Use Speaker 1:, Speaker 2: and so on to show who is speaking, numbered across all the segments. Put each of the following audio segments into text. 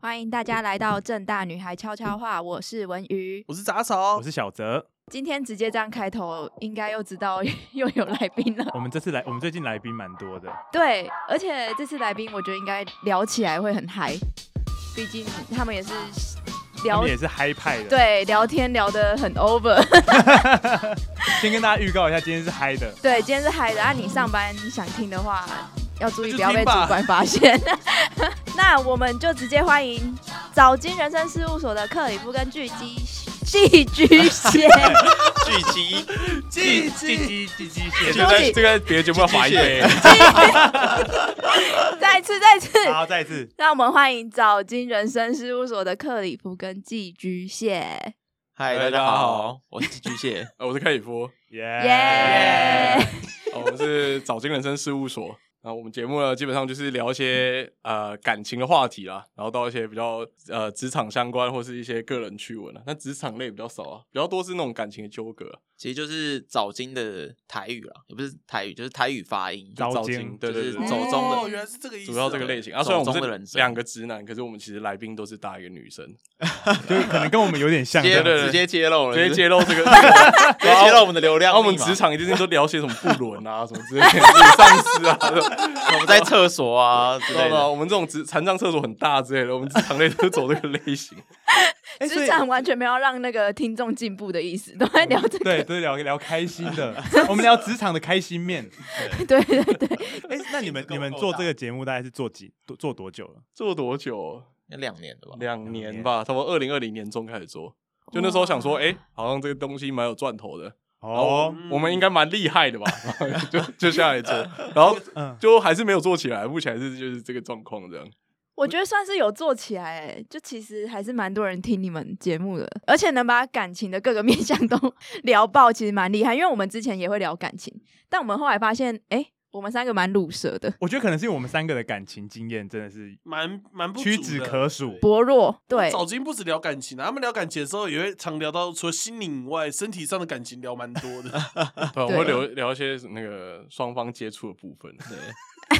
Speaker 1: 欢迎大家来到正大女孩悄悄话，我是文瑜。
Speaker 2: 我是杂草
Speaker 3: 我，是小泽，
Speaker 1: 今天直接这样开头，应该又知道 又有来宾了。
Speaker 3: 我们这次来，我们最近来宾蛮多的，
Speaker 1: 对，而且这次来宾我觉得应该聊起来会很嗨，毕竟他们也是
Speaker 3: 他
Speaker 1: 聊
Speaker 3: 们也是嗨派的。，
Speaker 1: 对聊天聊得很 over。
Speaker 3: 先跟大家预告一下，今天是嗨的，
Speaker 1: 对，今天是嗨的啊！你上班想听的话，要注意
Speaker 2: 就
Speaker 1: 不要被
Speaker 2: 听
Speaker 1: 主
Speaker 2: 吧
Speaker 1: 管发现。 那我们就直接欢迎早金人生事务所的克里夫跟巨基寄居 蟹。
Speaker 4: 巨鸡，
Speaker 2: 叽叽
Speaker 3: 叽叽叽
Speaker 4: 这
Speaker 3: 叽。
Speaker 4: 个这个别的节目要罚一杯，
Speaker 1: 再次，再次，
Speaker 3: 好，再一次，
Speaker 1: 让我们欢迎早金人生事务所的克里夫跟寄居
Speaker 3: 哎
Speaker 1: 蟹。
Speaker 4: 嗨，大
Speaker 2: 大
Speaker 4: 家
Speaker 2: 家
Speaker 4: 好
Speaker 2: 好，
Speaker 4: 我是巨蟹，呃我是克里夫，
Speaker 1: 耶、
Speaker 4: 呃我们是早金人生事务所。然后我们节目呢，基本上就是聊一些呃感情的话题啦，然后到一些比较呃职场相关或是一些个人趣闻啊。那职场类比较少啊，比较多是那种感情的纠葛啊、
Speaker 5: 其实就是早金的台语啦，也不是台语，就是台语发音。
Speaker 3: 早
Speaker 4: 早
Speaker 3: 金
Speaker 4: 金，对对
Speaker 5: 就是
Speaker 4: 对，
Speaker 5: 走
Speaker 4: 早
Speaker 5: 中的
Speaker 2: 哦，原来是这个意思，
Speaker 4: 主要这个类型啊。
Speaker 5: 走
Speaker 4: 虽然我
Speaker 5: 中的人
Speaker 4: 们是
Speaker 5: 生
Speaker 4: 两个直男，可是我们其实来宾都是搭一个女生，
Speaker 3: 就是可能跟我们有点像，
Speaker 5: 接
Speaker 3: 这样
Speaker 4: 对
Speaker 3: 子
Speaker 5: 直接揭露了，
Speaker 4: 直接
Speaker 5: 哦是
Speaker 4: 揭露 这个，直
Speaker 5: 不是直接 揭露我们的流量
Speaker 4: 然
Speaker 5: 密
Speaker 4: 后我
Speaker 5: 码。
Speaker 4: 们职场一定都聊些什么不伦啊，什么之类的， 上司啊，
Speaker 5: 我们在厕所啊之
Speaker 4: 知
Speaker 5: 类
Speaker 4: 道吗？
Speaker 5: 的。
Speaker 4: 我们这种职残障厕所很大之类的，我们职场类都走这个类型。
Speaker 3: 哎所
Speaker 1: 职
Speaker 3: 以
Speaker 1: 场完全没有让那个听众进步的意思，都在聊这
Speaker 3: 对，
Speaker 1: 个。
Speaker 3: 都是聊聊开心的，我们聊职场的开心面。
Speaker 1: 对对对
Speaker 3: 哎，那你们你们做这个节目大概是做几做做多久了？
Speaker 4: 做多久？
Speaker 5: 那两年哦的吧，
Speaker 4: 两年吧，差不多二零二零年中开始做。就那时候想说，哎、好像这个东西蛮有赚头的，
Speaker 3: 哦，
Speaker 4: 我们应该蛮厉害 的吧？ 就就下来做，然后
Speaker 3: 嗯，
Speaker 4: 就还是没有做起来，目前还是就是这个状况这样。
Speaker 1: 我觉得算是有做起来、欸，就其实还是蛮多人听你们节目的，而且能把感情的各个面向都 聊爆，其实蛮厉害。因为我们之前也会聊感情，但我们后来发现，哎、我们三个蛮卤舌的，
Speaker 3: 我觉得可能是因为我们三个的感情经验真的是
Speaker 2: 蛮蛮不
Speaker 3: 屈
Speaker 2: 足
Speaker 3: 指
Speaker 2: 的
Speaker 3: 可数。
Speaker 1: 薄弱。对，
Speaker 2: 早金不止聊感情啊，他们聊感情的时候也会常聊到除了心灵以外，身体上的感情聊蛮多的。
Speaker 5: 啊
Speaker 4: 对，啊
Speaker 1: 对
Speaker 4: 我会聊聊一些那个双方接触的部分。对，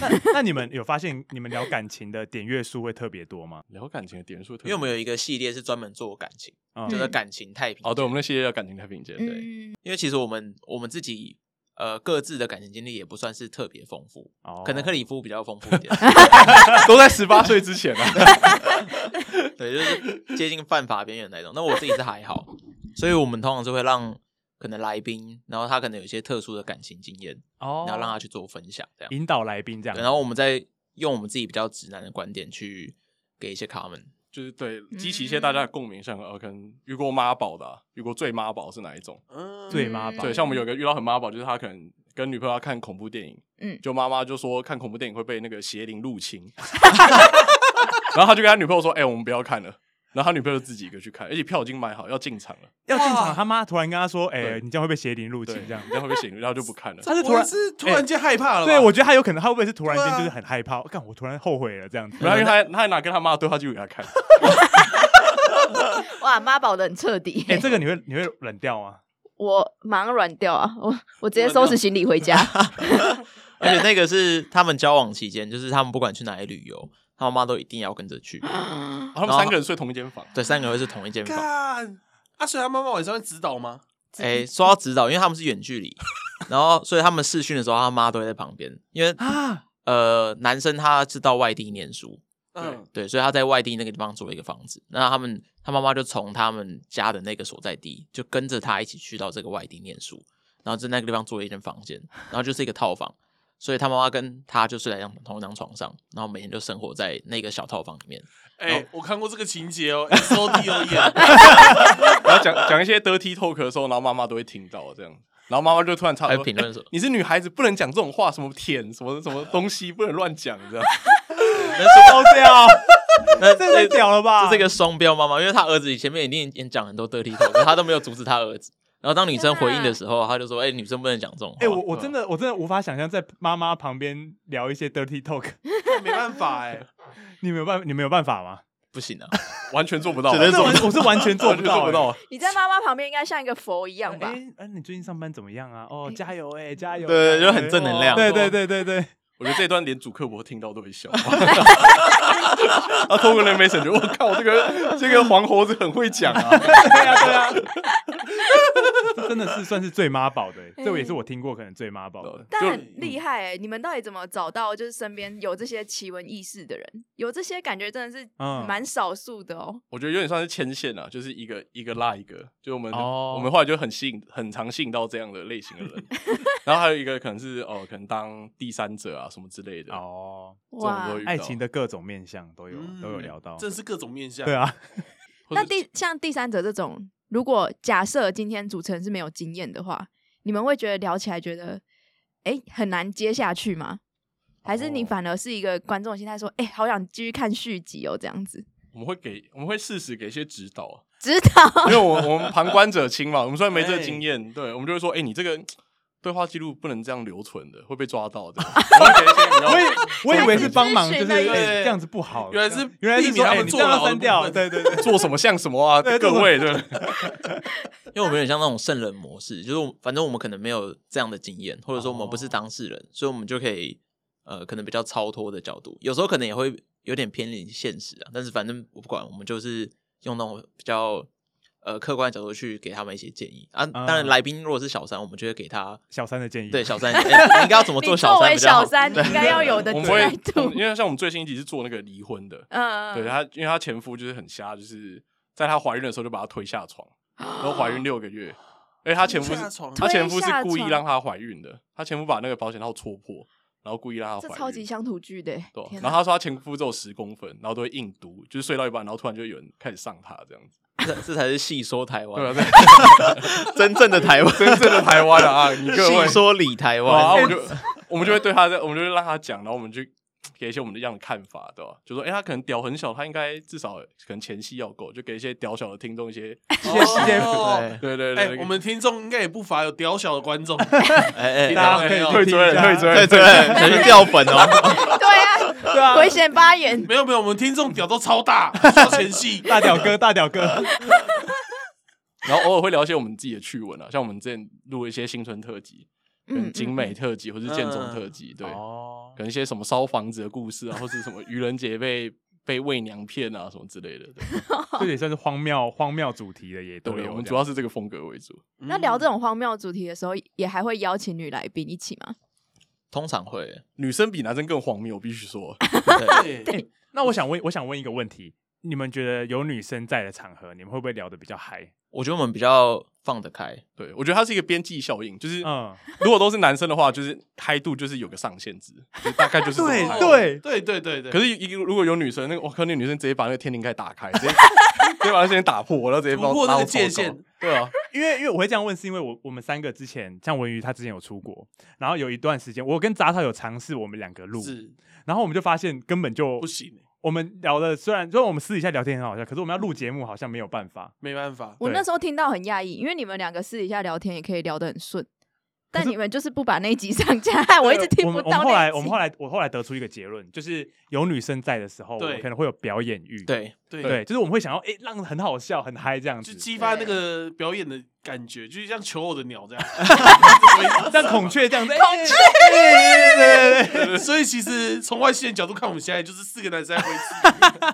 Speaker 3: 那那你们有发现你们聊感情的点阅数会特别多吗？
Speaker 4: 聊感情的点数特
Speaker 5: 因
Speaker 4: 别，
Speaker 5: 为我们有一个系列是专门做感情，
Speaker 3: 嗯
Speaker 5: 叫做感情太平。
Speaker 4: 哦，对，我们那些叫感情太平 间，对，
Speaker 1: 嗯，
Speaker 5: 因为其实我们我们自己呃各自的感情经历也不算是特别丰富，
Speaker 3: 哦
Speaker 5: 可能克里夫比较丰富一点，
Speaker 4: 都在十八岁之前啊。
Speaker 5: 对，就是接近犯法边缘那种。那我自己是还好，所以我们通常是会让可能来宾，然后他可能有一些特殊的感情经验，
Speaker 3: 哦
Speaker 5: 然后让他去做分享，这样。
Speaker 3: 引导来宾这样
Speaker 5: 对，。然后我们再用我们自己比较直男的观点去给一些 comment。
Speaker 4: 就是对激起一些大家的共鸣，像呃，可能遇过妈宝的啊、遇过最妈宝是哪一种？
Speaker 2: 嗯，
Speaker 3: 对妈宝
Speaker 4: 对，像我们有一个遇到很妈宝，就是他可能跟女朋友要看恐怖电影，
Speaker 1: 嗯
Speaker 4: 就妈妈就说看恐怖电影会被那个邪灵入侵， 然后他就跟他女朋友说，哎、我们不要看了。然后他女朋友就自己一个去看，而且票已经买好，要进场了。
Speaker 3: 要进场，他妈突然跟他说：“哎、
Speaker 4: 对
Speaker 3: 你这样会被邪灵入侵
Speaker 4: 对，
Speaker 3: 这
Speaker 4: 这
Speaker 3: 样
Speaker 4: 样。这样会被邪灵，然后就不 看了。
Speaker 3: 他是突然哎
Speaker 2: 我是突然间害怕”了吧、
Speaker 3: 对，我觉得他有可能，他会不会是突然
Speaker 2: 对
Speaker 3: 间
Speaker 2: 啊
Speaker 3: 就是很害怕？干、我突然后悔了这样子。
Speaker 4: 然后因为他他还拿跟他妈的对话记录给 他看，
Speaker 1: 哇，妈宝的很彻底、
Speaker 3: 哎、这个你会你会冷掉吗？
Speaker 1: 我马上软掉啊！我我直接收拾行李回 家。
Speaker 5: 而且那个是他们交往期间，就是他们不管去哪里旅游，他妈都一定要跟着去。
Speaker 4: 然后他们三个人睡同一间房，
Speaker 5: 对，三个会是同一间房。
Speaker 2: 看，阿啊水他妈妈晚上会指导吗？
Speaker 5: 哎、说到指导，因为他们是远距离，然后所以他们试训的时候，他妈都会在旁边，因为
Speaker 3: 啊，
Speaker 5: 呃，男生他是到外地念书，
Speaker 2: 嗯，
Speaker 5: 对，所以他在外地那个地方租了一个房子，那他们他妈妈就从他们家的那个所在地，就跟着他一起去到这个外地念书，然后在那个地方租了一间房间，然后就是一个套房，所以他妈妈跟他就睡在一张同一张床上，然后每天就生活在那个小套房里面。
Speaker 2: 哎、我看过这个情 节哦，S O D 有演，
Speaker 4: 然后讲讲一些 dirty talk 的时候，然后妈妈都会听到这样，然后妈妈就突然插
Speaker 5: 还
Speaker 4: 说哎
Speaker 5: 有评论说，
Speaker 4: 你是女孩子，不能讲这种话，什么舔，什么什么东西，不能乱讲，这样。
Speaker 3: 受不了，
Speaker 5: 那
Speaker 3: 这太屌了吧？
Speaker 5: 这是一个双标妈妈，因为他儿子前面一定也讲很多得体头，可是他都没有阻止他儿子。然后当女生回应的时候，他就说：“哎、女生不能讲这种话。
Speaker 3: 哎、我我真的我真的无法想象在妈妈旁边聊一些 dirty talk，
Speaker 2: 没办法哎、
Speaker 3: 你们有办你们有办法吗？
Speaker 5: 不行啊，
Speaker 4: 完全做不到、
Speaker 3: 我是完我是完全做
Speaker 4: 完
Speaker 3: 不
Speaker 4: 全
Speaker 3: 到、
Speaker 4: 做不到、
Speaker 1: 你在妈妈旁边应该像一个佛一样
Speaker 3: 哎、
Speaker 1: 吧？
Speaker 3: 啊哎你最近上班怎么样啊？哦，加油哎、加 油！
Speaker 5: 对就很正能量
Speaker 3: 对对对对对，
Speaker 4: 我觉得这一段连主客博听到都会 笑。啊，通过人没感觉，我靠，这个这个黄猴子很会讲啊！
Speaker 3: 对啊，对啊，这真的是算是最妈宝的欸，
Speaker 1: 哎
Speaker 3: 这也是我听过可能最妈宝的。
Speaker 1: 但
Speaker 4: 就嗯
Speaker 1: 很厉害哎、你们到底怎么找到就是身边有这些奇闻异事的人？有这些感觉真的是
Speaker 3: 嗯
Speaker 1: 蛮少数的哦、
Speaker 4: 我觉得有点像是牵线啊，就是一个一个拉一个，就我们、
Speaker 5: 哦
Speaker 4: 我们后来就很吸引，很常吸引到这样的类型的人。然后还有一个可能是哦，可能当第三者啊什么之类的，
Speaker 3: 哦，
Speaker 4: 这种都会遇到
Speaker 3: 爱情的各种面相都有
Speaker 2: 嗯
Speaker 3: 都有聊到。
Speaker 2: 真是各种面相。
Speaker 3: 对，啊，
Speaker 4: 或者
Speaker 1: 那第像第三者这种，如果假设今天主持人是没有经验的话，你们会觉得聊起来觉得哎、诶很难接下去吗？还是你
Speaker 4: 哦
Speaker 1: 反而是一个观众的心态说，哎、好想继续看续集哦，这样子
Speaker 4: 我们会给我们会适时给一些指导啊，
Speaker 1: 指导
Speaker 4: 因为我我们旁观者清嘛，我们虽然没这个
Speaker 2: 哎
Speaker 4: 经验，对我们就会说，哎、你这个对话记录不能这样留存的，会被抓到的。我们会给一些比较
Speaker 3: 我以我以为是帮忙，
Speaker 1: 才
Speaker 3: 就是是
Speaker 1: 咨询的
Speaker 3: 哎这
Speaker 2: 对
Speaker 3: 样子不好，
Speaker 2: 原来是
Speaker 3: 原来
Speaker 2: 避
Speaker 3: 是说
Speaker 2: 免他
Speaker 3: 哎
Speaker 2: 们
Speaker 3: 你这
Speaker 2: 坐
Speaker 3: 样
Speaker 2: 牢
Speaker 3: 要
Speaker 2: 的
Speaker 3: 删掉，
Speaker 2: 部分
Speaker 3: 对对对，
Speaker 4: 做什么像什么啊，
Speaker 3: 对
Speaker 4: 各位对，
Speaker 5: 因为我们有点像那种圣人模式，就是我反正我们可能没有这样的经验，或者说我们不是当事人，所以我们就可以呃，可能比较超脱的角度，有时候可能也会有点偏离现实啊。但是反正我不管，我们就是用那种比较呃客观的角度去给他们一些建议啊。当然，
Speaker 3: 嗯
Speaker 5: 来宾如果是小三，我们就会给他
Speaker 3: 小三的建议，
Speaker 5: 对小三、哎你应该要怎么
Speaker 1: 你作
Speaker 5: 做小三
Speaker 1: 为
Speaker 5: 比较好
Speaker 1: 小。 三应该要有的
Speaker 4: 我们
Speaker 1: 态
Speaker 4: 会
Speaker 1: 度，
Speaker 4: 因为像我们最新一集是做那个离婚的，
Speaker 1: 嗯，
Speaker 4: 对她，因为她前夫就是很瞎，就是在她怀孕的时候就把她推 下床，然后怀孕六个月，而且她前夫
Speaker 2: 推下
Speaker 4: 是
Speaker 2: 床
Speaker 4: 她前夫是故
Speaker 1: 推下
Speaker 4: 意
Speaker 1: 床
Speaker 4: 让她怀孕的，她前夫把那个保险套戳破，然后故意让她
Speaker 1: 这
Speaker 4: 怀孕，
Speaker 1: 超级乡土剧的欸、
Speaker 4: 对啊，
Speaker 1: 天 哪
Speaker 4: 然后她说她前夫只有十公分，然后都会硬读，就是睡到一半，然后突然就有人开始上她这样子，
Speaker 5: 这这才是细说台
Speaker 4: 对啊，
Speaker 5: 湾，
Speaker 4: 在
Speaker 5: 真正的台湾，
Speaker 4: 真正的台湾啊，你各位
Speaker 5: 细说理台
Speaker 4: 哇，
Speaker 5: 湾
Speaker 4: 我。们就 我们就会对他在，我们就会让他讲，然后我们就给一些我们的一样的看法，对吧？就说，哎、他可能屌很小，他应该至少可能前戏要够，就给一些屌小的听众一些，
Speaker 2: 哦，
Speaker 4: 对对对
Speaker 2: 哎，我们听众应该也不乏有屌小的 观众，
Speaker 5: 哎哎，
Speaker 3: 大家可以
Speaker 2: 没有
Speaker 4: 退
Speaker 3: 听
Speaker 4: 追
Speaker 3: 一
Speaker 4: 了，
Speaker 3: 下
Speaker 4: 退追
Speaker 5: 对
Speaker 4: 了，
Speaker 5: 对，小心掉粉哦。
Speaker 1: 对
Speaker 3: 对啊
Speaker 1: 啊，，危险发言，
Speaker 2: 没有没有，我们听众屌都超 大，超前戏。嗯
Speaker 3: 大屌哥大屌哥，
Speaker 4: 然后偶尔会聊一些我们自己的趣闻啊，像我们之前录一些新春特辑，
Speaker 1: 嗯
Speaker 4: 嗯，，景美特辑或是建中特辑，对，
Speaker 3: 哦
Speaker 4: 可能一些什么烧房子的故事啊，或是什么愚人节被被喂娘骗啊，什么之类的，
Speaker 3: 这
Speaker 4: 对
Speaker 3: 也算是荒谬荒谬主题的也都
Speaker 4: 对，
Speaker 3: 有。
Speaker 4: 我们主要是这个风格为主。
Speaker 1: 嗯那聊这种荒谬主题的时候，也还会邀请女来宾一起吗？
Speaker 5: 通常会，
Speaker 4: 女生比男生更荒谬，我必须说，
Speaker 5: 对
Speaker 2: 对
Speaker 3: 那我想问，我想问一个问题：你们觉得有女生在的场合，你们会不会聊得比较嗨？
Speaker 5: 我觉得我们比较放得开，
Speaker 4: 对我觉得它是一个边际效应，就是
Speaker 3: 嗯，
Speaker 4: 如果都是男生的话，就是嗨度就是有个上限值，就大概就是这么
Speaker 3: 对
Speaker 4: 嗨
Speaker 3: 对
Speaker 2: 对对对对，
Speaker 4: 可
Speaker 2: 是
Speaker 4: 是一个如果有女生，那个我靠，那个女生直接把那个天灵盖打开，直 接直接把那线打破，然后直接把我
Speaker 2: 突破那
Speaker 4: 拉
Speaker 2: 个
Speaker 4: 我超
Speaker 2: 界
Speaker 4: 高
Speaker 2: 限。
Speaker 4: 对 啊，
Speaker 3: 因为因为我会这样问，是因为我我们三个之前，像文瑜他之前有出国，然后有一段时间，我跟杂草有尝试我们两个录，
Speaker 2: 是
Speaker 3: 然后我们就发现根本就
Speaker 2: 不行，欸
Speaker 3: 我们聊的虽然虽然我们私底下聊天很好笑，可是我们要录节目好像没有办法。
Speaker 2: 没办法。
Speaker 1: 我
Speaker 3: 对
Speaker 1: 那时候听到很讶异，因为你们两个私底下聊天也可以聊得很顺，
Speaker 3: 可是
Speaker 1: 但你们就是不把那一集上架， 害啊我一直听
Speaker 3: 我
Speaker 1: 不
Speaker 3: 们我
Speaker 1: 到
Speaker 3: 们后
Speaker 1: 那一
Speaker 3: 来
Speaker 1: 集。
Speaker 3: 我们后来我后来得出一个结论，就是有女生在的时候，我
Speaker 2: 对
Speaker 3: 们可能会有表演欲，
Speaker 5: 对，
Speaker 2: 对
Speaker 3: 对，就是我们会想要哎、诶让很好笑很嗨这样
Speaker 2: 就
Speaker 3: 子，
Speaker 2: 激发那
Speaker 1: 啊
Speaker 2: 个表演的感觉，就是像求偶的鸟这样。
Speaker 3: 像孔雀这样子，诶
Speaker 2: 所以 其实从外星人角度看，我们现在就是四个男生在挥斥，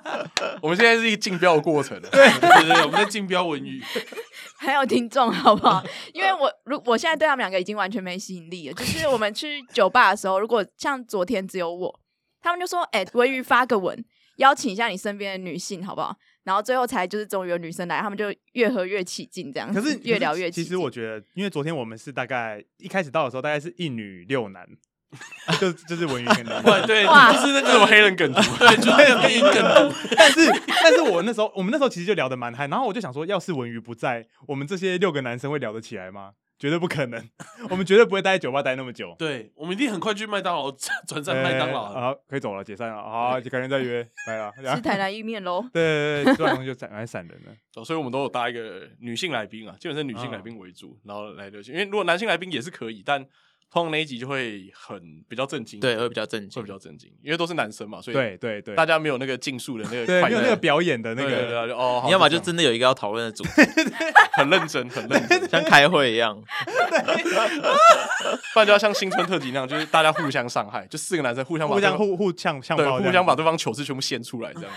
Speaker 4: 我们现在是一个竞标的过程，啊
Speaker 2: 对对对，我们在竞标文 娱，
Speaker 1: 还有听众好不 好？因为我如我现在对他们两个已经完全没吸引力了。就是我们去酒吧的时候，如果像昨天只有我，他们就说：“哎、文瑜发个文，邀请一下你身边的女性好不好？”然后最后才就是终于有女生来，他们就越喝越起劲，这样子
Speaker 3: 可是
Speaker 1: 越聊越起
Speaker 3: 其
Speaker 1: 劲。
Speaker 3: 实我觉得，因为昨天我们是大概一开始到的时候，大概是一女六男， 就就是文宇 跟刘
Speaker 2: 对对，
Speaker 1: 哇
Speaker 2: 就是那
Speaker 4: 这种
Speaker 2: 个
Speaker 4: 黑人梗图，
Speaker 2: 对，就是那个音梗图，
Speaker 3: 但是但是我那时候我们那时候其实就聊得蛮嗨，然后我就想说，要是文宇不在，我们这些六个男生会聊得起来吗？绝对不可能，我们绝对不会待在酒吧待那么 久。
Speaker 2: 对，我们一定很快去麦当劳 转战麦当劳啊
Speaker 3: 呃
Speaker 2: 了。
Speaker 3: 好，可以走了，解散了，好，改天再约，拜了。
Speaker 1: 吃
Speaker 3: 然后
Speaker 1: 台南意面 喽。
Speaker 3: 对对对，吃完东西就闪，来闪人了。
Speaker 4: 哦所以我们都有搭一个女性来宾啊，基本上女
Speaker 3: 嗯
Speaker 4: 性来宾为主，然后来流行，因为如果男性来宾也是可以，但通常那一集就会很比较震惊，
Speaker 5: 对，会比较正经，
Speaker 4: 会比较震惊，因为都是男生嘛，所以
Speaker 3: 对对对，
Speaker 4: 大家没有那个竞速的那个
Speaker 3: 对
Speaker 4: 快
Speaker 3: 没有
Speaker 4: 乐
Speaker 3: 那个表演的那
Speaker 4: 对对对
Speaker 3: 个，
Speaker 4: 对哦，好
Speaker 5: 你要么
Speaker 4: 这
Speaker 5: 就
Speaker 4: 样
Speaker 5: 真的有一个要讨论的主题，
Speaker 4: 很认真，很认真。
Speaker 5: 像开会一样。
Speaker 4: 不然就要像新春特辑那样，就是大家互相伤害，就四个男生互相把
Speaker 3: 互
Speaker 4: 对
Speaker 3: 相
Speaker 4: 方
Speaker 3: 互互呛呛
Speaker 4: 对
Speaker 3: 爆这样，
Speaker 4: 互相把对方糗事全部献出来这样 子。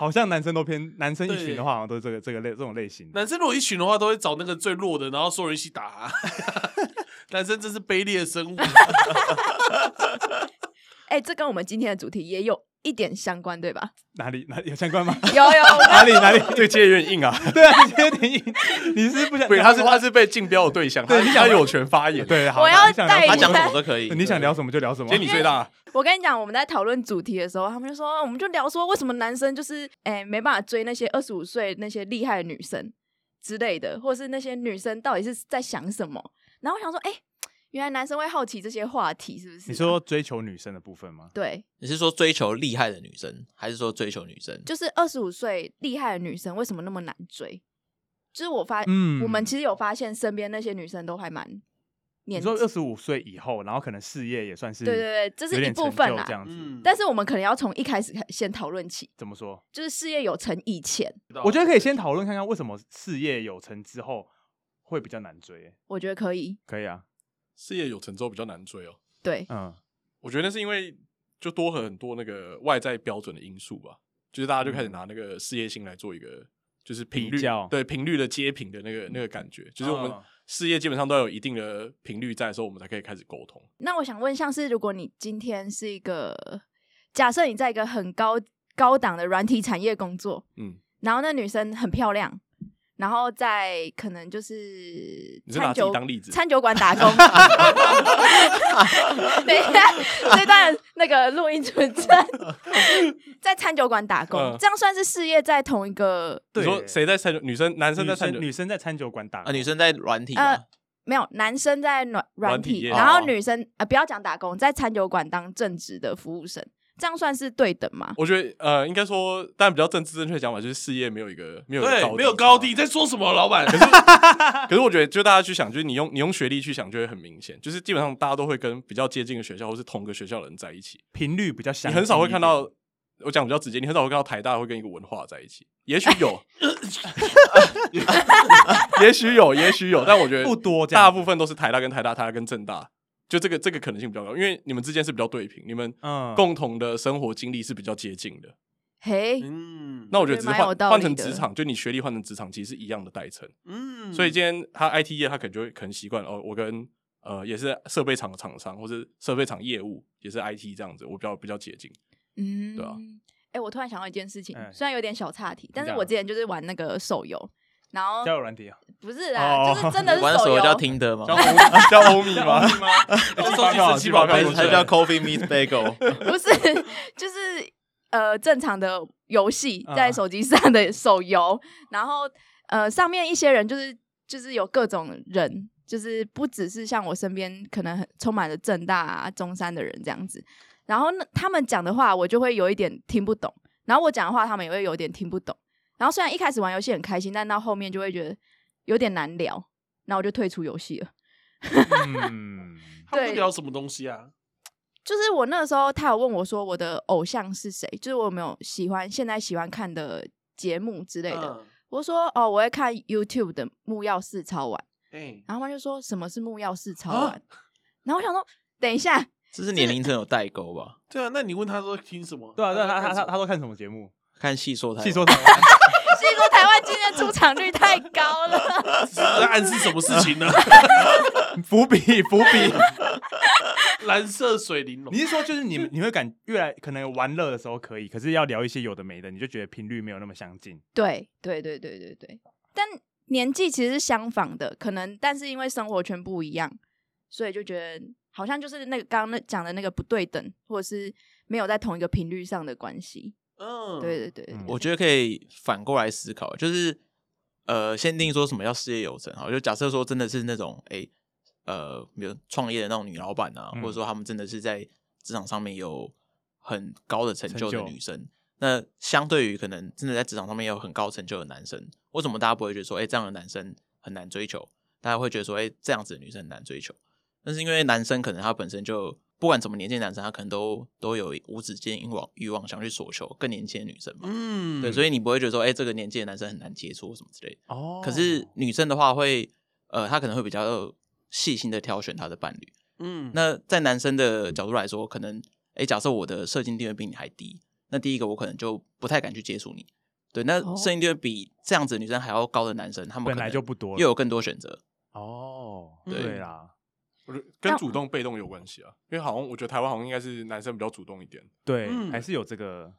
Speaker 3: 好像男生都偏男生一群
Speaker 2: 对
Speaker 3: 的话，好像都是这个这个类这种类型。
Speaker 2: 男生如果一群的话，都会找那个最弱的，然后所有人一起打、啊 男生真是卑劣的生物，
Speaker 1: 哎、这跟我们今天的主题也有一点相关，对吧？
Speaker 3: 哪里哪里有相关吗？
Speaker 1: 有有，我
Speaker 3: 哪里哪里？
Speaker 4: 这个接有点硬啊，
Speaker 3: 对啊，你有点硬，你是不想？
Speaker 4: 对，他是他是被竞标的对象，他他有权发言，，
Speaker 3: 对，好
Speaker 1: 我要
Speaker 3: 你想聊
Speaker 1: 带
Speaker 5: 他
Speaker 3: 什么
Speaker 5: 讲什么都可以。
Speaker 3: 你想聊什么就聊什么
Speaker 4: 接。你最大，
Speaker 1: 我跟你讲，我们在讨论主题的时候，他们就说，我们就聊说为什么男生就是哎、没办法追那些二十五岁那些厉害的女生之类的，或是那些女生到底是在想什么？然后我想说，哎、原来男生会好奇这些话题，是不是啊、
Speaker 3: 你说追求女生的部分吗？
Speaker 1: 对，
Speaker 5: 你是说追求厉害的女生，还是说追求女生？
Speaker 1: 就是二十五岁厉害的女生为什么那么难追？就是我发，
Speaker 3: 嗯
Speaker 1: 我们其实有发现身边那些女生都还蛮
Speaker 3: 你
Speaker 1: 年
Speaker 3: 说二十五岁以后，然后可能事业也算是
Speaker 1: 对对对这是
Speaker 3: 有点
Speaker 1: 一部分
Speaker 3: 成就
Speaker 1: 啦
Speaker 3: 这样子。
Speaker 2: 嗯，
Speaker 1: 但是我们可能要从一开始开先讨论起，
Speaker 3: 怎么说？
Speaker 1: 就是事业有成以前，
Speaker 2: 哦
Speaker 3: 我觉得可以先讨论看看为什么事业有成之后会比较难追。
Speaker 1: 我觉得可以。
Speaker 3: 可以啊，
Speaker 4: 事业有成之后比较难追哦。
Speaker 1: 对，
Speaker 3: 嗯，
Speaker 4: 我觉得那是因为就多很多那个外在标准的因素吧，就是大家就开始拿那个事业心来做一个就是频
Speaker 3: 嗯
Speaker 4: 率
Speaker 3: 比较
Speaker 4: 对频率的接频的那个那个感觉，就是我们
Speaker 3: 嗯
Speaker 4: 事业基本上都有一定的频率在的时候，我们才可以开始沟通。
Speaker 1: 那我想问，像是如果你今天是一个，假设你在一个很高高档的软体产业工作，
Speaker 4: 嗯，
Speaker 1: 然后那女生很漂亮，然后在可能就是
Speaker 4: 你是拿
Speaker 1: 餐
Speaker 4: 自己
Speaker 1: 酒
Speaker 4: 当例子，
Speaker 1: 餐酒馆 打工。等一下，这段那个录音存证， 在餐酒馆打工
Speaker 4: 嗯，
Speaker 1: 这样算是事业在同一个
Speaker 4: 你说
Speaker 3: 对
Speaker 4: 谁在餐酒？女生男生在
Speaker 3: 女
Speaker 4: 餐酒
Speaker 3: 生？女生在餐酒馆打
Speaker 5: 啊，
Speaker 3: 工
Speaker 5: 女生在软体
Speaker 1: 呃
Speaker 5: 吗？
Speaker 1: 没有，男生在软软
Speaker 4: 软体
Speaker 1: 体，
Speaker 4: 业
Speaker 1: 然后
Speaker 5: 哦
Speaker 1: 女生啊、呃不要讲打工，在餐酒馆当正职的服务生，这样算是对等吗？
Speaker 4: 我觉得呃，应该说，但比较政治正确的讲法就是事业没有一个没有一个
Speaker 2: 对，没有高低，
Speaker 4: 低
Speaker 2: 在说什么，老板？
Speaker 4: 可是我觉得，就大家去想，就是你用你用学历去想，就会很明显，就是基本上大家都会跟比较接近的学校或是同个学校的人在一起。
Speaker 3: 频率比较相
Speaker 4: 你
Speaker 3: 近一点，
Speaker 4: 很少会看到，我讲比较直接，你很少会看到台大会跟一个文化在一起，也许 有，也许有，也许有，但我觉得
Speaker 3: 不多这样
Speaker 4: 大
Speaker 3: 子
Speaker 4: 部分都是台大跟台大，台大跟政大，就这个这个可能性比较高，因为你们之间是比较对平，你们
Speaker 3: 嗯
Speaker 4: 共同的生活经历是比只较接近的。
Speaker 1: 嘿，
Speaker 2: 嗯，
Speaker 4: 那我觉得只是
Speaker 1: 蛮有
Speaker 4: 换
Speaker 1: 道理
Speaker 4: 换成
Speaker 1: 的
Speaker 4: 职场，就你学历换成职场，其实是一样的代称。
Speaker 2: 嗯，
Speaker 4: 所以今天他 IT 业，他可能就会可能习惯哦，我跟呃也是设备厂的厂商，或是设备厂业务也是 IT 这样子，我比较比较接近。
Speaker 1: 嗯，
Speaker 4: 对啊
Speaker 1: 哎、我突然想到一件事情，
Speaker 3: 哎
Speaker 1: 虽然有点小岔题，但是
Speaker 3: 讲
Speaker 1: 我之前就是玩那个手游，然后
Speaker 3: 交友软体 啊，
Speaker 1: 不是啦，
Speaker 3: 哦
Speaker 1: 就是真的是
Speaker 5: 玩手
Speaker 1: 手
Speaker 5: 游
Speaker 1: 游
Speaker 5: 叫听的 吗？
Speaker 4: 叫 欧米吗？
Speaker 2: 这手机神奇宝贝
Speaker 5: 还
Speaker 2: 是
Speaker 5: 是
Speaker 2: 不
Speaker 5: 还
Speaker 2: 是
Speaker 5: 是叫 Coffee Meet Bagel？
Speaker 1: 不是，就是呃正常的游戏
Speaker 3: 啊
Speaker 1: 在手机上的手游，然后呃上面一些人就是就是有各种人，就是不只是像我身边可能很充满了正大、啊、中山的人这样子，然后呢他们讲的话我就会有一点听不懂，然后我讲的话他们也会有点听不懂，然后虽然一开始玩游戏很开心，但到后面就会觉得有点难聊，然后我就退出游戏了。
Speaker 3: 嗯，
Speaker 2: 他们
Speaker 1: 对
Speaker 2: 在聊什么东西啊？
Speaker 1: 就是我那个时候，他有问我说我的偶像是谁，就是我有没有喜欢现在喜欢看的节目之类的。
Speaker 2: 嗯，
Speaker 1: 我说哦，我会看 YouTube 的木曜四超玩，
Speaker 2: 哎，
Speaker 1: 然后他就说什么是木曜四超玩，然后我想说等一下，
Speaker 5: 这是年龄层有代沟吧？
Speaker 2: 对啊，那你问他说听什么？
Speaker 3: 对啊，对啊，他
Speaker 2: 在
Speaker 3: 他他
Speaker 2: 看什么
Speaker 3: 他都看什么节目？
Speaker 5: 看戏说台湾，
Speaker 3: 戏说台湾，
Speaker 1: 是说台湾今天出场率太高了，
Speaker 2: 是在暗示什么事 情呢？
Speaker 3: 伏笔伏笔。
Speaker 2: 蓝色水玲 珑
Speaker 3: 你，是说就是 你你会感越来可能玩乐的时候可以，可是要聊一些有的没的，你就觉得频率没有那么相近。
Speaker 1: 对对对对对对，但年纪其实是相仿的，可能但是因为生活圈不一样，所以就觉得好像就是那个刚刚那讲的那个不对等，或者是没有在同一个频率上的关系。
Speaker 2: 嗯，
Speaker 1: 对对对对
Speaker 3: 嗯
Speaker 5: 我觉得可以反过来思考，就是呃，限定说什么叫事业有成好，就假设说真的是那种哎、诶呃，比如创业的那种女老板啊，
Speaker 3: 嗯
Speaker 5: 或者说她们真的是在职场上面有很高的成就的
Speaker 3: 成就
Speaker 5: 女生，那相对于可能真的在职场上面有很高成就的男生，为什么大家不会觉得说，哎、这样的男生很难追求？大家会觉得说，哎、这样子的女生很难追求。那是因为男生可能他本身就不管什么年纪的男生，他可能都都有无止境欲望欲望想去索求更年轻的女生嘛。
Speaker 2: 嗯，
Speaker 5: 对，所以你不会觉得说，哎、这个年纪的男生很难接触或什么之类的。
Speaker 3: 哦
Speaker 5: 可是女生的话会，呃，她可能会比较细心的挑选他的伴侣。
Speaker 2: 嗯，
Speaker 5: 那在男生的角度来说，可能诶，假设我的射精地位比你还低，那第一个我可能就不太敢去接触你。对，那
Speaker 1: 哦
Speaker 5: 射精地位比这样子女生还要高的男生，他们
Speaker 3: 本
Speaker 5: 可
Speaker 3: 来
Speaker 5: 能
Speaker 3: 就不多
Speaker 5: 又
Speaker 3: 了。
Speaker 5: 有更多选择。
Speaker 3: 哦，
Speaker 2: 对
Speaker 3: 对啦，
Speaker 4: 我觉得跟主动被动有关系啊，因为好像我觉得台湾好像应该是男生比较主动一点，
Speaker 3: 对，
Speaker 2: 嗯
Speaker 3: 还是有这个，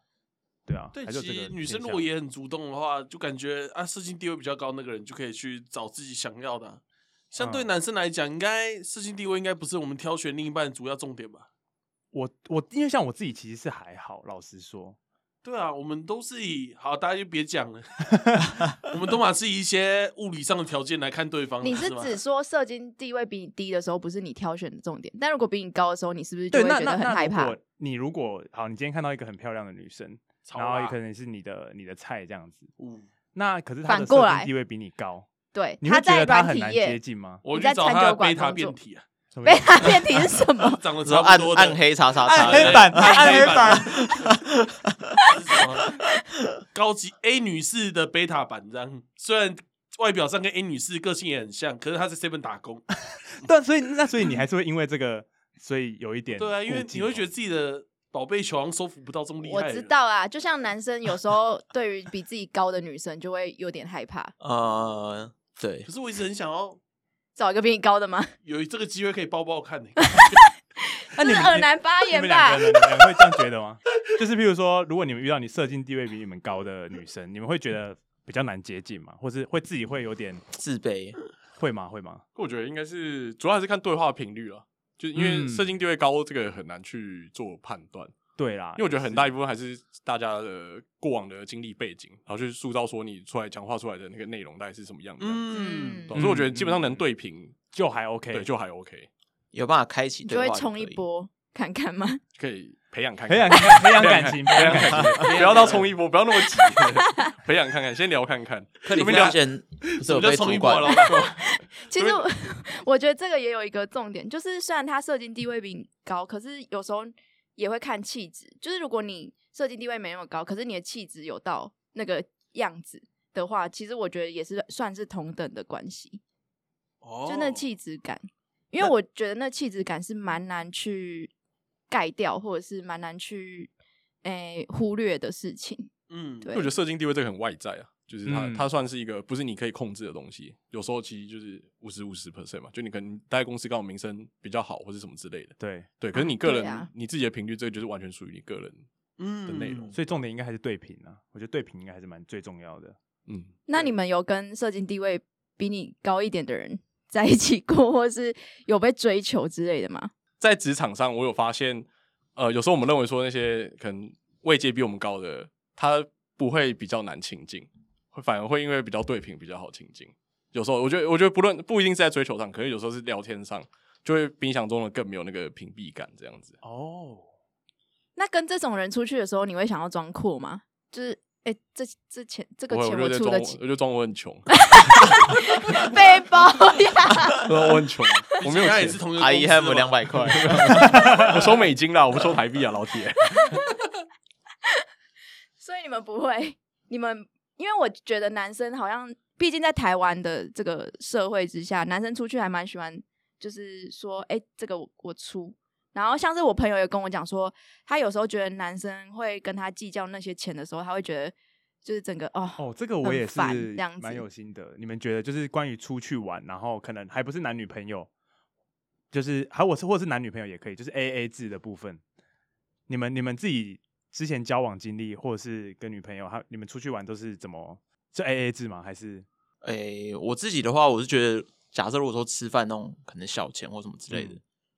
Speaker 3: 对啊，
Speaker 2: 对，
Speaker 3: 还是有
Speaker 2: 其
Speaker 3: 这个
Speaker 2: 实女
Speaker 3: 现
Speaker 2: 生如
Speaker 3: 象
Speaker 2: 果也很主动的话，就感觉啊，社经地位比较高那个人就可以去找自己想要的啊、相对
Speaker 3: 嗯
Speaker 2: 男生来讲，应该社经地位应该不是我们挑选另一半的主要重点吧？
Speaker 3: 我我因为像我自己其实是还好，老实说，
Speaker 2: 对啊，我们都是以好，大家就别 讲了，我们都嘛是以一些物理上的条件来看对方。
Speaker 1: 你是
Speaker 2: 吗
Speaker 1: 指说射精地位比你低的时候，不是你挑选的重点，但如果比你高的时候，你是不是就
Speaker 3: 对，
Speaker 1: 会
Speaker 3: 那
Speaker 1: 觉
Speaker 3: 那
Speaker 1: 得很
Speaker 3: 那
Speaker 1: 害
Speaker 3: 如
Speaker 1: 怕
Speaker 3: 果？你如果好，你今天看到一个很漂亮的女生，
Speaker 2: 超
Speaker 3: 然后也
Speaker 2: 辣
Speaker 3: 可能是你的你的菜这样子，
Speaker 2: 嗯
Speaker 3: 那可是她
Speaker 1: 反
Speaker 3: 的
Speaker 1: 过
Speaker 3: 社
Speaker 1: 来
Speaker 3: 经地位比你高，
Speaker 1: 对，
Speaker 3: 你会
Speaker 1: 他
Speaker 3: 觉
Speaker 1: 在
Speaker 3: 得她
Speaker 1: 软
Speaker 3: 很
Speaker 1: 体
Speaker 3: 难接
Speaker 1: 业，
Speaker 3: 近吗？
Speaker 2: 我
Speaker 1: 你
Speaker 2: 去
Speaker 1: 在
Speaker 2: 找
Speaker 1: 餐
Speaker 2: 他的
Speaker 1: 酒馆
Speaker 2: 贝塔
Speaker 1: 工作
Speaker 2: 变体啊，？
Speaker 3: 什么
Speaker 1: 贝
Speaker 3: 意思
Speaker 1: 塔变体是什么
Speaker 2: 长得
Speaker 5: 然
Speaker 2: 差
Speaker 5: 后暗
Speaker 2: 不多的啊哎
Speaker 5: 暗黑叉叉
Speaker 3: 暗
Speaker 5: 叉，
Speaker 3: 黑版，暗黑版，
Speaker 2: 什么 高级 A 女士的贝塔版这样，虽然外表上跟 A 女士个性也很像，可是她在 Seven 打工。
Speaker 3: 对，所以那所以你还是会因为这个，所以有一点
Speaker 2: 对啊，因为
Speaker 3: 顾忌
Speaker 2: 你会
Speaker 3: 哦
Speaker 2: 觉得自己的宝贝球好像收服不到这么厉
Speaker 1: 我
Speaker 2: 害。
Speaker 1: 知，道啊，就像男生有时候对于比自己高的女生就会有点害怕，
Speaker 5: 呃，对
Speaker 2: 可，是我一直很想要
Speaker 1: 找一个比你高的吗？
Speaker 2: 有这个机会可以抱抱看呢、
Speaker 3: 那你
Speaker 1: 这是
Speaker 3: 们
Speaker 1: 耳难发
Speaker 3: 你
Speaker 1: 言
Speaker 3: 们两
Speaker 1: 吧
Speaker 3: 个？人，你们两个会这样觉得吗？就是譬如说，如果你们遇到你社经地位比你们高的女生，你们会觉得比较难接近吗？或是会自己会有点
Speaker 5: 自卑，
Speaker 3: 会吗？会吗？
Speaker 4: 我觉得应该是主要还是看对话频率了，就是因为
Speaker 3: 嗯
Speaker 4: 射精地位高，这个很难去做判断，
Speaker 3: 对啦，
Speaker 4: 因为我觉得很大一部分还是大家的过往的经历背景，然后去塑造说你出来讲话出来的那个内容大概是什么样子。
Speaker 2: 嗯，
Speaker 1: 嗯
Speaker 4: 对所以我觉得基本上能对平，
Speaker 3: 就还 OK，
Speaker 4: 对，就还 OK，
Speaker 5: 有办法开启
Speaker 1: 你
Speaker 5: 对
Speaker 1: 就
Speaker 5: 话
Speaker 1: 会
Speaker 5: 也可以，
Speaker 1: 冲一波看看吗？
Speaker 4: 可以培养看
Speaker 3: 培养
Speaker 4: 看
Speaker 3: 培养感情，培养感情。
Speaker 4: 不要到冲一波，不要那么 急，培养看看，先聊看看。
Speaker 5: 克里
Speaker 4: 说
Speaker 5: 夫
Speaker 4: 不定
Speaker 5: 之前不是有
Speaker 2: 我就
Speaker 5: 被
Speaker 2: 冲一
Speaker 5: 主
Speaker 2: 波
Speaker 5: 管
Speaker 2: 了。
Speaker 1: 其实我 我觉得这个也有一个重点，就是虽然他社经地位比你高，可是有时候也会看气质。就是如果你社经地位没那么高，可是你的气质有到那个样子的话，其实我觉得也是算是同等的关系，
Speaker 2: 哦
Speaker 1: 就那气质感。因为我觉得那气质感是蛮难去盖掉，或者是蛮难去诶、忽略的事情。
Speaker 2: 嗯，
Speaker 1: 对
Speaker 4: 因为我觉得射精地位这个很外在啊，就是它、
Speaker 3: 嗯
Speaker 4: 它算是一个不是你可以控制的东西，有时候其实就是五十五十 percent 嘛，就你可能待在公司刚好名声比较好或是什么之类的，
Speaker 3: 对，
Speaker 4: 对。可是你个人、
Speaker 1: 对啊
Speaker 4: 你自己的频率，这个就是完全属于你个人，
Speaker 2: 嗯
Speaker 4: 的内容
Speaker 3: 所以重点应该还是对平啊，我觉得对平应该还是蛮最重要的。
Speaker 4: 嗯，
Speaker 1: 那你们有跟社经地位比你高一点的人在一起过，或是有被追求之类的吗？
Speaker 4: 在职场上，我有发现，呃，有时候我们认为说那些可能位阶比我们高的，他不会比较难亲近，会反而会因为比较对平比较好亲近。有时候我觉得，我觉得不论不一定是在追求上，可是有时候是聊天上，就会比你想中的更没有那个屏蔽感这样子。
Speaker 3: 哦，
Speaker 1: 那跟这种人出去的时候，你会想要装阔吗？就是，哎、这这钱这个
Speaker 4: 不会，
Speaker 1: 钱
Speaker 4: 我就在
Speaker 1: 出
Speaker 4: 装
Speaker 1: 得
Speaker 4: 我，
Speaker 1: 起，
Speaker 4: 我就装我 很穷，
Speaker 1: 背包呀，
Speaker 4: 我我很穷，我没有
Speaker 2: 他
Speaker 4: 钱
Speaker 2: 也是，同一个
Speaker 5: 阿姨还有
Speaker 2: 公司
Speaker 5: E 两
Speaker 2: 嘛
Speaker 5: 百 块，
Speaker 4: 我收美金啦，我不收台币啊，老 铁。
Speaker 1: 所以你们不会，你们因为我觉得男生好像，毕竟在台湾的这个社会之下，男生出去还蛮喜欢，就是说，哎、这个我我出。然后像是我朋友也跟我讲说，他有时候觉得男生会跟他计较那些钱的时候，他会觉得就是整个哦
Speaker 3: 哦，这个我也
Speaker 1: 很
Speaker 3: 是
Speaker 1: 烦这样子嗯
Speaker 3: 蛮有心得。你们觉得就是关于出去玩，然后可能还不是男女朋友，就是还我是或是男女朋友也可以，就是 A A 制的部分。你们你们自己之前交往经历，或者是跟女朋友，还你们出去玩都是怎么是 A A 制吗？还是
Speaker 5: 诶、我自己的话，我是觉得，假设如果说吃饭那种可能小钱或什么之类的，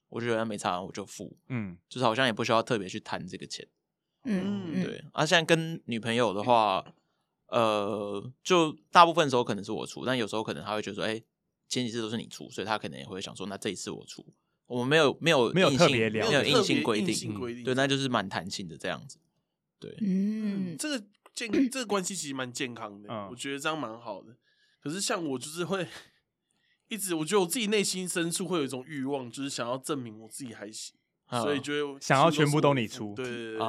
Speaker 5: 我就觉得没差，我就付，
Speaker 3: 嗯
Speaker 5: 就是好像也不需要特别去谈这个钱。
Speaker 1: 嗯嗯，
Speaker 5: 对，啊，现在跟女朋友的话，呃，就大部分时候可能是我出，但有时候可能她会觉得说，哎、前几次都是你出，所以她可能也会想说，那这一次我出。我们没有没有
Speaker 3: 没有
Speaker 5: 硬
Speaker 3: 特
Speaker 5: 性
Speaker 3: 别聊
Speaker 5: 没有
Speaker 2: 特
Speaker 5: 硬
Speaker 2: 别
Speaker 5: 性规
Speaker 2: 硬
Speaker 5: 定，
Speaker 2: 性规定
Speaker 5: 对，那就是蛮弹性的这样子。
Speaker 1: 嗯
Speaker 2: 嗯，，这个健这个关系其实蛮健康的，
Speaker 3: 嗯
Speaker 2: 我觉得这样蛮好的。可是像我就是会一直，我觉得我自己内心深处会有一种欲望，就是想要证明我自己还行，
Speaker 5: 嗯
Speaker 2: 所以就会
Speaker 3: 想要
Speaker 2: 什么
Speaker 3: 全部
Speaker 2: 都
Speaker 3: 都
Speaker 2: 是
Speaker 3: 你
Speaker 2: 我
Speaker 3: 出
Speaker 2: 对对对，对
Speaker 5: 啊，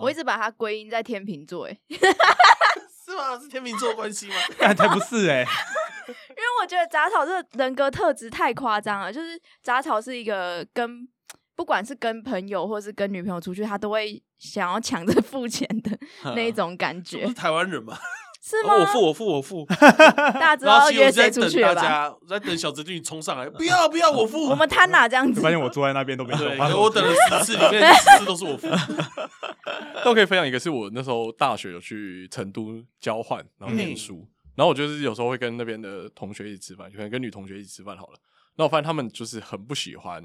Speaker 1: 我一直把它归因在天秤座，哎，因
Speaker 2: 是吗？是天秤座关系吗？
Speaker 3: 干才不是哎、
Speaker 1: 为我觉得杂草这个人格特质太夸张了，就是杂草是一个跟不管是跟朋友或是跟女朋友出去，他都会想要抢着 付钱的那一种感
Speaker 2: 这不
Speaker 1: 觉
Speaker 2: 是，台湾人嘛？
Speaker 1: 是
Speaker 2: 哦我
Speaker 1: 吗？
Speaker 2: 付，我付，我付。
Speaker 1: 大家知
Speaker 2: 然后
Speaker 1: 道
Speaker 2: 其实
Speaker 1: 约
Speaker 2: 我在
Speaker 1: 谁出
Speaker 2: 等
Speaker 1: 去
Speaker 2: 大
Speaker 1: 了吧？
Speaker 2: 家，我在等小侄女冲上来，不要不要，我付。
Speaker 1: 我们贪哪这样子
Speaker 3: 发？现我坐在那边都没说
Speaker 2: 对，
Speaker 3: 话，
Speaker 2: 我等了十次，里面十次都是我 付。
Speaker 4: 但我可以分享一个，是我那时候大学有去成都交换，然后
Speaker 1: 嗯
Speaker 4: 念书，然后我就是有时候会跟那边的同学一起吃饭，可能跟女同学一起吃饭好了。那我发现他们就是很不喜欢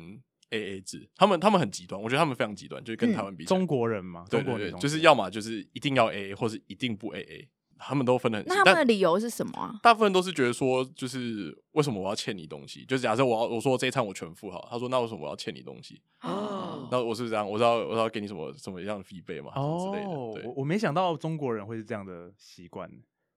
Speaker 4: A A 制，他们他们很极端，我觉得他们非常极端，就是跟
Speaker 1: 嗯
Speaker 4: 台湾比起 来
Speaker 3: 中国人嘛，
Speaker 4: 对
Speaker 3: 中
Speaker 4: 对
Speaker 3: 国女
Speaker 4: 对，
Speaker 3: 同
Speaker 4: 就是
Speaker 3: 学
Speaker 4: 要么就是一定要 A A，或是一定不 A A，他们都分得很细。
Speaker 1: 那他
Speaker 4: 但
Speaker 1: 们的理由是什么啊？
Speaker 4: 大部分都是觉得说，就是为什么我要欠你东西？就假设我要我说这一餐我全付好，他说那为什么我要欠你东西？
Speaker 2: 哦，
Speaker 4: 那我是不是这样，我是要我是要给你什么什么样的 f 备嘛，什么之类
Speaker 3: 哦，
Speaker 4: 的。对
Speaker 3: 我，我没想到中国人会是这样的习惯。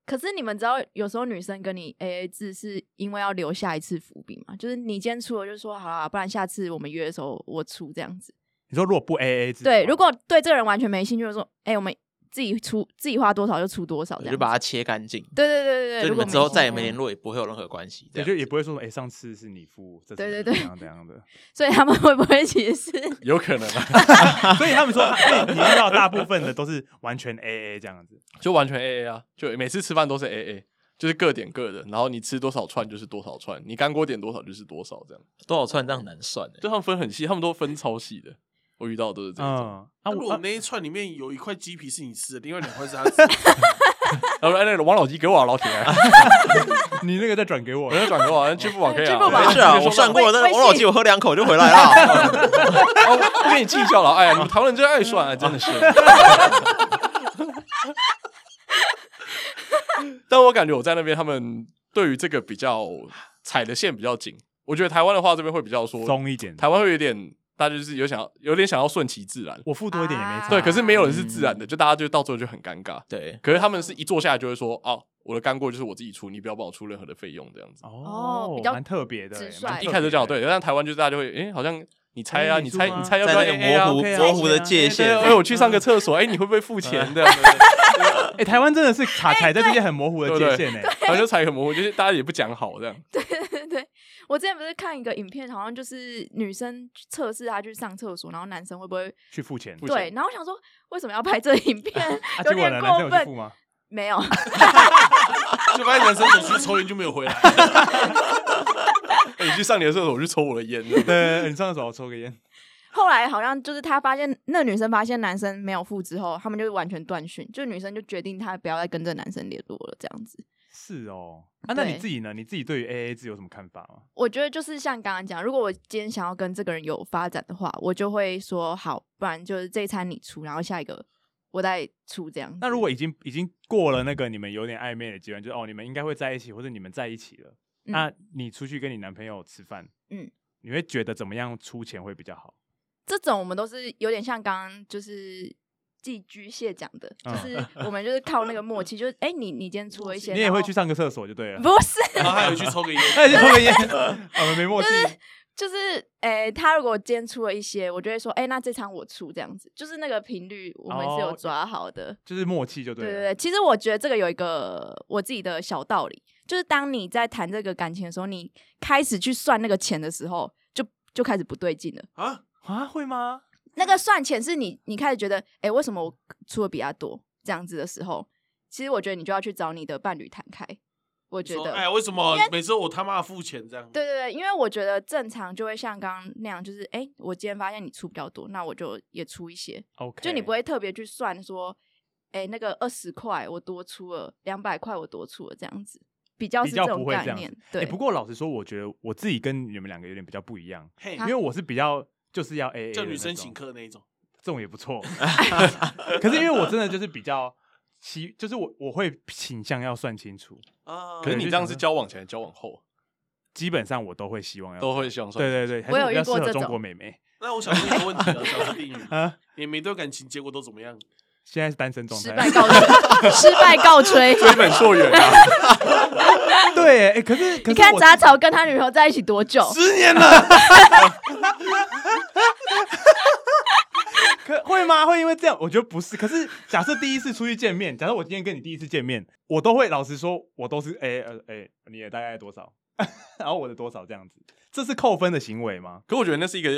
Speaker 1: 可是你们知道，有时候女生跟你 A A 制是因为要留下一次伏笔嘛？就是你今天出了，就说好啦，不然下次我们约的时候我出这样子。
Speaker 3: 你说如果不 A A 制的话，
Speaker 1: 对，如果对这个人完全没兴趣，就说哎、我们自己出，自己花多少就出多少这
Speaker 5: 我
Speaker 1: 样
Speaker 5: 就
Speaker 1: 子。
Speaker 5: 把它切干净。
Speaker 1: 对对对对对，
Speaker 5: 就你
Speaker 1: 如果
Speaker 5: 们之后
Speaker 1: 兴
Speaker 5: 再也
Speaker 1: 趣
Speaker 5: 没联络，也不会有任何关系。这
Speaker 3: 也
Speaker 5: 样
Speaker 3: 嗯就也不会说什么，哎，上次是你付，这次
Speaker 1: 对对
Speaker 3: 是
Speaker 1: 对
Speaker 3: 怎样怎样的。
Speaker 1: 所以他们会不会其实是
Speaker 4: 有可能啊，
Speaker 3: 所以他们说，所以你遇到大部分的都是完全 A A 这样子。
Speaker 4: 就完全 A A 啊，就每次吃饭都是 A A，就是各点各的，然后你吃多少串就是多少串，你干锅点多少就是多少，这样。
Speaker 5: 多少串这样很难算欸
Speaker 4: 就他们分很细，他们都分超细的，我遇到的都是这种。
Speaker 3: 嗯，啊，
Speaker 2: 那如
Speaker 3: 我
Speaker 2: 果
Speaker 3: 啊
Speaker 2: 那一串里面有一块鸡皮是你吃的，另外两块是他吃的，
Speaker 4: 然 后哎，那个王老吉给我啊，老铁，
Speaker 3: 你那个再转给我
Speaker 4: 我，就转给我啊，支付宝可以
Speaker 1: 支
Speaker 4: 啊，
Speaker 1: 付宝
Speaker 5: 没事啊，我算
Speaker 4: 算
Speaker 5: 过，
Speaker 1: 微
Speaker 5: 但是
Speaker 1: 微
Speaker 5: 王老
Speaker 1: 信
Speaker 5: 吉我喝两口就回来了。
Speaker 4: 哦，我跟你计较了，哎
Speaker 3: 哦
Speaker 4: 呀，你们台湾人真爱算啊，真的是。但我感觉我在那边，他们对于这个比较踩的线比较紧。我觉得台湾的话，这边会比较说，
Speaker 3: 松一点。
Speaker 4: 台湾会有点，大家就是有想要有点想要顺其自然，
Speaker 3: 我付多一点也
Speaker 1: 啊
Speaker 3: 没差。
Speaker 4: 对，可是没有人是自然的，就大家就到最后就很尴尬。
Speaker 5: 对，
Speaker 4: 可是他们是一坐下来就会说，哦，我的干锅就是我自己出，你不要帮我出任何的费用这样子。
Speaker 3: 哦
Speaker 1: 哦，比较
Speaker 3: 蛮特别的欸，
Speaker 1: 直率
Speaker 3: 蛮特别
Speaker 4: 一
Speaker 3: 的
Speaker 4: 开始就讲，对，但台湾就是大家就会，哎，好像你猜啊，
Speaker 3: 哎你
Speaker 4: 你猜
Speaker 3: 出吗
Speaker 4: 你猜要不
Speaker 5: 在
Speaker 4: 要
Speaker 5: 那个
Speaker 4: AA 啊
Speaker 5: 模糊
Speaker 3: OK 啊
Speaker 5: 模糊的
Speaker 3: OK 啊
Speaker 5: 界
Speaker 4: 对，
Speaker 5: 限，
Speaker 4: 哎、我去上个厕所，哎、你会不会付
Speaker 3: 嗯
Speaker 4: 钱的？
Speaker 3: 哎，台湾真的是卡踩在这些很模糊的
Speaker 4: 对
Speaker 3: 界
Speaker 4: 对
Speaker 3: 限哎。
Speaker 4: 然后就才很模糊，就是大家也不讲好这样。
Speaker 1: 对 对，我之前不是看一个影片，好像就是女生测试她去上厕所，然后男生会不会
Speaker 3: 去付钱，
Speaker 1: 对，然后我想说为什么要拍这影片
Speaker 3: 啊，，
Speaker 1: 有
Speaker 3: 结果
Speaker 1: 点
Speaker 3: 呢，男生
Speaker 1: 过
Speaker 3: 有去付
Speaker 1: 分，
Speaker 3: 吗？
Speaker 1: 没有，
Speaker 2: 就发现男生走去抽烟就没有回来。
Speaker 4: 哎你去上你的厕所，我去抽我的 烟。
Speaker 3: 对，哎你上厕所我抽个烟。
Speaker 1: 后来好像就是他发现那女生发现男生没有付之后，他们就完全断讯，就女生就决定她不要再跟这个男生联络了，这样子。
Speaker 3: 是哦，啊，那你
Speaker 1: 对
Speaker 3: 自己呢？你自己对于 A A 制有什么看法吗？
Speaker 1: 我觉得就是像刚刚讲，如果我今天想要跟这个人有发展的话，我就会说好，不然就是这一餐你出，然后下一个我再出这样子。
Speaker 3: 那如果已经已经过了那个你们有点暧昧的阶段，就是哦，你们应该会在一起，或者你们在一起了，
Speaker 1: 嗯
Speaker 3: 那你出去跟你男朋友吃饭，
Speaker 1: 嗯，
Speaker 3: 你会觉得怎么样出钱会比较好？
Speaker 1: 这种我们都是有点像刚刚就是寄居蟹讲的，
Speaker 3: 嗯
Speaker 1: 就是我们就是靠那个默契，就是哎、你你今天出了一些，
Speaker 3: 你也
Speaker 1: 然
Speaker 3: 会
Speaker 1: 后
Speaker 3: 去上个厕所就对了，
Speaker 1: 哦不是，
Speaker 2: 然后还有去抽个烟，
Speaker 3: 那就抽个烟，我们没默契。
Speaker 1: 就是诶、他如果今天出了一些，我就会说，诶、那这场我出这样子，就是那个频率我们是有
Speaker 3: 哦
Speaker 1: 抓好的。
Speaker 3: 就是默契就对啊
Speaker 1: 对
Speaker 3: 了。
Speaker 1: 对对，其实我觉得这个有一个我自己的小道理，就是当你在谈这个感情的时候，你开始去算那个钱的时候，就就开始不对劲了。
Speaker 2: 啊，
Speaker 3: 啊，会吗？
Speaker 1: 那个算钱是你你开始觉得，诶、为什么我出的比他多这样子的时候，其实我觉得你就要去找你的伴侣谈开。我觉
Speaker 2: 说
Speaker 1: 得，
Speaker 2: 哎，为什么每次我他妈付钱这样？
Speaker 1: 对对对，因为我觉得正常就会像刚刚那样，就是哎、诶我今天发现你出比较多，那我就也出一些，
Speaker 3: OK，
Speaker 1: 就你不会特别去算说，哎、那个二十块我多出了，两百块我多出了这样子，比较
Speaker 3: 比
Speaker 1: 是
Speaker 3: 较
Speaker 1: 种
Speaker 3: 不会这
Speaker 1: 概
Speaker 3: 样
Speaker 1: 念
Speaker 3: 子。。
Speaker 1: 对，
Speaker 3: 诶哎不过老实说，我觉得我自己跟你们两个有点比较不一样，
Speaker 2: 嘿
Speaker 1: 啊
Speaker 3: 因为我是比较就是要 A A
Speaker 2: 叫女生请客那一种，
Speaker 3: 这种也不 错。可是因为我真的就是比较期，就是我我会倾向要算清楚，
Speaker 2: 啊
Speaker 4: 可是哎你这样是交往前还是交往后
Speaker 3: 基本上我都会希望要
Speaker 4: 都会希望
Speaker 3: 嗯
Speaker 4: 算。
Speaker 3: 对对对，还是
Speaker 1: 我有
Speaker 3: 比较
Speaker 1: 遇过
Speaker 3: 适合
Speaker 1: 这
Speaker 3: 中
Speaker 1: 种
Speaker 3: 国妹妹
Speaker 2: 那我想问一个问题啊，小师弟，
Speaker 3: 啊，
Speaker 2: 你每段感情结果都怎么样？
Speaker 3: 现在是单身状
Speaker 1: 失
Speaker 3: 态
Speaker 1: 败。告吹， 失败告吹。
Speaker 4: 追本溯源啊，
Speaker 3: 对，哎，可是可是
Speaker 1: 你看
Speaker 3: 我
Speaker 1: 杂草跟他女朋友在一起多久？
Speaker 2: 十年了，
Speaker 3: 可会吗？会因为这样？我觉得不是。可是假设第一次出去见面，假设我今天跟你第一次见面，我都会老实说，我都是哎呃哎，你也大概多少？ 然后我的多少这样子，这是扣分的行为吗？
Speaker 4: 可我觉得那是一个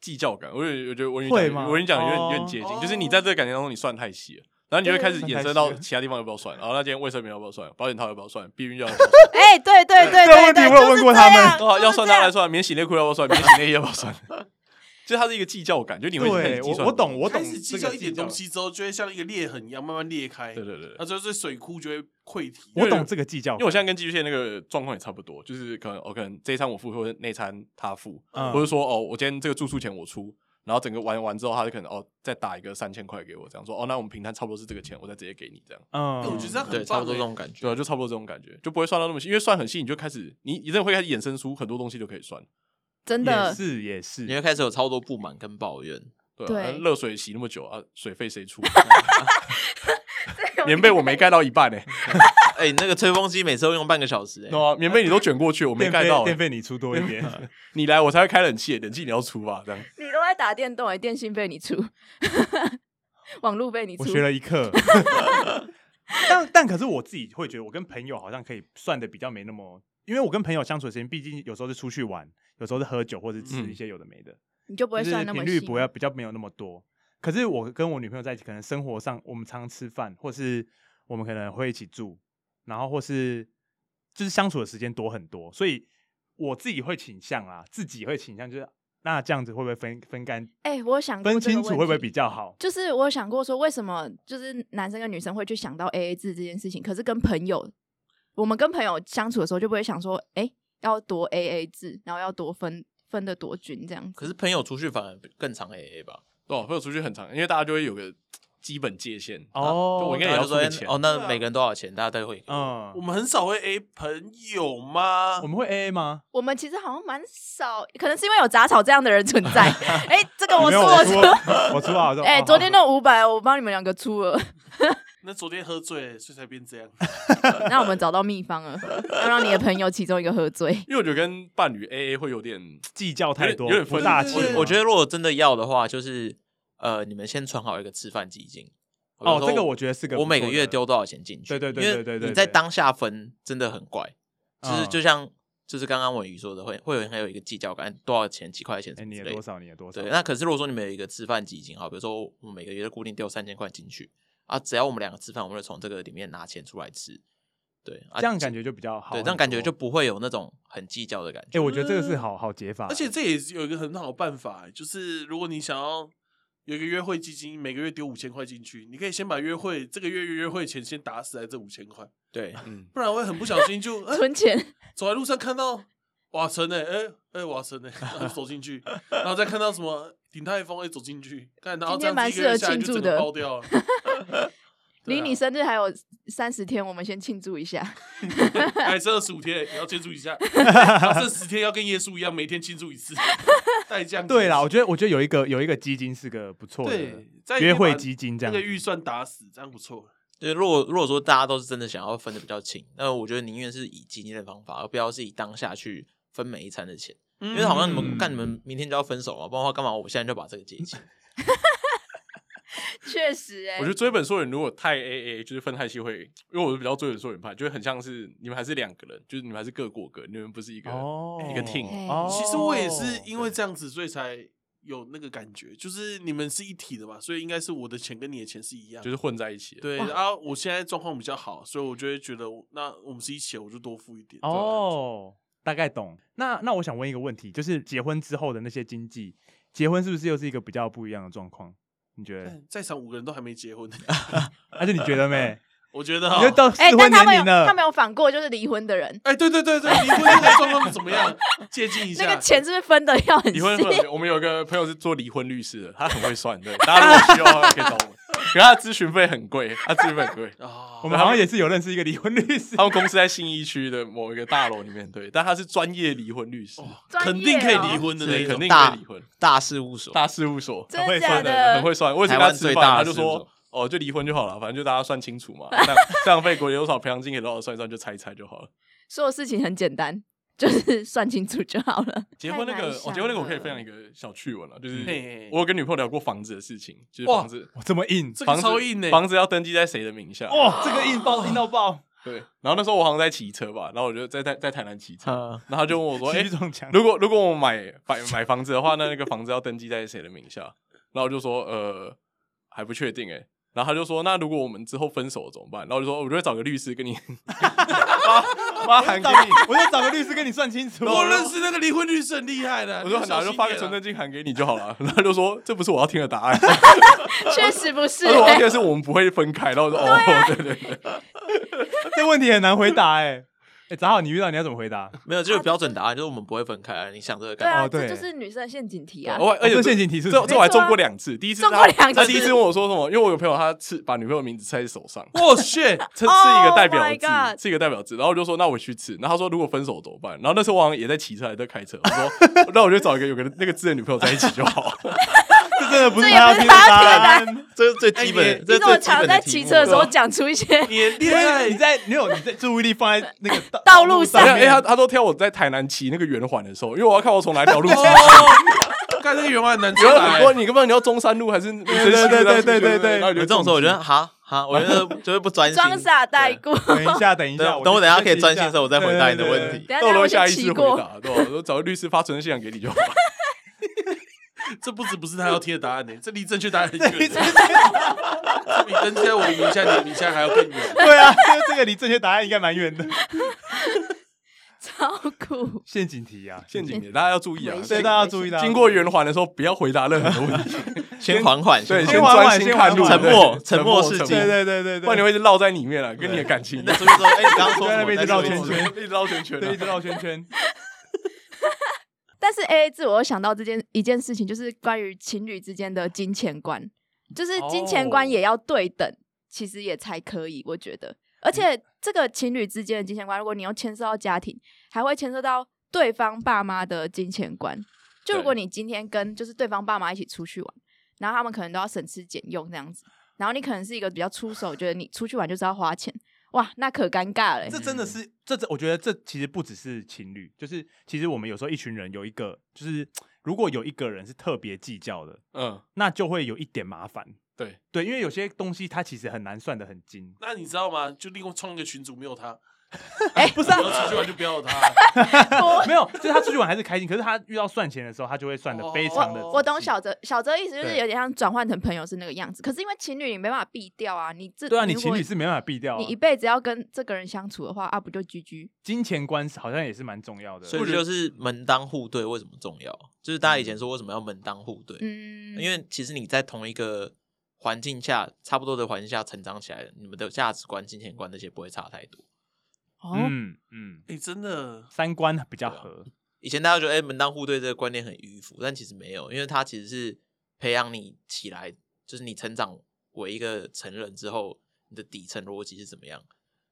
Speaker 4: 计较感，我觉得我觉得我跟你
Speaker 3: 会
Speaker 4: 讲，
Speaker 3: 吗
Speaker 4: 我跟你讲有点有点
Speaker 3: 哦
Speaker 4: 接
Speaker 2: 哦
Speaker 4: 近，就是你在这个感情当中你算太细了。然后你就会开始
Speaker 3: 对
Speaker 4: 衍生到其他地方要不要算，然哦后那今天卫生棉要不要算，保险套要不要算，避孕药要不 要算，
Speaker 1: 哎，对对对
Speaker 3: 这个
Speaker 1: 对
Speaker 3: 问题
Speaker 1: 对，
Speaker 3: 我有
Speaker 1: 就是
Speaker 3: 问过
Speaker 1: 这
Speaker 3: 他们
Speaker 1: 样
Speaker 4: 哦，要
Speaker 1: 就是
Speaker 4: 算
Speaker 1: 这
Speaker 4: 当然
Speaker 1: 样
Speaker 4: 算，免洗内裤要不要算，免洗内衣要不要 算，就是它是一个计较感，就你会开
Speaker 3: 对，
Speaker 4: 始计
Speaker 3: 我
Speaker 4: 算
Speaker 3: 我懂，我懂
Speaker 2: 开始计
Speaker 3: 这
Speaker 2: 较
Speaker 3: 个
Speaker 2: 一点
Speaker 3: 较
Speaker 2: 东，西之后，就会像一个裂痕一样慢慢裂开，
Speaker 4: 对对对对
Speaker 2: 那。就是水库就会溃堤。
Speaker 3: 我懂这个计较
Speaker 4: 因为我现在跟寄居蟹那个状况也差不多，就是可能我、哦可能这一餐我付，或者那一餐他付，
Speaker 3: 嗯
Speaker 4: 或者说哦，我今天这个住宿钱我出，然后整个玩完之后，他就可能哦再打一个三千块给我，这样说哦，那我们平摊差不多是这个钱，我再直接给你这样，
Speaker 3: 嗯，
Speaker 2: 我觉得这样很
Speaker 5: 对，差不多
Speaker 2: 棒欸
Speaker 5: 这种感
Speaker 4: 对
Speaker 5: 觉。
Speaker 4: 啊，就差不多这种感觉，就不会算到那么细，因为算很细，你就开始你你真的会开始衍生出很多东西就可以算，
Speaker 1: 真
Speaker 3: 也
Speaker 1: 的
Speaker 3: 是也
Speaker 5: 你
Speaker 3: 是，
Speaker 5: 会开始有超多不满跟抱怨，
Speaker 4: 对
Speaker 1: 对
Speaker 4: 啊，热水洗那么久啊，水费谁出？棉被我没盖到一半 呢、
Speaker 5: 哎、那个吹风机每次都用半个小时、哎
Speaker 4: 欸，啊，棉被你都卷过去，我没
Speaker 3: 电
Speaker 4: 盖
Speaker 3: 费
Speaker 4: 到欸、
Speaker 3: 电费你出多一 点，
Speaker 4: 你来我才会开冷气，冷气你要出吧，这样。
Speaker 1: 你都在打电动哎、电信费你出， 网路费你出
Speaker 3: 我，学了一 课。但但可是我自己会觉得，我跟朋友好像可以算的比较没那么，因为我跟朋友相处的时间，毕竟有时候是出去玩，有时候是喝酒或者吃
Speaker 4: 嗯
Speaker 3: 一些有的没的，
Speaker 1: 你就不会
Speaker 3: 就
Speaker 1: 算
Speaker 3: 是
Speaker 1: 那
Speaker 3: 频
Speaker 1: 么
Speaker 3: 率
Speaker 1: 细。
Speaker 3: 不会比较没有那么多。可是我跟我女朋友在一起，可能生活上我们常吃饭，或是我们可能会一起住，然后或是就是相处的时间多很多，所以我自己会倾向啦，自己会倾向就是那这样子会不会分分干
Speaker 1: 哎、我有想过
Speaker 3: 分
Speaker 1: 这个
Speaker 3: 清楚
Speaker 1: 问
Speaker 3: 会不会
Speaker 1: 题
Speaker 3: 比较好？
Speaker 1: 就是我有想过说，为什么就是男生跟女生会去想到 A A 制这件事情，可是跟朋友，我们跟朋友相处的时候就不会想说，哎、要多 A A 制，然后要多分分的多均这样子。
Speaker 5: 可是朋友出去反而更欸常 AA 吧？
Speaker 4: 哦，朋友出去很长，因为大家就会有个基本界限。
Speaker 3: 哦
Speaker 4: 就我应该也
Speaker 5: 大
Speaker 4: 要
Speaker 5: 家就
Speaker 4: 出
Speaker 5: 说
Speaker 4: 个
Speaker 5: 哎
Speaker 4: 钱
Speaker 5: 哦，
Speaker 2: 对
Speaker 5: 那
Speaker 2: 啊
Speaker 5: 每个人多少钱？大家都会给我
Speaker 3: 嗯，
Speaker 2: 我们很少会 A 朋友吗
Speaker 1: 哦
Speaker 3: 我？们会 AA 吗？
Speaker 1: 我们其实好像蛮少，可能是因为有杂草这样的人存在。哎、这个我
Speaker 3: 没
Speaker 1: 说我
Speaker 3: 有我出
Speaker 1: 说，
Speaker 3: 啊，我出啊，我 说
Speaker 1: 哎、
Speaker 3: 哦
Speaker 1: 昨
Speaker 3: 好
Speaker 1: 天那五百我帮你们两个出了，
Speaker 2: 那昨天喝醉了，所以才变这样。
Speaker 1: 那我们找到秘方了，要让你的朋友其中一个喝醉。
Speaker 4: 因为我觉得跟伴侣 AA 会有点，
Speaker 3: 计较太多，
Speaker 4: 有点有点
Speaker 3: 不
Speaker 4: 分
Speaker 3: 大
Speaker 4: 对
Speaker 3: 气
Speaker 4: 对对。
Speaker 5: 我觉得如果真的要的话，就是呃，你们先存好一个吃饭基金。
Speaker 3: 哦，这个
Speaker 5: 我
Speaker 3: 我觉得是个
Speaker 5: 我每
Speaker 3: 不
Speaker 5: 个
Speaker 3: 错
Speaker 5: 月
Speaker 3: 的
Speaker 5: 丢多少钱进去？
Speaker 3: 对对对
Speaker 5: 因为
Speaker 3: 对对对
Speaker 5: 你在
Speaker 3: 对
Speaker 5: 当下分真的很怪，就是
Speaker 3: 嗯
Speaker 5: 就像就是刚刚文宇说的，会会有很有一个计较感，多少钱几块钱什
Speaker 3: 哎，
Speaker 5: 么
Speaker 3: 你
Speaker 5: 之
Speaker 3: 也
Speaker 5: 类
Speaker 3: 多
Speaker 5: 的。
Speaker 3: 少，你也多少，
Speaker 5: 对，那可是如果说你们有一个吃饭基金，好，比如说我们每个月就固定丢三千块进去啊，只要我们两个吃饭，我们就从这个里面拿钱出来吃。对，啊、
Speaker 3: 这样感觉就比较好很多。
Speaker 5: 对，这样感觉就不会有那种很计较的感觉。
Speaker 3: 哎，我觉得这个是好好解法，
Speaker 2: 而且这也是有一个很好的办法，欸就是如果你想要有一个约会基金，每个月丢五千块进去，你可以先把约会这个月约会钱先打死在这五千块，
Speaker 5: 对，
Speaker 4: 嗯，
Speaker 2: 不然会很不小心就、呃
Speaker 1: 存钱，
Speaker 2: 走在路上看到瓦城呢、欸，哎、哎瓦城呢、然后就走进去，然后再看到什么鼎泰丰哎走进去，看然后这样子一个月下来就整个爆掉了。
Speaker 1: 离你生日还有三十天，我们先庆祝一下。
Speaker 2: 还哎剩二十五天，你要庆祝一 下，还剩十天要跟耶稣一样，每天庆祝一次，带这样子
Speaker 3: 对啦，我觉得我觉得有一个有一个基金是个不错的
Speaker 2: 对，在
Speaker 3: 约会基金这样
Speaker 2: 那个
Speaker 3: 子，
Speaker 2: 预算打死，这样不错。
Speaker 5: 对，如果如果说大家都是真的想要分的比较清，那我觉得宁愿是以基金的方法，而不要是以当下去分每一餐的钱，
Speaker 2: 因
Speaker 5: 因为好像你
Speaker 3: 嗯
Speaker 5: 们看你们明天就要分手嘛，不然的话干嘛我现在就把这个结清？
Speaker 1: 确实、欸，
Speaker 4: 我觉得追本溯源如果太 AA 就是分太细会，因为我是比较追本溯源派，就是很像是你们还是两个人，就是你们还是各过各，你们不是一个、
Speaker 3: 哦
Speaker 4: 一个 team。
Speaker 1: 哎
Speaker 3: 哦
Speaker 2: 其实我也是因为这样子，所以才有那个感觉，就是你们是一体的嘛，所以应该是我的钱跟你的钱是一样
Speaker 4: 就。是混在一起的，
Speaker 2: 对，然后我现在状况比较好，所以我就会觉得我，那我们是一起的，我就多付一点。这种感觉，
Speaker 3: 哦，大概懂。那那我想问一个问题，就是结婚之后的那些经济，结婚是不是又是一个比较不一样的状况？你觉得？
Speaker 2: 看哎在场五个人都还没 结婚，
Speaker 3: 而且你觉得没？
Speaker 2: 我觉得
Speaker 3: 你
Speaker 2: 哦
Speaker 3: 觉得到 适
Speaker 1: 哎、
Speaker 3: 婚
Speaker 1: 但他
Speaker 3: 年
Speaker 1: 们有
Speaker 3: 龄了，
Speaker 1: 他们有反过，就是离婚的人，
Speaker 2: 哎，对对对对，离婚的状况怎 么样？接近一下
Speaker 1: 那个钱是不是分的要很
Speaker 4: 离
Speaker 1: 细？
Speaker 4: 婚会有我们有个朋友是做离婚律师的，他很会算，对，大家如果需要的话可以找我们，可是他的咨询费很贵，他咨询费很贵，
Speaker 2: 啊，
Speaker 3: 我们好像也是有认识一个离婚律师
Speaker 4: 他，们公司在信义区的某一个大楼里面，对，但他是专业离婚律师，
Speaker 1: 专业哦
Speaker 2: 肯定可以离婚的
Speaker 4: 对，
Speaker 2: 那
Speaker 4: 肯
Speaker 2: 种。
Speaker 4: 定
Speaker 5: 大
Speaker 4: 可以离婚。
Speaker 5: 大事务所，
Speaker 4: 大事务所
Speaker 1: 真
Speaker 3: 很会
Speaker 1: 的
Speaker 3: 算
Speaker 1: 假
Speaker 4: 的很
Speaker 1: 的？
Speaker 4: 会算，我也
Speaker 5: 台
Speaker 4: 是跟他
Speaker 5: 湾
Speaker 4: 吃
Speaker 5: 最
Speaker 4: 饭，
Speaker 5: 大
Speaker 4: 他
Speaker 5: 的
Speaker 4: 就
Speaker 5: 事务
Speaker 4: 说
Speaker 5: 所
Speaker 4: 哦，就离婚就好了，反正就大家算清楚 嘛，这样这样费国有多少培养金给多少算一算就猜一猜就好了。
Speaker 1: 所有事情很简单，就是算清楚就好 了。
Speaker 4: 结婚那个，
Speaker 1: 太难
Speaker 4: 哦，结婚那个我可
Speaker 1: 想
Speaker 4: 以
Speaker 1: 了
Speaker 4: 分享一个小趣闻了，就是
Speaker 2: 嘿
Speaker 4: 我有跟女朋友聊过房子的事情，就是
Speaker 2: 哇
Speaker 4: 房子
Speaker 3: 哇这么硬
Speaker 2: 这个
Speaker 4: 房子
Speaker 2: 超硬欸
Speaker 4: 房子要登记在谁的名下？
Speaker 3: 哇，这个硬爆硬到爆！
Speaker 4: 对，然后那时候我好像在骑车吧，然后我就在在在台南骑 车，
Speaker 5: 嗯，
Speaker 4: 然后他就问我 说：“哎、
Speaker 3: 徐总强，
Speaker 4: 如果如果我买买买房子的话，那那个房子要登记在谁的名下？” 然后我就说：“呃，还不确定哎、然后他就说：“那如果我们之后分手怎么办？”然后我就说：“哦我就会找个律师跟你妈妈
Speaker 3: 我
Speaker 4: 喊
Speaker 3: 就
Speaker 4: 给
Speaker 3: 找
Speaker 4: 你
Speaker 3: 你，，我就找个律师跟你算清楚。
Speaker 2: 我认识那个离婚律师很厉害的，
Speaker 4: 我就很
Speaker 2: 难
Speaker 4: 难就发个存证金函给你就好了。” 然后他就说：“这不是我要听的答案。”
Speaker 1: 确实不是、
Speaker 4: 他哦说：“我要
Speaker 1: 欸
Speaker 4: 听的是我们不会分开。”然后我说：“哦，对对对。”
Speaker 3: 这问题很难回答哎、欸。哎、正好你遇到你要怎么回答？
Speaker 5: 没有，这个标准答案就是我们不会分开，你想这个
Speaker 1: 对
Speaker 5: 干嘛？
Speaker 1: 啊，
Speaker 3: 哦对
Speaker 1: 这就是女生的陷阱题 啊。
Speaker 4: 我而
Speaker 3: 哦
Speaker 4: 且
Speaker 3: 这陷阱题是不
Speaker 4: 这
Speaker 3: 是
Speaker 4: 这我还中过两次，第一次
Speaker 1: 中
Speaker 4: 他
Speaker 1: 过两
Speaker 4: 他
Speaker 1: 次
Speaker 4: 第一次问我说什么，因为我有朋友他刺把女朋友名字刺在手 上，
Speaker 2: 哇 shit，
Speaker 4: 这是一个代
Speaker 1: Oh
Speaker 4: 表
Speaker 1: my
Speaker 4: 字，
Speaker 1: God
Speaker 4: 是一个代表字，然后我就说那我去刺，然后他说如果分手怎么办？然后那时候我好像也在骑车还是在开车，我说 那我就找一个有个那个字的女朋友在一起就好。
Speaker 3: 这真的不
Speaker 1: 这
Speaker 3: 是
Speaker 1: 也
Speaker 3: 他要
Speaker 1: 不是
Speaker 3: 听的
Speaker 1: 他要
Speaker 3: 答案。
Speaker 5: 这是最基
Speaker 2: 哎
Speaker 5: 本
Speaker 2: 你，
Speaker 5: 这
Speaker 1: 你怎
Speaker 5: 是
Speaker 1: 么
Speaker 5: 最基
Speaker 1: 常
Speaker 5: 本
Speaker 1: 在
Speaker 5: 的题
Speaker 1: 骑
Speaker 5: 目
Speaker 1: 车的时候
Speaker 5: 对啊
Speaker 1: 讲出一些？
Speaker 2: 你的
Speaker 3: 因
Speaker 2: 恋
Speaker 3: 为
Speaker 2: 爱
Speaker 3: 你在没有你在注意力放 在那个道
Speaker 1: 道路上
Speaker 4: 哎
Speaker 3: 面，
Speaker 4: 呀，他他都挑我在台南骑那个圆环的时候，因为我要看我 从哪一条路骑。
Speaker 2: 哦，看那个原话很难出
Speaker 4: 有很多
Speaker 2: 来。
Speaker 4: 你根本你要中山路还是对
Speaker 3: 对对对对对对
Speaker 4: 然后你
Speaker 5: 有
Speaker 4: 就
Speaker 5: 这种时候，我觉得
Speaker 4: 中
Speaker 5: 哈哈，我觉得就是不专心。
Speaker 1: 装傻带
Speaker 5: 对
Speaker 1: 过。
Speaker 3: 等一下，等一下，
Speaker 5: 等等，我等一下可以专心的
Speaker 3: 的
Speaker 5: 时候，我再回答你的问题。。
Speaker 1: 等一
Speaker 4: 到
Speaker 1: 下
Speaker 4: 楼
Speaker 1: 我
Speaker 4: 下
Speaker 1: 先
Speaker 4: 意
Speaker 1: 骑
Speaker 4: 识回
Speaker 1: 过，
Speaker 4: 答，对吧？我说找个律师发存证信函给你就好了。
Speaker 2: 这不止不是他要贴的答 案呢，这离正确答案很远，这比登在我的名下、你的名下还要更远。
Speaker 3: 对啊，这个这个离正确答案应该蛮远的。
Speaker 1: 超酷。
Speaker 3: 陷阱题啊，
Speaker 4: 陷阱，大家要注意啊！
Speaker 1: 危险
Speaker 3: 对大家要注意啦。
Speaker 4: 经过圆环的时候，不要回答任何问题，
Speaker 5: 先缓缓，
Speaker 4: 对，
Speaker 5: 缓
Speaker 3: 先缓
Speaker 4: 专
Speaker 3: 缓
Speaker 4: 心
Speaker 3: 先
Speaker 4: 看
Speaker 3: 缓
Speaker 4: 路，
Speaker 3: 缓
Speaker 4: 对
Speaker 5: 沉默
Speaker 4: 沉
Speaker 5: 沉
Speaker 4: 默
Speaker 5: 默是
Speaker 3: 对
Speaker 5: 金
Speaker 3: 对对对对，
Speaker 4: 不然你会一直绕在里面了，跟你的感情
Speaker 5: 你在注意说，哎，你刚刚说
Speaker 3: 在
Speaker 5: 什
Speaker 3: 那
Speaker 5: 么？
Speaker 3: 边一直
Speaker 5: 在
Speaker 3: 绕
Speaker 5: 说
Speaker 3: 圈
Speaker 5: 什么
Speaker 3: 圈
Speaker 4: 一直绕圈圈
Speaker 3: 对
Speaker 4: 啊
Speaker 3: 一。直绕圈圈。
Speaker 1: 但是 A A 制，我又想到这件一件事情，就是关于情侣之间的金钱观，就是金钱
Speaker 3: 哦
Speaker 1: 观也要对等，其实也才可以，我觉得。而
Speaker 3: 嗯
Speaker 1: 且这个情侣之间的金钱观，如果你又牵涉到家庭，还会牵涉到对方爸妈的金钱观。就如果你今天跟就是对方爸妈一起出去玩，然后他们可能都要省吃俭用这样子，然后你可能是一个比较出手，觉得你出去玩就是要花钱，哇，那可尴尬了、欸
Speaker 3: 这真的是，这这，我觉得这其实不只是情侣，就是其实我们有时候一群人有一个，就是如果有一个人是特别计较的，
Speaker 4: 嗯，
Speaker 3: 那就会有一点麻烦。
Speaker 4: 对
Speaker 3: 对，因为有些东西它其实很难算得很精。
Speaker 2: 那你知道吗？就另外创一个群组，没有他，
Speaker 1: 欸
Speaker 3: 不是
Speaker 2: 然
Speaker 3: 啊，
Speaker 2: 后出去玩就不要有他。
Speaker 1: 哎
Speaker 3: 没有，就是他出去玩还是开心，可是他遇到算钱的时候，他就会算的非常的、
Speaker 2: 哦
Speaker 1: 我懂小。哲，小哲意思就是
Speaker 3: 对
Speaker 1: 有点像转换成朋友是那个样子。可是因为情侣你没办法避掉啊，你这
Speaker 3: 对啊，
Speaker 1: 如
Speaker 3: 你
Speaker 1: 果
Speaker 3: 情侣是没办法避掉、啊
Speaker 1: 你，一辈子要跟这个人相处的话啊，不就居居？
Speaker 3: 金钱观好像也是蛮重要的。
Speaker 5: 所以就是门当户对为什么重要？就是大家以前说为什么要门当户对？
Speaker 1: 嗯，
Speaker 5: 因为其实你在同一个环境下，差不多的环境下成长起来的，你们的价值观、金钱观那些不会差太多。
Speaker 1: 哦，
Speaker 3: 嗯嗯，
Speaker 2: 哎，真的，
Speaker 3: 三观比较
Speaker 4: 啊
Speaker 3: 合，
Speaker 5: 以前大家觉得哎、门当户对这个观念很迂腐，但其实没有，因为它其实是培养你起来，就是你成长为一个成人之后，你的底层逻辑是怎么样？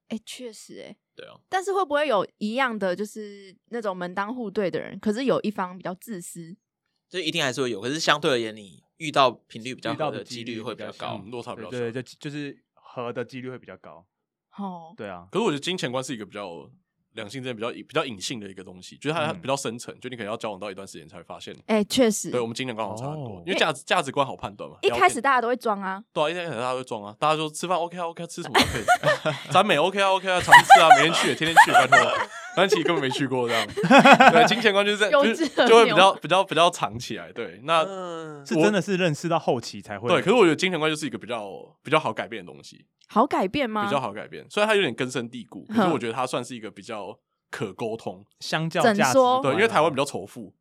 Speaker 1: 哎、确实哎、
Speaker 5: 对啊，
Speaker 1: 但是会不会有一样的，就是那种门当户对的人，可是有一方比较自私？
Speaker 5: 这一定还是会有，可是相对而言，你遇到频率比较
Speaker 3: 遇到
Speaker 5: 高
Speaker 3: 的
Speaker 5: 的
Speaker 3: 几
Speaker 5: 几
Speaker 3: 率
Speaker 5: 率会
Speaker 3: 比
Speaker 5: 比
Speaker 3: 较
Speaker 5: 较
Speaker 3: 小
Speaker 5: 高。
Speaker 4: 嗯，落差比
Speaker 3: 对
Speaker 4: 较
Speaker 3: 对，
Speaker 4: 小。
Speaker 3: 就就是合的几率会比较高。
Speaker 1: 哦，
Speaker 3: 对啊，
Speaker 4: 可是我觉得金钱观是一个比较两性之间比较比较隐性的一个东西，就是它
Speaker 3: 嗯
Speaker 4: 比较深层，就你可能要交往到一段时间才会发现。
Speaker 1: 哎、确实
Speaker 4: 对，我们金钱观好像差很多
Speaker 3: 哦，
Speaker 4: 因为价值价值观好判断嘛。
Speaker 1: 一
Speaker 4: 聊
Speaker 1: 开
Speaker 4: 天
Speaker 1: 始大家都会装啊，
Speaker 4: 对啊，一开始大家会装啊，大家说吃饭 OK 啊 OK 啊，吃什么都可以，咱美 OK 啊 OK 啊，常吃啊，每天去，天天去，拜托。但其实根本没去过这样。对，金钱观就是在
Speaker 1: 幼
Speaker 4: 就
Speaker 1: 稚
Speaker 4: 是
Speaker 1: 而
Speaker 4: 就会
Speaker 1: 牛
Speaker 4: 比较比较比较藏起来。对，那
Speaker 2: 嗯，
Speaker 3: 是
Speaker 4: 我
Speaker 3: 真的是认识到后期才会。
Speaker 4: 对，可是我觉得金钱观就是一个比较比较好改变的东西，
Speaker 1: 好改变吗？
Speaker 4: 比较好改变。虽然它有点根深蒂固，可是
Speaker 1: 啊哼
Speaker 4: 我觉得它算是一个比较可沟通。
Speaker 3: 相较
Speaker 1: 怎
Speaker 3: 价值
Speaker 1: 说
Speaker 3: 观
Speaker 4: 对，因为台湾比
Speaker 3: 较
Speaker 4: 较仇富，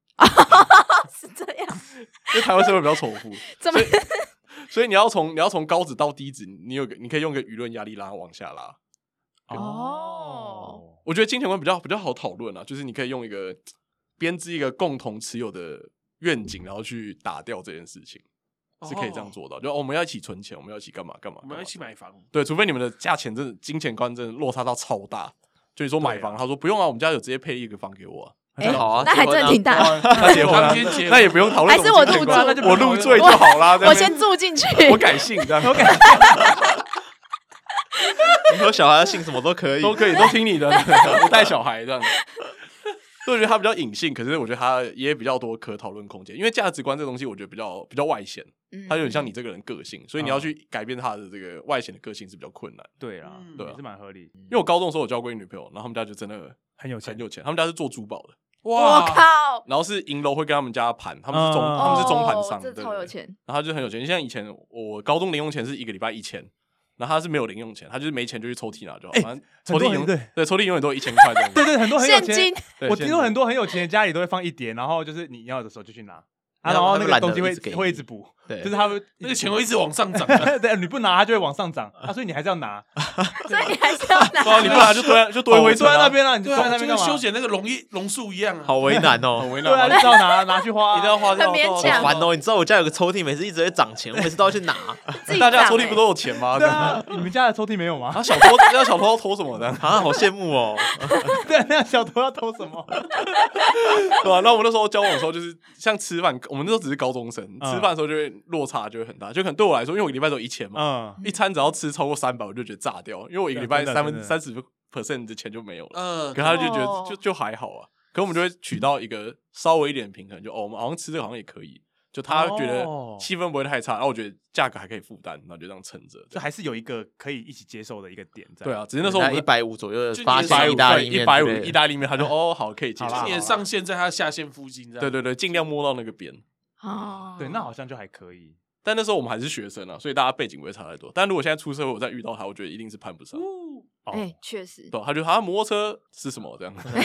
Speaker 1: 是这样，
Speaker 4: 因为台湾社会比较仇富，
Speaker 1: 怎么
Speaker 4: 所以你要从你要从高值到低值，你有个你可以用个舆论压力拉往下拉。
Speaker 1: 哦，
Speaker 4: 我觉得金钱观比较比较好讨论啊，就是你可以用一个编织一个共同持有的愿景，然后去打掉这件事情，是可以这样做到。就、哦我们要一起存钱，我们要一起干嘛干嘛，
Speaker 2: 我们要一起
Speaker 4: 干嘛。
Speaker 2: 买房。
Speaker 4: 对，除非你们的价钱真的金钱观真的落差到超大，就你说买
Speaker 3: 对啊
Speaker 4: 房，他说不用啊，我们家有直接配一个房给我、啊，
Speaker 1: 哎、
Speaker 5: 好啊，
Speaker 1: 那还真的挺大。
Speaker 4: 那结婚啊
Speaker 2: 房间结婚
Speaker 4: 那也不用讨论
Speaker 1: 还
Speaker 4: 什
Speaker 1: 是
Speaker 4: 么
Speaker 1: 我
Speaker 4: 金钱 观啊，
Speaker 1: 入住
Speaker 4: 我入赘就好啦。在那
Speaker 1: 我
Speaker 4: 边
Speaker 1: 先住进去，
Speaker 4: 我改姓这样，我 改
Speaker 5: 你和小孩姓什么都可 以，
Speaker 4: 都可以，都听你的，我带小孩这样。所以我觉得它比较隐性，可是我觉得它也比较多可讨论空间，因为价值观这东西我觉得比较比较外显，
Speaker 1: 嗯
Speaker 4: 它有点像你这个人个性，所以你
Speaker 3: 嗯
Speaker 4: 要去改变它的这个外显的个性是比较困难。
Speaker 3: 对啦，
Speaker 2: 嗯
Speaker 4: 对啊
Speaker 3: 也是蛮合理，
Speaker 4: 因为我高中的时候我交过一个女朋友，然后他们家就真的
Speaker 3: 很有钱
Speaker 4: 很。有钱，他们家是做珠宝的，
Speaker 1: 我靠，
Speaker 4: 然后是银楼会跟他们家盘，他们是中、
Speaker 3: 嗯
Speaker 4: 他们是中盘
Speaker 1: 哦
Speaker 4: 商，
Speaker 1: 这
Speaker 4: 对
Speaker 1: 超
Speaker 4: 对
Speaker 1: 有
Speaker 4: 对
Speaker 1: 钱，
Speaker 4: 然后他就很有钱。像以前我高中零用钱是一个礼拜一千，然后他是没有零用钱，他就是没钱就去抽屉拿就好，
Speaker 3: 哎
Speaker 4: 反正抽屉
Speaker 3: 很
Speaker 4: 永
Speaker 3: 多人
Speaker 4: 对抽屉永远都一千块这样子。
Speaker 3: 对对， 很多很有
Speaker 1: 现
Speaker 3: 钱，
Speaker 1: 金
Speaker 4: 对
Speaker 3: 我
Speaker 4: 现
Speaker 3: 听说
Speaker 4: 在
Speaker 3: 很多很有钱的家里都会放一叠，然后就是你要的时候就去拿，啊、
Speaker 5: 没有
Speaker 3: 然后
Speaker 5: 他
Speaker 3: 那
Speaker 5: 们
Speaker 3: 个
Speaker 5: 懒得
Speaker 3: 东西
Speaker 5: 一
Speaker 3: 会
Speaker 5: 直给你
Speaker 3: 会一直补，
Speaker 5: 对
Speaker 3: 就是他们
Speaker 2: 那个钱会一直往上涨啊 的。
Speaker 3: 对，你不拿它就会往上涨，啊，所以你还是要拿，
Speaker 1: 所以你还是要
Speaker 4: 不然
Speaker 1: 拿。
Speaker 4: 啊你不拿就堆就 堆
Speaker 3: 对，
Speaker 4: 灰
Speaker 3: 我
Speaker 4: 尘
Speaker 3: 坐哦在
Speaker 4: 啊
Speaker 3: 那，边了，你
Speaker 2: 对
Speaker 3: 坐在
Speaker 2: 啊，
Speaker 3: 那
Speaker 2: 就
Speaker 3: 边
Speaker 2: 跟
Speaker 3: 干嘛？
Speaker 2: 修剪那个龙一龙树一样啊。
Speaker 5: 好为难
Speaker 4: 很
Speaker 5: 哦。
Speaker 4: 为难。
Speaker 3: 对啊，你
Speaker 4: 好
Speaker 3: 知道拿拿去花啊，
Speaker 4: 一定要花掉
Speaker 1: 很勉
Speaker 4: 多少
Speaker 1: 强
Speaker 4: 钱
Speaker 5: 好烦哦！你知道我家有个抽屉，每次一直会涨钱，我每次都要去 拿啊
Speaker 1: 自己
Speaker 4: 大家
Speaker 1: 长
Speaker 4: 抽屉
Speaker 1: 欸
Speaker 4: 不都有钱吗？
Speaker 3: 对
Speaker 4: 这样
Speaker 3: 啊，你们家的抽屉没有吗？
Speaker 4: 啊，小偷要小偷要偷什么的？
Speaker 5: 啊，好羡慕哦。
Speaker 3: 对啊，那小偷要偷什么？
Speaker 4: 对啊吧、那我们那时候交往的时候，就是像吃饭，我们那时候只是高中生，
Speaker 3: 嗯
Speaker 4: 吃饭的时候就会落差就会很大，就可能对我来说，因为我一个礼拜都有一千嘛，
Speaker 3: 嗯，
Speaker 4: 一餐只要吃超过三百，我就觉得炸掉，因为我一个礼拜
Speaker 3: 对啊
Speaker 4: 三
Speaker 3: 真的
Speaker 4: 分三十 percent 的钱就没有了。
Speaker 2: 嗯
Speaker 4: 可，他就觉
Speaker 1: 哦
Speaker 4: 得就就还好啊，可我们就会取到一个稍微一点的平衡，就哦，我们好像吃这个好像也可以，就他觉得
Speaker 3: 哦
Speaker 4: 气氛不会太差，然后我觉得价格还可以负担，然后就这样撑着。
Speaker 3: 就还是有一个可以一起接受的一个点在。
Speaker 4: 对，啊，只是那时候我
Speaker 5: 一
Speaker 4: 们
Speaker 5: 百五左右的
Speaker 2: 就
Speaker 5: 发
Speaker 2: 一百
Speaker 5: 现
Speaker 2: 五
Speaker 5: 意大利面
Speaker 4: 一百五
Speaker 5: 之类的
Speaker 4: 意大利面，他就哦好可以接
Speaker 3: 好
Speaker 4: 受
Speaker 3: 啦
Speaker 2: 就，你的上限在他下限附近，这样
Speaker 4: 对对对，尽量摸到那个边。
Speaker 1: 哦，
Speaker 3: 对，那好像就还可以。
Speaker 4: 但那时候我们还是学生啊，所以大家背景不会差太多。但如果现在出社会，我再遇到他，我觉得一定是攀不上。
Speaker 3: 哦
Speaker 1: 哎，确实，
Speaker 4: 对，他就他摩托车是什么这样？
Speaker 1: 嗯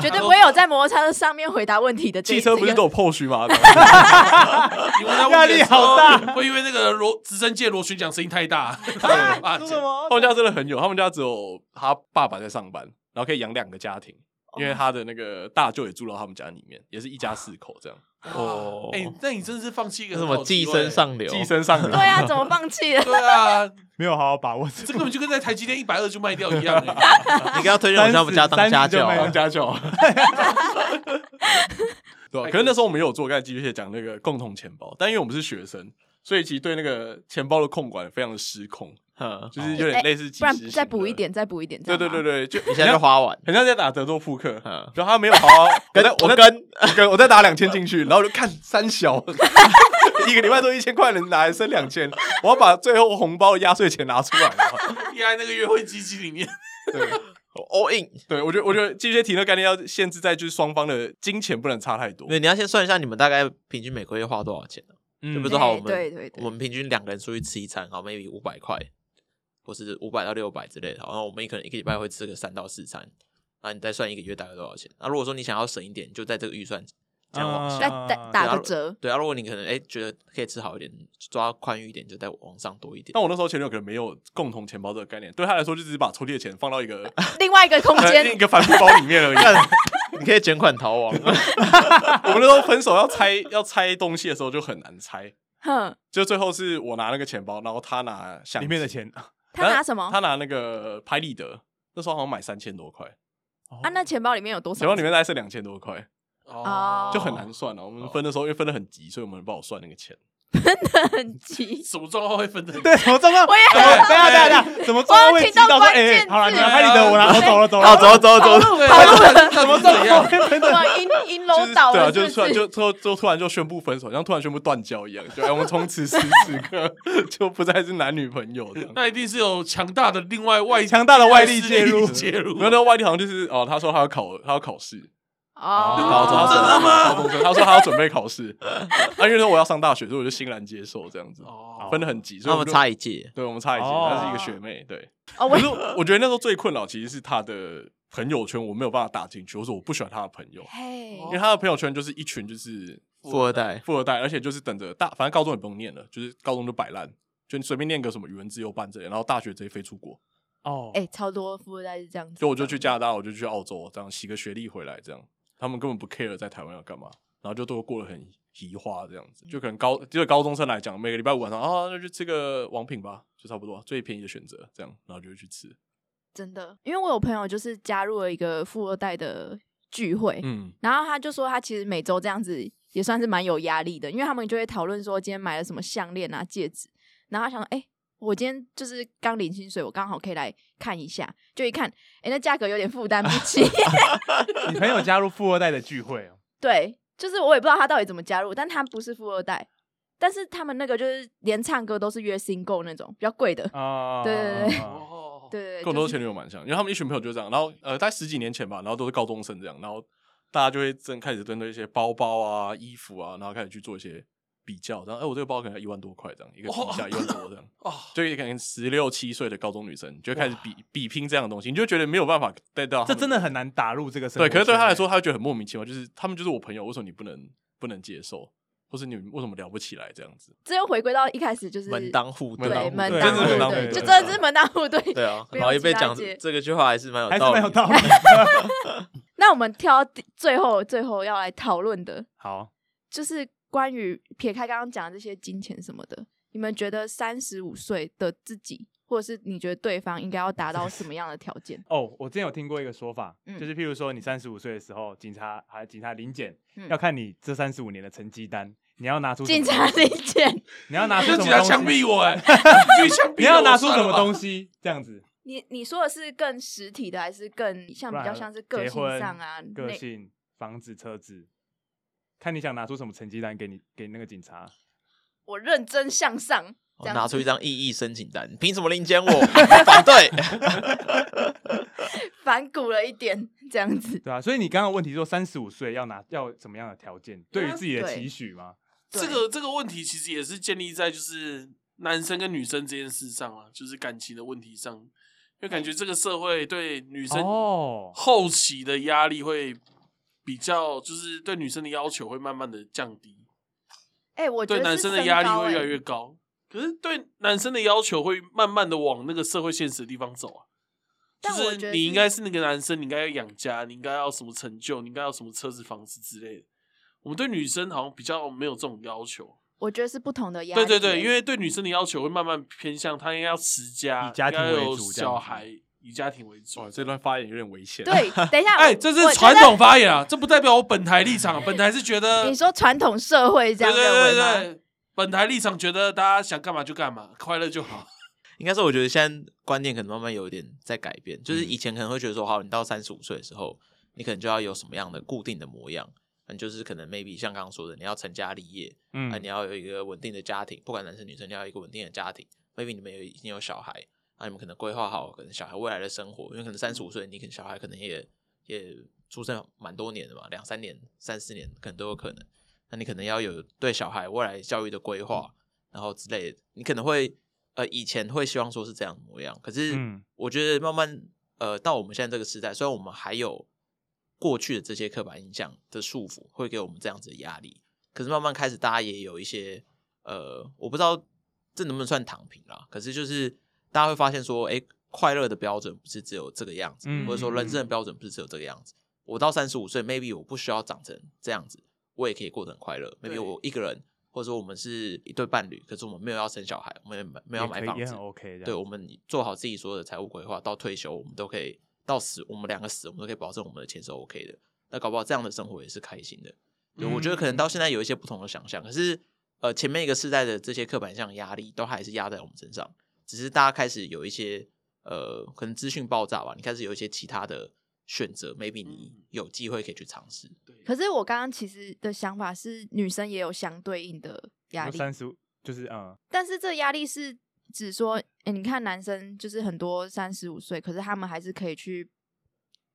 Speaker 1: 绝 对不会有在摩托车上面回答问题的这。
Speaker 4: 汽车不
Speaker 1: 这
Speaker 4: 是
Speaker 1: 个
Speaker 4: 都有 POS 吗？
Speaker 2: 你问他问
Speaker 3: 压力
Speaker 2: 题的时候
Speaker 3: 好大，
Speaker 2: 会因为那个螺直升机的螺旋桨声音 太大， 啊
Speaker 3: 说什么
Speaker 4: 他？们家真的很有，他们家只有他爸爸在上班，然后可以养两个家庭，因为他的那个大舅也住到他们家里面，也是一家四口这样，
Speaker 5: 哦
Speaker 2: 哎，那你真的是放弃一个
Speaker 5: 什
Speaker 2: 很好
Speaker 5: 么
Speaker 2: 的机
Speaker 5: 寄
Speaker 2: 会
Speaker 5: 生？上流，
Speaker 4: 寄生上流。
Speaker 1: 对啊，怎么放弃了？
Speaker 2: 对啊，
Speaker 3: 没有好好把握住
Speaker 2: 这根本就跟在台积电一百二就卖掉一样欸。
Speaker 5: 你给他推荐我去他们家当家教
Speaker 3: 30就没
Speaker 5: 啊
Speaker 3: 了
Speaker 4: 当，家教， 对啊吧、可是那时候我们也有做，刚才继续讲那个共同钱包，但因为我们是学生，所以其实对那个钱包的控管非常的失控，
Speaker 5: 嗯
Speaker 4: 就是 有点类似即
Speaker 1: 哦哎不然
Speaker 4: 时性的
Speaker 1: 再补一。点，再补一点。
Speaker 4: 对对对
Speaker 1: 对，
Speaker 4: 对，就
Speaker 5: 一下就花完。
Speaker 4: 很像在打德州扑克，
Speaker 5: 嗯
Speaker 4: 然后他没有好好，我
Speaker 5: 跟
Speaker 4: 在
Speaker 5: 我
Speaker 4: 在
Speaker 5: 跟
Speaker 4: 跟我再打两千进去，然后我就看三小， 一个礼拜都一千块，能拿还剩两千，我要把最后红包的压岁钱拿出来了。
Speaker 2: 压在那个约会基金里面，
Speaker 4: 对，
Speaker 5: all in，
Speaker 4: 对我觉得我觉得这些提的概念要限制在就是双方的金钱不能差太多
Speaker 5: 因。为你要先算一下你们大概平均每个月花多少钱啊
Speaker 3: 嗯
Speaker 5: 就比如
Speaker 1: 对
Speaker 5: 说好，我们
Speaker 1: 哎对对对
Speaker 5: 我们平均两个人出去吃一餐，好，maybe 五百块，或是五百到六百之类的，好然后我们可能一个礼拜会吃个三到四餐，那你再算一个月大概多少钱？那如果说你想要省一点，就在这个预算这
Speaker 3: 嗯
Speaker 5: 样
Speaker 3: 啊
Speaker 5: 往
Speaker 1: 再
Speaker 5: 下。
Speaker 1: 打打个 折。
Speaker 5: 对啊，如果你可能哎觉得可以吃好一点，抓宽裕一点，就再往上多一点。
Speaker 4: 但我那时候前女友可能没有共同钱包这个概念，对她来说就只是把抽屉的钱放到一个呃
Speaker 1: 另外一个空
Speaker 4: 一
Speaker 1: 间，
Speaker 4: 个帆布包里 面而已。
Speaker 5: 你可以卷款逃亡，啊
Speaker 4: 我们那时候分手要拆要拆东西的时候就很难拆，
Speaker 1: 哼，
Speaker 4: 就最后是我拿那个钱包，然后她拿相
Speaker 3: 里面的
Speaker 4: 机
Speaker 3: 钱
Speaker 1: 他拿什么
Speaker 4: 他？拿那个拍立得，那时候好像买三千多块，
Speaker 1: 啊，那钱包里面有多少？
Speaker 4: 钱包里面大概是两千多块，
Speaker 1: 哦
Speaker 4: 就很难算了、啊我们分的时候因为分的很急，所以我们不好算那个钱。
Speaker 1: 很 急。
Speaker 2: 什么状况会分的？
Speaker 3: 对，什么状 况？
Speaker 1: 我也
Speaker 3: 等一下哎等一下等一下，什么状况会知道
Speaker 1: 我要听到
Speaker 3: 说，
Speaker 1: 关
Speaker 3: 哎，
Speaker 1: 键字
Speaker 3: 好了，你拿拍立得，我拿，我走了，走了，
Speaker 5: 啊，走走走，
Speaker 2: 对啊，怎么怎样？
Speaker 1: 什么银银
Speaker 4: 就
Speaker 1: 楼
Speaker 4: 是
Speaker 1: 倒
Speaker 4: 对啊，
Speaker 1: 了？
Speaker 4: 就是突
Speaker 1: 不
Speaker 4: 然
Speaker 1: 是？
Speaker 4: 就突就突然就宣布分手，像突然宣布断交一样，就哎， 我们从此时此刻 就不再是男女朋友这样。
Speaker 2: 那一定是有强大的另外外
Speaker 3: 强大的外力
Speaker 2: 势
Speaker 3: 介入
Speaker 2: 介入
Speaker 4: 没有，。那外地好像就是哦，他说他要考，他要考试，高
Speaker 1: 哦，
Speaker 4: 中啊
Speaker 2: 真的吗
Speaker 4: 高中生，他说他要准备考试，啊，因为说我要上大学，所以我就欣然接受这样子，
Speaker 2: 哦
Speaker 4: 分的很急，所以
Speaker 5: 那
Speaker 4: 我
Speaker 5: 我们
Speaker 4: 就
Speaker 5: 差一届，
Speaker 4: 对我们差一届，
Speaker 3: 哦
Speaker 4: 她是一个学妹，对。
Speaker 1: 哦，
Speaker 4: 可
Speaker 1: 我
Speaker 4: 是我觉得那时候最困扰其实是她的朋友圈，我没有办法打进去，我说我不喜欢她的朋友，
Speaker 1: 嘿，
Speaker 4: 因为她的朋友圈就是一群就是
Speaker 5: 富二代，
Speaker 4: 富二代，而且就是等着大，反正高中也不用念了，就是高中就摆烂，就你随便念个什么语文自由班之类，然后大学直接飞出国，
Speaker 3: 哦，
Speaker 1: 哎，超多富二代是这样子。
Speaker 4: 所以我就去加拿大，我就去澳洲，这样洗个学历回来，这样他们根本不 care 在台湾要干嘛，然后就都过得很移花这样子，就可能高就是高中生来讲，每个礼拜五晚上啊，那就吃个王品吧，就差不多最便宜的选择，这样，然后就去吃，
Speaker 1: 真的，因为我有朋友就是加入了一个富二代的聚会，
Speaker 4: 嗯，
Speaker 1: 然后他就说他其实每周这样子也算是蛮有压力的，因为他们就会讨论说今天买了什么项链啊、戒指，然后他想说，哎、我今天就是刚领薪水，我刚好可以来看一下，就一看，哎、那价格有点负担不起。
Speaker 3: 你朋友加入富二代的聚会哦，
Speaker 1: 对，就是我也不知道他到底怎么加入，但他不是富二代，但是他们那个就是连唱歌都是约新购那种比较贵的，
Speaker 3: 啊，
Speaker 1: 对对对
Speaker 3: 啊
Speaker 2: 哦，
Speaker 1: 对对对，
Speaker 4: 跟我
Speaker 1: 就
Speaker 4: 多
Speaker 1: 是
Speaker 4: 前女友蛮像，因为他们一群朋友就这样，然后呃，大概十几年前吧，然后都是高中生这样，然后大家就会真开始针对一些包包啊、衣服啊，然后开始去做一些比较，然后哎、我这个包可能要一万多块这样，一个底价一万多这样，
Speaker 2: 哦，
Speaker 4: 就可能十六七岁的高中女生就会开始比比拼这样的东西，你就觉得没有办法带到，
Speaker 3: 这真的很。难打入这个生活圈。
Speaker 4: 对，可是对他来说，他会觉得很莫名其妙，就是他们就是我朋友，为什么你不能不能接受，或是你为什么聊不起来这样子？
Speaker 1: 这又回归到一开始就是
Speaker 5: 门当户
Speaker 4: 门
Speaker 1: 对
Speaker 4: 当
Speaker 5: 对
Speaker 4: 户，
Speaker 1: 门
Speaker 4: 对
Speaker 1: 当
Speaker 4: 真的
Speaker 1: 户
Speaker 4: 门当户
Speaker 1: 对，
Speaker 4: 对
Speaker 1: 就真
Speaker 4: 对
Speaker 1: 的是门当户对。
Speaker 5: 对啊，
Speaker 1: 不
Speaker 5: 老
Speaker 1: 用
Speaker 5: 一辈
Speaker 1: 其他
Speaker 5: 讲
Speaker 1: 界
Speaker 5: 这个句话还是蛮有
Speaker 3: 还是
Speaker 5: 道理
Speaker 3: 蛮有
Speaker 5: 的。
Speaker 3: 道理。
Speaker 1: 那我们挑第最后最后要来讨论的，
Speaker 3: 好，？
Speaker 1: 就是关于撇开刚刚讲的这些金钱什么的，你们觉得三十五岁的自己，或者是你觉得对方应该要达到什么样的条件
Speaker 3: 哦，我之前有听过一个说法，
Speaker 1: 嗯
Speaker 3: 就是譬如说你三十五岁的时候，警察还警察临检，
Speaker 1: 嗯
Speaker 3: 要看你这三十五年的成绩单，你要拿出什么
Speaker 1: 警察
Speaker 3: 东西
Speaker 1: 理解，
Speaker 3: 你要拿出
Speaker 2: 这
Speaker 3: 什
Speaker 2: 警
Speaker 3: 么
Speaker 2: 察
Speaker 3: 东西
Speaker 2: 枪毙 我哎，你枪毙
Speaker 3: 你要
Speaker 2: 我
Speaker 3: 拿出
Speaker 2: 算
Speaker 3: 什
Speaker 2: 了
Speaker 3: 么
Speaker 2: 吧
Speaker 3: 东西 这样子，
Speaker 1: 你你说的是更实体的，还是更像
Speaker 3: 不
Speaker 1: 比
Speaker 3: 然
Speaker 1: 较像是个
Speaker 3: 结
Speaker 1: 性
Speaker 3: 婚
Speaker 1: 上啊？
Speaker 3: 个
Speaker 1: 那
Speaker 3: 性、房子、车子，看你想拿出什么成绩单给你给那个警察。
Speaker 1: 我认真向上，这
Speaker 5: 我
Speaker 1: 样
Speaker 5: 拿出
Speaker 1: 子
Speaker 5: 一张异议申请单，凭什么 临检我？我反对。
Speaker 1: 反骨了一点，这样子。
Speaker 3: 对啊，所以你刚刚的问题说三十五岁要拿要什么样的条
Speaker 1: 嗯
Speaker 3: 件，对于自己的
Speaker 1: 对
Speaker 3: 期许吗？
Speaker 2: 这个这个问题其实也是建立在就是男生跟女生这件事上啊，就是感情的问题上，因为感觉这个社会对女生
Speaker 3: 哦，
Speaker 2: 后期的压力会比较，就是对女生的要求会慢慢的降低，
Speaker 1: 哎、我觉
Speaker 2: 对
Speaker 1: 得
Speaker 2: 男
Speaker 1: 是
Speaker 2: 生的
Speaker 1: 身
Speaker 2: 压力
Speaker 1: 高
Speaker 2: 会越
Speaker 1: 哎
Speaker 2: 来越高。欸可是对男生的要求会慢慢的往那个社会现实的地方走啊。就
Speaker 1: 但我觉
Speaker 2: 是
Speaker 1: 得
Speaker 2: 你应该是那个男生，你应该要养家，你应该要什么成就，你应该要什么车子、房子之类的。我们对女生好像比较没有这种要求。
Speaker 1: 我觉得是不同的压力欸
Speaker 2: 对
Speaker 1: 耶。
Speaker 2: 对对，因为对女生的要求会慢慢偏向，她应该要持家，
Speaker 3: 以家庭
Speaker 2: 应该要有
Speaker 3: 为主这样
Speaker 2: 小
Speaker 3: 子
Speaker 2: 孩以家庭为主
Speaker 4: 哇，。这段发言有点危险。
Speaker 1: 对，等一下，
Speaker 2: 哎，
Speaker 1: 我
Speaker 2: 这
Speaker 1: 我
Speaker 2: 是
Speaker 1: 觉
Speaker 2: 传
Speaker 1: 得
Speaker 2: 统发言啊，这 不代表我本台 立场啊。本台是觉得，
Speaker 1: 你说传统社会这
Speaker 2: 对
Speaker 1: 样认
Speaker 2: 对
Speaker 1: 为吗？
Speaker 2: 对对，本台立场觉得大家想干嘛就干嘛，快乐就好。
Speaker 5: 应该是我觉得现在观念可能慢慢有一点在改变，
Speaker 4: 嗯
Speaker 5: 就是以前可能会觉得说，好，你到三十五岁的时候，你可能就要有什么样的固定的模样，嗯，就是可能 maybe 像刚刚说的，你要成家立业，
Speaker 3: 嗯
Speaker 5: 啊，你要有一个稳定的家庭，不管男生女生，你要有一个稳定的家庭，maybe 你们有已经有小孩，啊，你们可能规划好可能小孩未来的生活，因为可能三十五岁，你可能小孩可能也也出生蛮多年的嘛，两三年、三四年可能都有可能，那你可能要有对小孩未来教育的规划。然后之类的，你可能会呃以前会希望说是这样的模样，可是
Speaker 3: 嗯
Speaker 5: 我觉得慢慢呃到我们现在这个时代，虽然我们还有过去的这些刻板印象的束缚，会给我们这样子的压力，可是慢慢开始大家也有一些呃，我不知道这能不能算躺平啦，可是就是大家会发现说，哎，快乐的标准不是只有这个样子，
Speaker 3: 嗯
Speaker 5: 或者说人生的标准不是只有这个样子。我到三十五岁，maybe 我不需要长成这样子，我也可以过得很快乐。
Speaker 2: 对
Speaker 5: maybe 我一个人，或者说我们是一对伴侣，可是我们没有要生小孩，我们也没没有要
Speaker 3: 也
Speaker 5: 买
Speaker 3: 可以
Speaker 5: 房
Speaker 3: 也
Speaker 5: 子
Speaker 3: 很，OK 啊的。
Speaker 5: 对，我们做好自己所有的财务规划，到退休我们都可以，到死我们两个死，我们都可以保证我们的钱是 OK 的。那搞不好这样的生活也是开心的。对，我
Speaker 1: 嗯
Speaker 5: 觉
Speaker 2: 嗯
Speaker 5: 得可能到现在有一些不同的想象，可是呃，前面一个世代的这些刻板上压力都还是压在我们身上，只是大家开始有一些呃，可能资讯爆炸吧，你开始有一些其他的选择，maybe 你
Speaker 2: 嗯
Speaker 5: 有机会可以去尝试。
Speaker 1: 可是我刚刚其实的想法是，女生也有相对应的压力，
Speaker 3: 三十五就是嗯，
Speaker 1: 但是这压力是指说，哎，你看男生就是很多三十五岁，可是他们还是可以去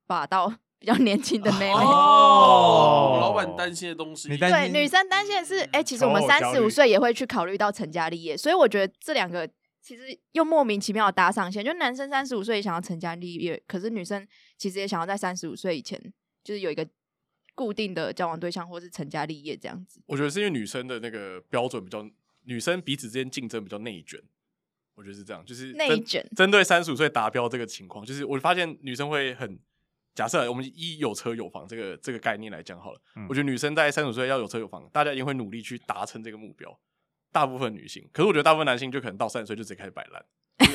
Speaker 1: 把到比较年轻的 妹妹。
Speaker 2: 哦，老板担心的东西，
Speaker 3: 你担
Speaker 1: 对，
Speaker 3: 心
Speaker 1: 女生担心的是，哎，其实我们
Speaker 3: 求偶
Speaker 1: 三
Speaker 3: 焦
Speaker 1: 十五
Speaker 3: 虑
Speaker 1: 岁也会去考虑到成家立业，所以我觉得这两个其实又莫名其妙的搭上线。就男生三十五岁也想要成家立业，可是女生其实也想要在三十五岁以前就是有一个固定的交往对象或是成家立业这样子。
Speaker 4: 我觉得是因为女生的那个标准比较，女生彼此之间竞争比较内卷，我觉得是这样，就是
Speaker 1: 内
Speaker 4: 针
Speaker 1: 卷
Speaker 4: 针对三十五岁达标这个情况，就是我发现女生会很。假设我们一有车有房这个这个概念来讲好了，
Speaker 3: 嗯
Speaker 4: 我觉得女生在三十岁要有车有房，大家一定会努力去达成这个目标。大部分女性，可是我觉得大部分男性就可能到三十岁就直接开始摆烂。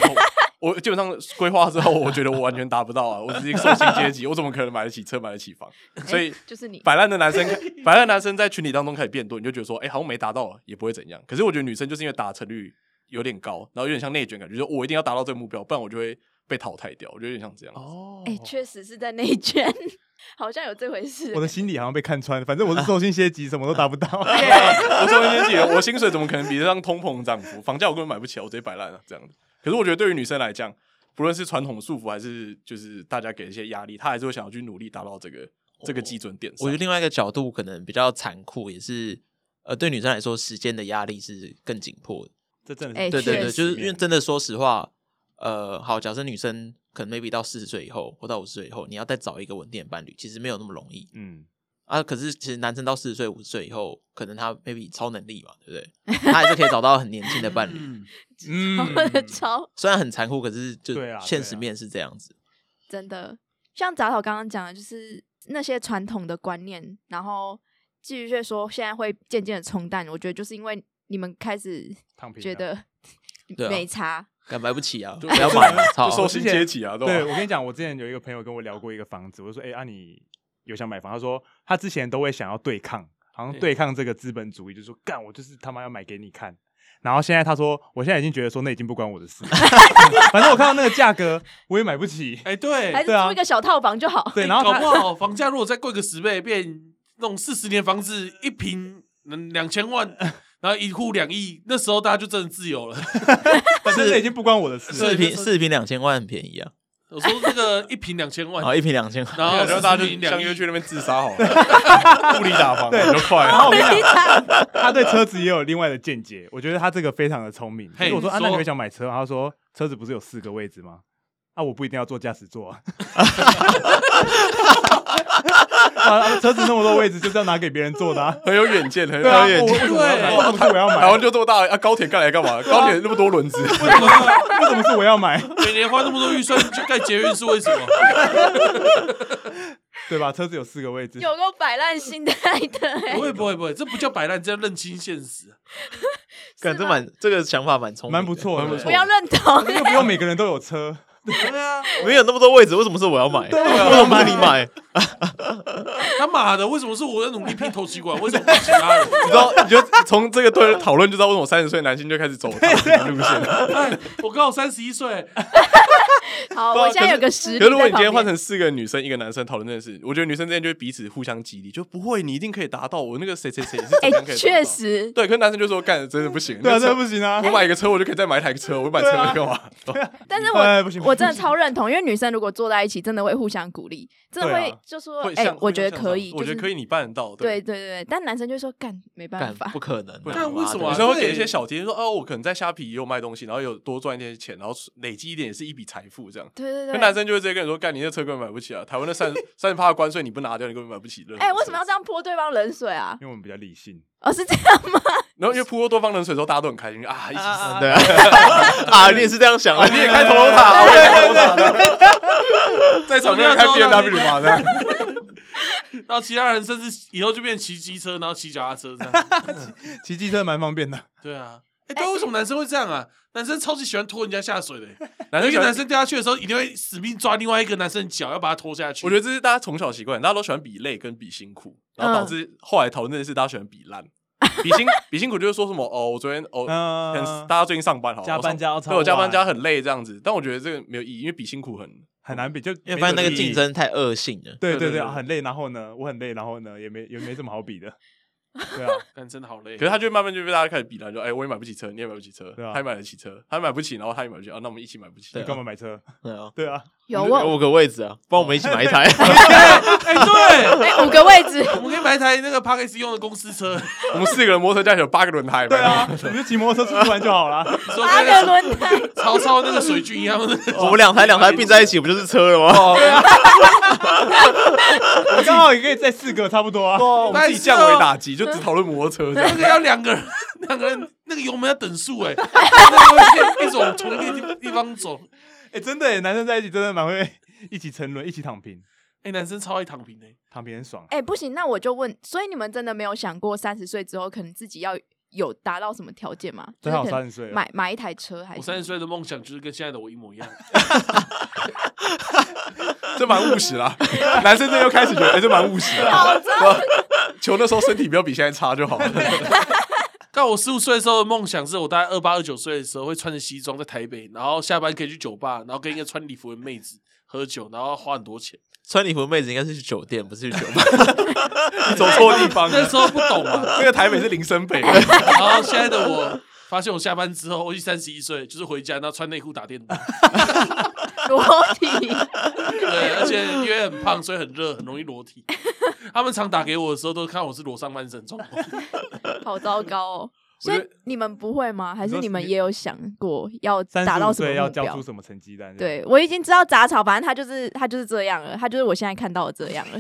Speaker 4: 我我基本上规划之后，我觉得我完全达不到啊，我只是一个受薪阶级，我怎么可能买得起车买得起房？所以
Speaker 1: 哎就是你
Speaker 4: 摆烂的男生， 摆烂的男生在群体当中开始变多，你就觉得说，哎、好像没达到也不会怎样。可是我觉得女生就是因为达成率有点高，然后有点像内卷感觉，就是我一定要达到这个目标，不然我就会被淘汰掉。我觉得有点像这样。
Speaker 2: 哦，
Speaker 1: 哎、确实是在内卷， 好像有这回事。
Speaker 3: 我的心里好像被看穿，反 正我是受薪阶级，什么都达不到。
Speaker 4: 我说先姐，我薪水怎么可能比得上通膨涨幅？房价我根本买不起啊，我直接摆烂了这样子。可是我觉得对于女生来讲，不论是传统束缚还是就是大家给一些压力，她还是会想要去努力达到这个这个基准点上。
Speaker 5: 我觉
Speaker 1: 啊
Speaker 5: 得另外一个角度可能比较残酷，也是呃，对女生来说，时间的压力是更紧迫的。
Speaker 3: 这真的
Speaker 1: 哎
Speaker 3: 是
Speaker 5: 对对
Speaker 1: 确
Speaker 5: 对，
Speaker 1: 实
Speaker 5: 就是因为真的说实话，呃，好，假设女生可能 maybe 到四十岁以后，或到五十岁以后，你要再找一个稳定的伴侣，其实没有那么容易
Speaker 3: 嗯，
Speaker 5: 啊。可是其实男生到四十岁、五十岁以后，可能他 maybe 超能力嘛，对不对？他还是可以找到很年轻的伴侣，
Speaker 2: 嗯，
Speaker 3: 嗯
Speaker 1: 超
Speaker 5: 虽然很残酷，可是就
Speaker 3: 对啊对
Speaker 5: 现实
Speaker 3: 啊
Speaker 5: 面是这样子。
Speaker 1: 真的，像杂草刚刚讲的，就是那些传统的观念，然后继续却说现在会渐渐的冲淡。我觉得就是因为你们开始
Speaker 3: 躺平啊
Speaker 1: 觉 得
Speaker 5: 对啊
Speaker 1: 没差，
Speaker 5: 敢买不起啊，不
Speaker 4: 对
Speaker 5: 要 买啊，
Speaker 4: 就
Speaker 5: 操！
Speaker 4: 受薪阶级啊，对
Speaker 3: 对
Speaker 4: 吧？
Speaker 3: 我跟你讲，我之前有一个朋友跟我聊过一个房子，我就说，哎、啊你有想买房？他说他之前都会想要对抗，好像对抗这个资本主义，就说干我就是他妈要买给你看。然后现在他说，我现在已经觉得说那已经不关我的事， 反正我看到那个价格我也买不起。
Speaker 2: 哎，对，
Speaker 1: 还是
Speaker 3: 对啊
Speaker 1: 租一个小套房就好。
Speaker 3: 对，然后
Speaker 2: 搞
Speaker 3: 他
Speaker 2: 不好房价如果再贵个十倍，变那种四十年房子一平嗯两千万，然后一户两亿，那时候大家就真的自由了。
Speaker 3: 反正那已经不关我的事了。
Speaker 5: 四
Speaker 2: 对
Speaker 5: 平四平两千万很便宜啊，
Speaker 2: 我说这个一平两千
Speaker 5: 然
Speaker 2: 万，
Speaker 5: 后一平两千万，
Speaker 2: 然后
Speaker 4: 然后大家就
Speaker 2: 40
Speaker 4: 相
Speaker 2: 两
Speaker 4: 约
Speaker 2: 亿
Speaker 4: 去那边自杀好了，物理打房就快
Speaker 3: 然后我。
Speaker 4: 了
Speaker 3: 跟你
Speaker 4: 啊
Speaker 3: 讲，他对车子也有另外的见解，我觉得他这个非常的聪明。
Speaker 2: 嘿
Speaker 3: 因为我说啊，
Speaker 2: 你说
Speaker 3: 那你会想买车吗？他说车子不是有四个位置吗？啊，我不一定要坐驾驶座啊。 啊，啊车子那么多位置，就是要拿给别人坐的、 啊。
Speaker 4: 很有远见，很
Speaker 3: 对
Speaker 4: 有
Speaker 3: 啊，
Speaker 4: 远
Speaker 3: 我为
Speaker 4: 见。
Speaker 3: 什么要买？为什么是我要
Speaker 4: 台
Speaker 3: 买？
Speaker 4: 湾就这么大啊，高铁盖来干嘛？高铁那么多轮 子，
Speaker 3: 为什么是我要买？
Speaker 2: 每年花那么多预算去盖捷运是为什么？
Speaker 3: 对吧？车子有四个位置，
Speaker 1: 有够摆烂心态的、欸
Speaker 2: 不，会不会不会，这不叫摆烂，这叫认清现实。
Speaker 5: 感这蛮这个想法蛮聪明的，
Speaker 3: 蛮不错的，
Speaker 4: 蛮不错
Speaker 1: 不要认同。
Speaker 3: 又不用每个人都有 车，
Speaker 2: 对啊，
Speaker 5: 没有那么多位置，为什么是我要买？为什么是你买？
Speaker 2: 他妈的，为什么是我在努力拼投 吸管？为什么不是其他人？
Speaker 4: 你知道？你就从这个对讨论就知道为什么三十岁男性就开始走躺平的路线了。
Speaker 2: 我刚好三十一岁，
Speaker 1: 好，
Speaker 4: 对啊
Speaker 1: 我现在有个实力
Speaker 4: 可
Speaker 1: 在
Speaker 4: 是
Speaker 1: 旁
Speaker 4: 如果
Speaker 1: 边。
Speaker 4: 你今天换成四个女生一个男生讨论这件事，我觉得女生之间就会彼此互相激励，就不会，你一定可以达到我那个谁谁谁也是怎
Speaker 1: 哎、
Speaker 4: 么样可以达到。
Speaker 1: 确实，
Speaker 4: 对，可是男生就说干真的不行，
Speaker 3: 对啊，
Speaker 4: 那车
Speaker 3: 这不行啊
Speaker 4: 我。买一个车我就可以再买一台车，我买车来干嘛？
Speaker 1: 但是
Speaker 3: 哎
Speaker 1: 我
Speaker 3: 不行不行
Speaker 1: 我真的超认同，因为女生如果坐在一起，真的会互相鼓励，真的
Speaker 3: 对啊
Speaker 1: 会就说
Speaker 4: 会，
Speaker 1: 哎、
Speaker 4: 像
Speaker 1: 我觉得
Speaker 4: 会像
Speaker 1: 可
Speaker 4: 这
Speaker 1: 以，
Speaker 4: 样我觉得可
Speaker 1: 以，
Speaker 4: 以，你办得到。
Speaker 1: 对对对对。但男生就说干没办
Speaker 5: 干
Speaker 1: 法，
Speaker 5: 不可能啊！
Speaker 2: 干为什么
Speaker 5: 妈
Speaker 2: 啊
Speaker 4: 有
Speaker 5: 的
Speaker 4: 时候会
Speaker 2: 对
Speaker 4: 给一些小贴士说，哦，我可能在虾皮也有卖东西，然后有多赚一些钱，然后累积一点也是一笔财富这样。
Speaker 1: 对对
Speaker 4: 那
Speaker 1: 对。
Speaker 4: 男生就会直接跟你说：“干，你那车根本买不起啊！台湾那三三十趴的关税你不拿掉，你根本买不起。”
Speaker 1: 哎、为什么要这？样泼对方冷水啊？
Speaker 3: 因为我们比较理性，
Speaker 1: 哦，是这样吗？
Speaker 4: 然后因为扑过多方冷水之后，大家都很开心啊，一起死。
Speaker 5: 对啊，啊，你也是这样
Speaker 3: 哦
Speaker 5: 想的，
Speaker 4: 你也开头头
Speaker 3: 啊
Speaker 4: 塔， 对对 对，在场就开
Speaker 3: 啊
Speaker 4: B M W 嘛，这样。
Speaker 2: 然后其他人甚至以后就变骑机车，然后骑脚踏车这样。
Speaker 3: 骑机车蛮方便的。
Speaker 2: 对啊，哎、对，为什么男生会这样啊？男生超级喜欢拖人家下水的、
Speaker 4: 男
Speaker 2: 一
Speaker 4: 生
Speaker 2: 个男
Speaker 4: 男生，
Speaker 2: 生掉下去的时候，一定会死命抓另外一个男生的脚，要把他拖下去。
Speaker 4: 我觉得这是大家从小习惯，大家都喜欢比累跟比辛苦，然
Speaker 1: 嗯
Speaker 4: 后导致后来讨论这件事，大家喜欢比烂。比辛 比辛苦就是说什么哦，我昨天哦，
Speaker 3: 嗯
Speaker 4: 很大家最近上班好
Speaker 3: 加班加到超
Speaker 4: 对我加班
Speaker 3: 晚
Speaker 4: 加很累这样子，但我觉得这个没有意义，因为比辛苦很
Speaker 3: 很难比，就
Speaker 5: 因为发现那
Speaker 3: 没
Speaker 5: 个
Speaker 3: 有意义
Speaker 5: 竞，争太恶性了。
Speaker 3: 对对
Speaker 4: 对
Speaker 3: 对，
Speaker 4: 对
Speaker 3: 很累。然后呢，我很累，然后呢，也没也没什么好比的，对啊，
Speaker 2: 但真的好累
Speaker 4: 可。是他就慢慢就被大家开始比了，就哎、我也买不起车，你也买不起车，
Speaker 3: 对啊
Speaker 4: 他也买得起车，他也买不起，然后他也买不起，啊，那我们一起买不起
Speaker 5: 对
Speaker 3: 你。干嘛买车？
Speaker 5: 对啊，
Speaker 3: 对啊，
Speaker 1: 有
Speaker 5: 我们
Speaker 1: 我
Speaker 5: 五个位置啊，帮我们一起买一台。
Speaker 2: 哎、对，
Speaker 1: 哎、五个位置，
Speaker 2: 我们可以买一台那个 p a r k e s 用的公司车，
Speaker 4: 我们四个人摩托车加起来有八个轮胎，
Speaker 3: 对啊，你就骑摩托车出去玩就好了。
Speaker 2: 说
Speaker 1: 八
Speaker 2: 啊那
Speaker 1: 个
Speaker 2: 个
Speaker 1: 轮胎，
Speaker 2: 曹操那个水军一样的。
Speaker 5: 我们两台两台并在一起，不就是车了吗？
Speaker 4: 哦，
Speaker 3: 啊我刚好也可以再四个差不多啊。
Speaker 4: 我们自己降维打击，就只讨论摩托车这
Speaker 2: 那
Speaker 4: 样。
Speaker 2: 个要两个人， 两个人那个油门要等速哎、那个会一种从一个地地方走。
Speaker 3: 哎，真的耶，男生在一起真的蛮会一起沉沦，一起躺平，
Speaker 2: 哎、男生超爱躺平的、
Speaker 3: 躺平很爽。
Speaker 1: 哎、不行，那我就问，所以你们真的没有想过三十岁之后可能自己要有达到什么条件吗？就
Speaker 3: 正
Speaker 1: 是
Speaker 3: 好
Speaker 1: 可
Speaker 3: 三
Speaker 1: 能
Speaker 3: 十岁了，
Speaker 1: 买买一台车还
Speaker 2: 我
Speaker 1: 是
Speaker 2: 三十岁的梦想就是跟现在的我一模一样。
Speaker 4: 这蛮务实啦。 男生这又开始觉得，哎、这蛮务实啦。求那时候身体不要比现在差就好了。
Speaker 2: 但我十五岁的时候的梦想是我大概二八二九岁的时候会穿着西装在台北，然后下班可以去酒吧，然后跟一个穿礼服的妹子喝酒，然后花很多钱。
Speaker 5: 穿礼服的妹子应该是去酒
Speaker 1: 嗯
Speaker 5: 店，不是去酒 吧。
Speaker 4: 你走错地方
Speaker 2: 那
Speaker 4: 了
Speaker 2: 时。候不懂嘛，
Speaker 4: 那个台北是林森北，
Speaker 2: 然后现在的我发现我下班之后，我已经三十一岁，就是回家然后穿内裤打电动，
Speaker 1: 裸体，
Speaker 2: 对，而且因为很胖，所以很热，很容易裸体。他们常打给我的时候，都看我是裸上半身状况。
Speaker 1: 好糟糕哦。
Speaker 2: 我
Speaker 1: 所
Speaker 2: 觉
Speaker 1: 以
Speaker 2: 得
Speaker 1: 你们不会吗？还
Speaker 3: 你
Speaker 1: 是
Speaker 3: 说
Speaker 1: 你们
Speaker 3: 你
Speaker 1: 也有想过要
Speaker 3: 三
Speaker 1: 达
Speaker 3: 十
Speaker 1: 到
Speaker 3: 五
Speaker 1: 什么
Speaker 3: 岁要
Speaker 1: 目
Speaker 3: 交出
Speaker 1: 标？
Speaker 3: 什么成绩单？
Speaker 1: 对，，我已经知道杂草，反正他就是他就是这样了，他就是我现在看到的这样了。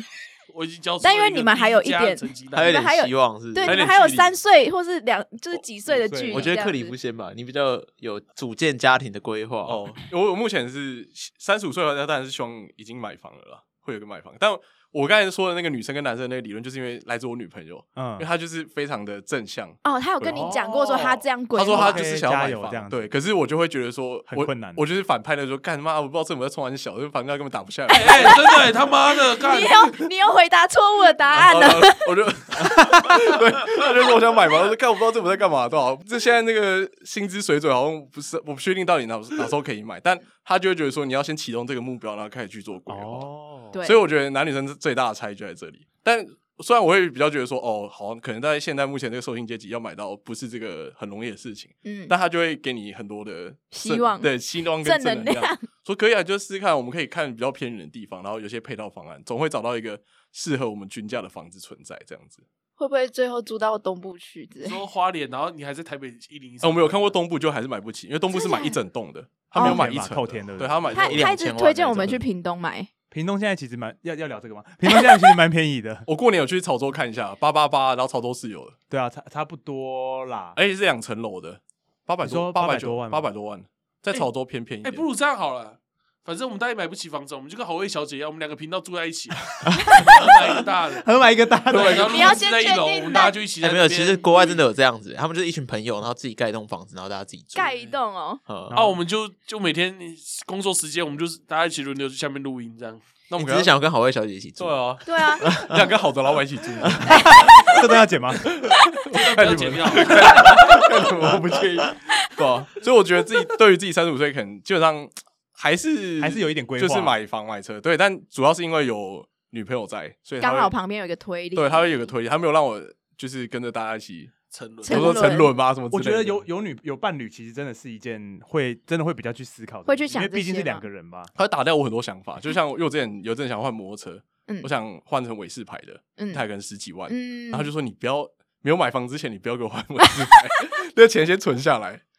Speaker 2: 我已经交出了
Speaker 1: 但因为
Speaker 2: 一个
Speaker 1: 你们还有一
Speaker 2: 第家
Speaker 1: 点
Speaker 2: 成绩单
Speaker 5: 还有一
Speaker 1: 你们还有
Speaker 5: 点希望是不是
Speaker 1: 对，你
Speaker 2: 还
Speaker 1: 们
Speaker 2: 有点
Speaker 1: 还有
Speaker 2: 距离
Speaker 1: 三岁或是两就是几岁的
Speaker 3: 五岁
Speaker 1: 距离这样子。
Speaker 5: 我觉得克里夫先吧，你比较有组建家庭的规划。哦，
Speaker 4: 哦，我我目前是三十五岁的话，当然是希望已经买房了啦，会有个买房。但我刚才说的那个女生跟男生的那个理论，就是因为来自我女朋友，因
Speaker 3: 嗯
Speaker 4: 为，她就是非常的正向。
Speaker 1: 哦，他有跟你讲过说他这样规
Speaker 4: 她
Speaker 1: 划，
Speaker 4: 说她
Speaker 3: 可
Speaker 4: 就
Speaker 3: 以
Speaker 4: 是想
Speaker 3: 加
Speaker 4: 要买
Speaker 3: 油
Speaker 4: 房，
Speaker 3: 这样子
Speaker 4: 对。可是我就会觉得说，
Speaker 3: 很
Speaker 4: 我
Speaker 3: 困难啊
Speaker 4: 我就是反派的说，干妈，我不知道政府在冲完小，这房价根本打不下来。
Speaker 2: 哎、真的、他妈的，干
Speaker 1: 你！又你又回答错误的答
Speaker 4: 然
Speaker 1: 案
Speaker 4: 后
Speaker 1: 了。
Speaker 4: 呢，我就对，他就说我想买房，我说干我不知道政府在干嘛，多少这现在那个薪资水准好像不是，我不确定到底哪哪时候可以买，但他就会觉得说你要先启动这个目标，然后开始去做规划。
Speaker 3: 哦，
Speaker 1: 对，
Speaker 4: 所以我觉得男女生最大的差异就在这里。但虽然我会比较觉得说，哦，好，可能在现在目前这个受薪阶级要买到不是这个很容易的事情，
Speaker 1: 嗯，
Speaker 4: 但他就会给你很多的正
Speaker 1: 希望
Speaker 4: 对希望跟
Speaker 1: 正
Speaker 4: 正
Speaker 1: 能
Speaker 4: 能
Speaker 1: 量
Speaker 4: 量，说可以啊，就试试看，我们可以看比较偏远的地方，然后有些配套方案，总会找到一个适合我们均价的房子存在这样子。
Speaker 1: 会不会最后租到东部去之
Speaker 2: 你
Speaker 1: 类的？
Speaker 2: 说花莲，然后你还在台北一零一
Speaker 5: 哦
Speaker 4: 啊，我们有看过东部就还是买不起，因为东部是买一整栋的，他
Speaker 3: 哦
Speaker 4: 没有买一层的，
Speaker 3: 透天的
Speaker 4: 对他买一
Speaker 1: 他
Speaker 4: 层，
Speaker 5: 一两
Speaker 1: 他一直
Speaker 5: 千万
Speaker 1: 推荐我们
Speaker 5: 那种
Speaker 1: 去屏东买，
Speaker 3: 屏东现在其实蛮要要聊这个吗？屏东现在其实蛮便宜的
Speaker 4: 我过年有去潮州看一下，八八八，然后潮州是有的，哎
Speaker 3: 对啊，差差不多啦。
Speaker 4: 而且是两层楼的，八百
Speaker 3: 你说
Speaker 4: 多，
Speaker 3: 800
Speaker 4: 百
Speaker 3: 多万吗
Speaker 4: 八百多万，在潮州偏偏一
Speaker 2: 哎、
Speaker 4: 点。
Speaker 2: 不如这样好了，反正我们大家也买不起房子，我们就跟侯卫小姐一样，我们两个频道住在一 起，买一个 大的，
Speaker 3: 合买一个大
Speaker 2: 对，
Speaker 3: 的，
Speaker 2: 然后
Speaker 1: 你要
Speaker 2: 录制
Speaker 1: 先
Speaker 2: 在一
Speaker 1: 确
Speaker 2: 楼，
Speaker 1: 定
Speaker 2: 我们
Speaker 1: 大
Speaker 2: 大家就一起
Speaker 5: 哎，
Speaker 2: 在那
Speaker 5: 没
Speaker 2: 边、
Speaker 5: 有，其实国外真的有这样子，他们就是一群朋友，然后自己盖一栋房子，然后大家自己住。
Speaker 1: 盖一栋哦。
Speaker 5: 嗯，
Speaker 2: 啊，我们就就每天工作时间，我们就是大家一起轮流去下面录音这样。
Speaker 4: 那我
Speaker 5: 你
Speaker 4: 们
Speaker 5: 只
Speaker 4: 给他
Speaker 5: 是想要跟好味小姐一起住
Speaker 4: 对。啊，
Speaker 1: 对啊，
Speaker 4: 想跟好的老板一起住，
Speaker 3: 这都要剪吗？
Speaker 2: 不要剪掉，
Speaker 4: 我不介意， 对啊，所以我觉得自己对于自己三十五岁，可能基本上还是
Speaker 3: 还是有一点规划
Speaker 4: 就是买房买车，对，但主要是因为有女朋友在，所以她
Speaker 1: 刚
Speaker 4: 会
Speaker 1: 好旁边有一个推力，
Speaker 4: 对，他会有个推荐，他没有让我就是跟着大家一起，
Speaker 2: 沉
Speaker 1: 沉
Speaker 4: 比如说
Speaker 2: 沦。
Speaker 1: 沦
Speaker 4: 沉沦吧什么之
Speaker 3: 我
Speaker 4: 类
Speaker 3: 觉
Speaker 4: 的，
Speaker 3: 得有有女有伴侣，其实真的是一件会真的会比较去思考的
Speaker 1: 会
Speaker 3: 东西
Speaker 1: 去想
Speaker 3: 因为毕
Speaker 1: 这
Speaker 3: 竟
Speaker 1: 些
Speaker 3: 是两
Speaker 1: 嘛
Speaker 3: 个人吧。
Speaker 4: 他会打掉我很多想法，就像因为我之前有阵想换摩托车，
Speaker 1: 嗯
Speaker 4: 我想换成韦氏牌的，
Speaker 1: 嗯
Speaker 4: 它可能十几万，
Speaker 1: 嗯，
Speaker 4: 然后就说你不要没有买房之前，你不要给我换韦氏牌， 那钱先存下来。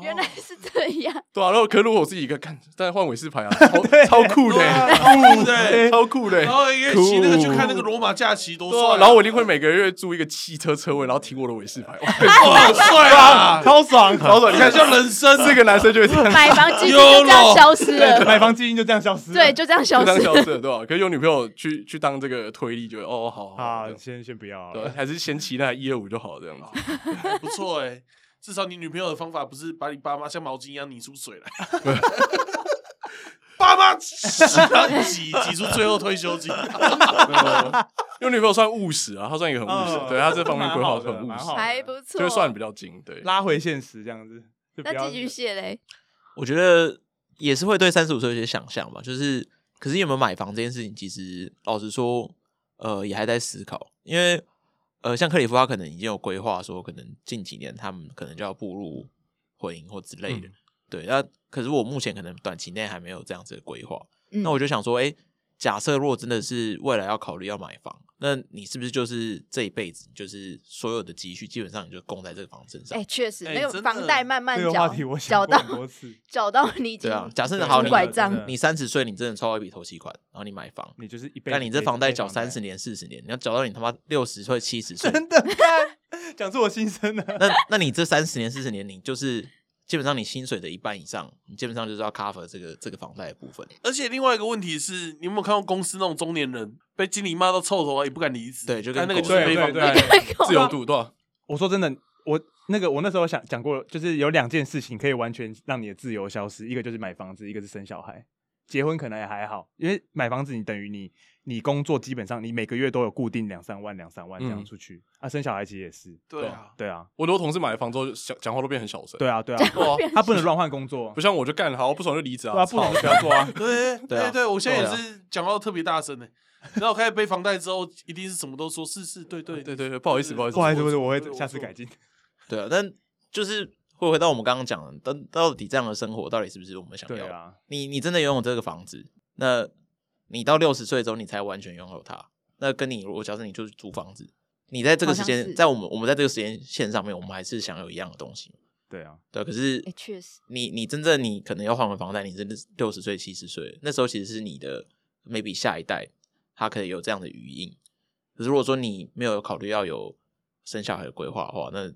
Speaker 1: 原来是这样，
Speaker 4: 对啊，然后可是如果我自己一个看，但是换韦氏牌啊， 超超酷的
Speaker 2: 对啊
Speaker 4: 欸，
Speaker 2: 超酷的 欸
Speaker 4: 超酷的欸。
Speaker 2: 然后因为骑那个去看那个罗马假期多
Speaker 4: 对啊
Speaker 2: 帅，
Speaker 4: 然后我一定会每个月租一个汽车车位，然后停我的 韦氏牌，哇
Speaker 2: 哇好帅啊！
Speaker 3: 超爽，
Speaker 4: 然后说你
Speaker 2: 你
Speaker 4: 看
Speaker 2: 看
Speaker 4: 像
Speaker 2: 像人生
Speaker 3: 啊
Speaker 4: 这个男生就会这样，
Speaker 1: 买房基金就这样消失了，
Speaker 3: 买房基金就这样消失了。
Speaker 1: 对，就这样消
Speaker 4: 就当
Speaker 1: 失
Speaker 4: 小
Speaker 1: 了。
Speaker 4: 色对吧？可是有女朋友去去当这个推力，觉得哦好好好
Speaker 3: 啊，
Speaker 4: 这样
Speaker 3: 先先不要啊
Speaker 4: 对，还是先骑那一二五就好了这样 子。
Speaker 2: 不错哎，至少你女朋友的方法不是把你爸妈像毛巾一样拧出水 来，爸妈挤挤出最后退休金。
Speaker 4: 因为女朋友算务实啊，她算一个很务实
Speaker 3: 嗯
Speaker 4: 的，对她这方面规划
Speaker 3: 蛮好的
Speaker 4: 很务
Speaker 3: 蛮
Speaker 4: 实
Speaker 3: 好，的
Speaker 1: 还不错，
Speaker 4: 就会算的比较精。对，
Speaker 3: 拉回现实这样子。就
Speaker 1: 那
Speaker 3: 不要
Speaker 1: 寄居蟹嘞，
Speaker 5: 我觉得也是会对三十五岁有些想象吧，就是可是有没有买房这件事情，其实老实说，呃，也还在思考，因为呃，像克里夫他可能已经有规划，说可能近几年他们可能就要步入婚姻或之类的，对。那可是我目前可能短期内还没有这样子的规划，
Speaker 1: 嗯
Speaker 5: 那我就想说，哎、假设如果真的是未来要考虑要买房，那你是不是就是这一辈子就是所有的积蓄基本上你就供在这个房子身上？
Speaker 1: 哎，确实
Speaker 2: 哎
Speaker 1: 那个
Speaker 2: 真的
Speaker 1: 房贷慢慢
Speaker 3: 这个
Speaker 1: 缴
Speaker 3: 话题，我想
Speaker 1: 缴
Speaker 3: 过
Speaker 1: 到
Speaker 3: 很多次。
Speaker 1: 缴到你已经
Speaker 5: 对啊，假设
Speaker 3: 对
Speaker 5: 好
Speaker 1: 拄
Speaker 5: 你
Speaker 1: 拐
Speaker 3: 真的
Speaker 1: 杖
Speaker 3: 真的
Speaker 5: 你三十岁，你真的抽到一笔头期款，然后你买房，
Speaker 3: 你就是一辈子
Speaker 5: 但你这
Speaker 3: 背
Speaker 5: 房贷
Speaker 3: 背
Speaker 5: 缴三十年、四十年，你要缴到你他妈六十岁、七十岁，
Speaker 3: 真的干，讲出我心声啊了。
Speaker 5: 那那你这三十年、四十年，你就是基本上你薪水的一半以上，你基本上就是要 cover 这个这个房贷的部分。
Speaker 2: 而且另外一个问题是，你有没有看过公司那种中年人被经理骂到臭头啊，也不敢离职？
Speaker 5: 对就跟
Speaker 2: 但那个
Speaker 5: 狗
Speaker 2: 就是
Speaker 3: 对
Speaker 2: 背
Speaker 3: 对
Speaker 2: 房
Speaker 3: 对
Speaker 2: 贷。
Speaker 4: 自由度多少？
Speaker 3: 我说真的，我那个我那时候想讲过，就是有两件事情可以完全让你的自由消失，一个就是买房子，一个是生小孩。结婚可能也还好，因为买房子你等于你你工作基本上你每个月都有固定两三万两三万这样
Speaker 4: 嗯
Speaker 3: 出去、啊，生小孩其实也是，
Speaker 2: 对啊，
Speaker 3: 对啊，
Speaker 4: 我很多同事买了房之后，讲讲话都变很小声，
Speaker 3: 对啊，对啊，
Speaker 5: 哇，
Speaker 3: 他不能乱换工作
Speaker 4: 不，像我就干好不爽就离职
Speaker 3: 对啊
Speaker 4: 啊，
Speaker 3: 不爽
Speaker 4: 操给他做啊，
Speaker 2: 对
Speaker 5: 对啊
Speaker 2: 对对，我现在
Speaker 5: 对
Speaker 2: 也
Speaker 5: 啊
Speaker 2: 是讲到特别大声呢。欸然后我开始背房贷之后，一定是什么都说是是，对对
Speaker 4: 对对对，不好意思不好意思，
Speaker 3: 不好意思，不好意思我
Speaker 2: 我
Speaker 3: 会
Speaker 2: 我
Speaker 3: 下次改进。
Speaker 5: 对啊，但就是会回到我们刚刚讲的，到到底这样的生活到底是不是我们想要
Speaker 3: 对
Speaker 5: 的？
Speaker 3: 啊，
Speaker 5: 你你真的拥有这个房子，那你到六十岁之后你才完全拥有它。那跟你如果假设你就是租房子，你在这个时
Speaker 1: 好像
Speaker 5: 间，
Speaker 1: 是
Speaker 5: 在我们我们在这个时间线上面，我们还是享有一样的东西。
Speaker 3: 对啊，
Speaker 5: 对啊，可是
Speaker 1: 哎确实
Speaker 5: 你你真正你可能要还完房贷，你真的六十岁七十岁了，那时候其实是你的 maybe 下一代他可以有这样的余荫。可是如果说你没有考虑要有生小孩的规划的话，那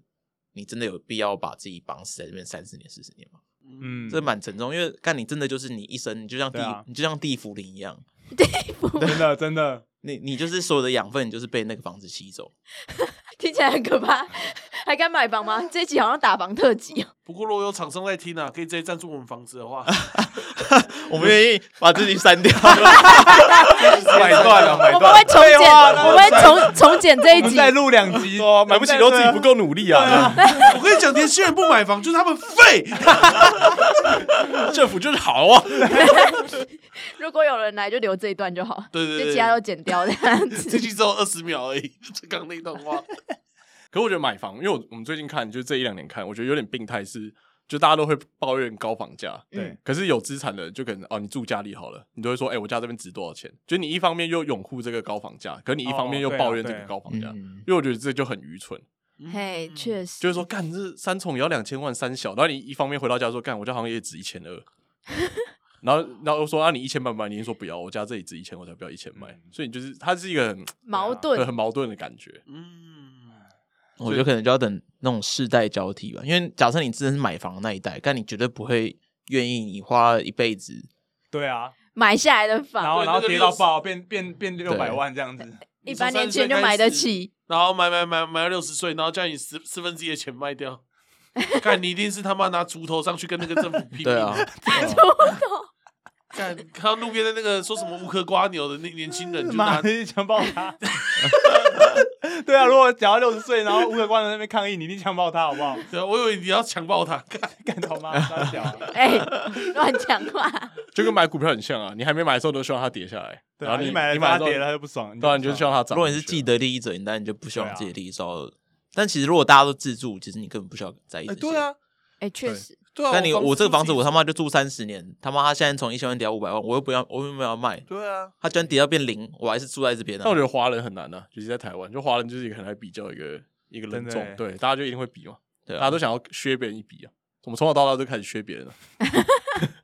Speaker 5: 你真的有必要把自己绑死在这边三十年四十年吗？
Speaker 3: 嗯，
Speaker 5: 这蛮沉重，因为干你真的就是你一生，你就像地、
Speaker 3: 对啊
Speaker 5: 你就像地茯苓一样，
Speaker 3: 真的真 的，
Speaker 5: 你你就是所有的养分，你就是被那个房子吸 走。
Speaker 1: 听起来很可怕， 还敢买房 吗？这一集好像打房特辑哦。
Speaker 2: 不过如果有厂商在听啊，可以直接赞助我们房子 的话，
Speaker 5: 我们愿意把自己删掉，
Speaker 4: 买 断了 买
Speaker 1: 我们
Speaker 4: 断
Speaker 1: 会，重剪，
Speaker 3: 废话那
Speaker 1: 我们会重重剪这一
Speaker 3: 我们
Speaker 1: 集。
Speaker 3: 再录两集，
Speaker 4: 哦， 买不起都自己不够努 力啊，
Speaker 2: 我跟你讲，年轻人不买房就是他们废。
Speaker 4: 政府就是好啊，
Speaker 1: 如果有人来，就留这一段就好，
Speaker 2: 对对
Speaker 1: 就
Speaker 2: 对
Speaker 1: 其他都剪掉这样
Speaker 2: 这
Speaker 1: 子。
Speaker 2: 句只有二十秒而已， 就刚刚那段话。
Speaker 4: 可我觉得买房，因为我我们最近看，就是这一两年看，我觉得有点病态是，就大家都会抱怨高房价，
Speaker 3: 对，啊
Speaker 4: 可是有资产的人就可能哦，你住家里好了，你都会说，哎、我家这边值多少钱？就你一方面又拥护这个高房价，可你一方面又
Speaker 3: 哦对啊
Speaker 4: 抱怨这
Speaker 3: 对
Speaker 4: 个
Speaker 3: 啊
Speaker 4: 高房价，
Speaker 5: 嗯
Speaker 4: 因为我觉得这就很愚蠢，
Speaker 1: 嘿，确实，
Speaker 4: 就是说干这三重也要两千万三小，然后你一方面回到家说干，我家好像也只一千二。 然后，然后又说啊，你一千万卖，你说不要，我家这里值一千，我才不要一千卖。
Speaker 3: 嗯
Speaker 4: 所以你就是，它是一个很
Speaker 1: 矛
Speaker 4: 对
Speaker 1: 盾
Speaker 4: 很矛盾的感觉。
Speaker 2: 嗯，
Speaker 5: 我觉得可能就要等那种世代交替吧，因为假设你真的是买房的那一代，但你绝对不会愿意你花一辈子，
Speaker 3: 对啊，
Speaker 1: 买下来的
Speaker 3: 然
Speaker 1: 房，
Speaker 3: 后
Speaker 2: 对
Speaker 3: 然后
Speaker 2: 那个
Speaker 3: 跌
Speaker 2: 六
Speaker 3: 到
Speaker 2: 十
Speaker 3: 爆，变变变六百万这样子，
Speaker 1: 一
Speaker 2: 你
Speaker 1: 般
Speaker 2: 从
Speaker 1: 年轻人
Speaker 2: 30岁
Speaker 1: 就买得
Speaker 2: 开始
Speaker 1: 起。
Speaker 2: 然后买买买买到六十岁，然后叫你十四分之一的钱卖 掉，干你一定是他妈拿锄头上去跟那个政府拼命。
Speaker 5: 对啊，，
Speaker 2: 干看到路边的那个说什么无壳瓜牛的那年轻人，就
Speaker 3: 妈
Speaker 2: 拿
Speaker 3: 的强暴他。 对啊，如果讲到六十岁，然后无可官在那边抗议，你一定强暴他好不好？
Speaker 2: 对啊我以为你要强暴他，干
Speaker 3: 干他 妈三小啊，
Speaker 1: 哎，乱讲话，
Speaker 4: 就跟买股票很像啊，你还没买的时候都希望它跌下来，
Speaker 3: 对
Speaker 4: 然
Speaker 3: 啊，
Speaker 4: 后
Speaker 3: 你
Speaker 4: 买
Speaker 3: 买了他
Speaker 4: 你之后
Speaker 3: 跌了，他啊就不爽，
Speaker 4: 当然啊就是希望它涨。
Speaker 5: 如果你是既，得利益者，你当然就不希
Speaker 3: 对
Speaker 5: 望
Speaker 3: 啊
Speaker 5: 自己的利益受到。但其实如果大家都自住，其实你根本不需要在意这
Speaker 2: 哎，
Speaker 5: 些。
Speaker 2: 对，啊，
Speaker 1: 哎，确实，
Speaker 2: 对啊。
Speaker 5: 但你我这个房子我他
Speaker 2: 妈
Speaker 5: 妈就住三十年，他妈他现在从一千万跌到五百万，我又不要，我又没有要卖，
Speaker 2: 对啊，
Speaker 5: 他居然跌到变零，我还是住在这边的、
Speaker 4: 但我觉得华人很难啊，尤其在台湾，就华人就是一个很爱比较一个一个人
Speaker 3: 真的欸
Speaker 4: 种，对，大家就一定会比嘛，
Speaker 5: 对
Speaker 4: 大
Speaker 5: 啊
Speaker 4: 家都想要削别人一比啊。我们从小到大都开始削别人了，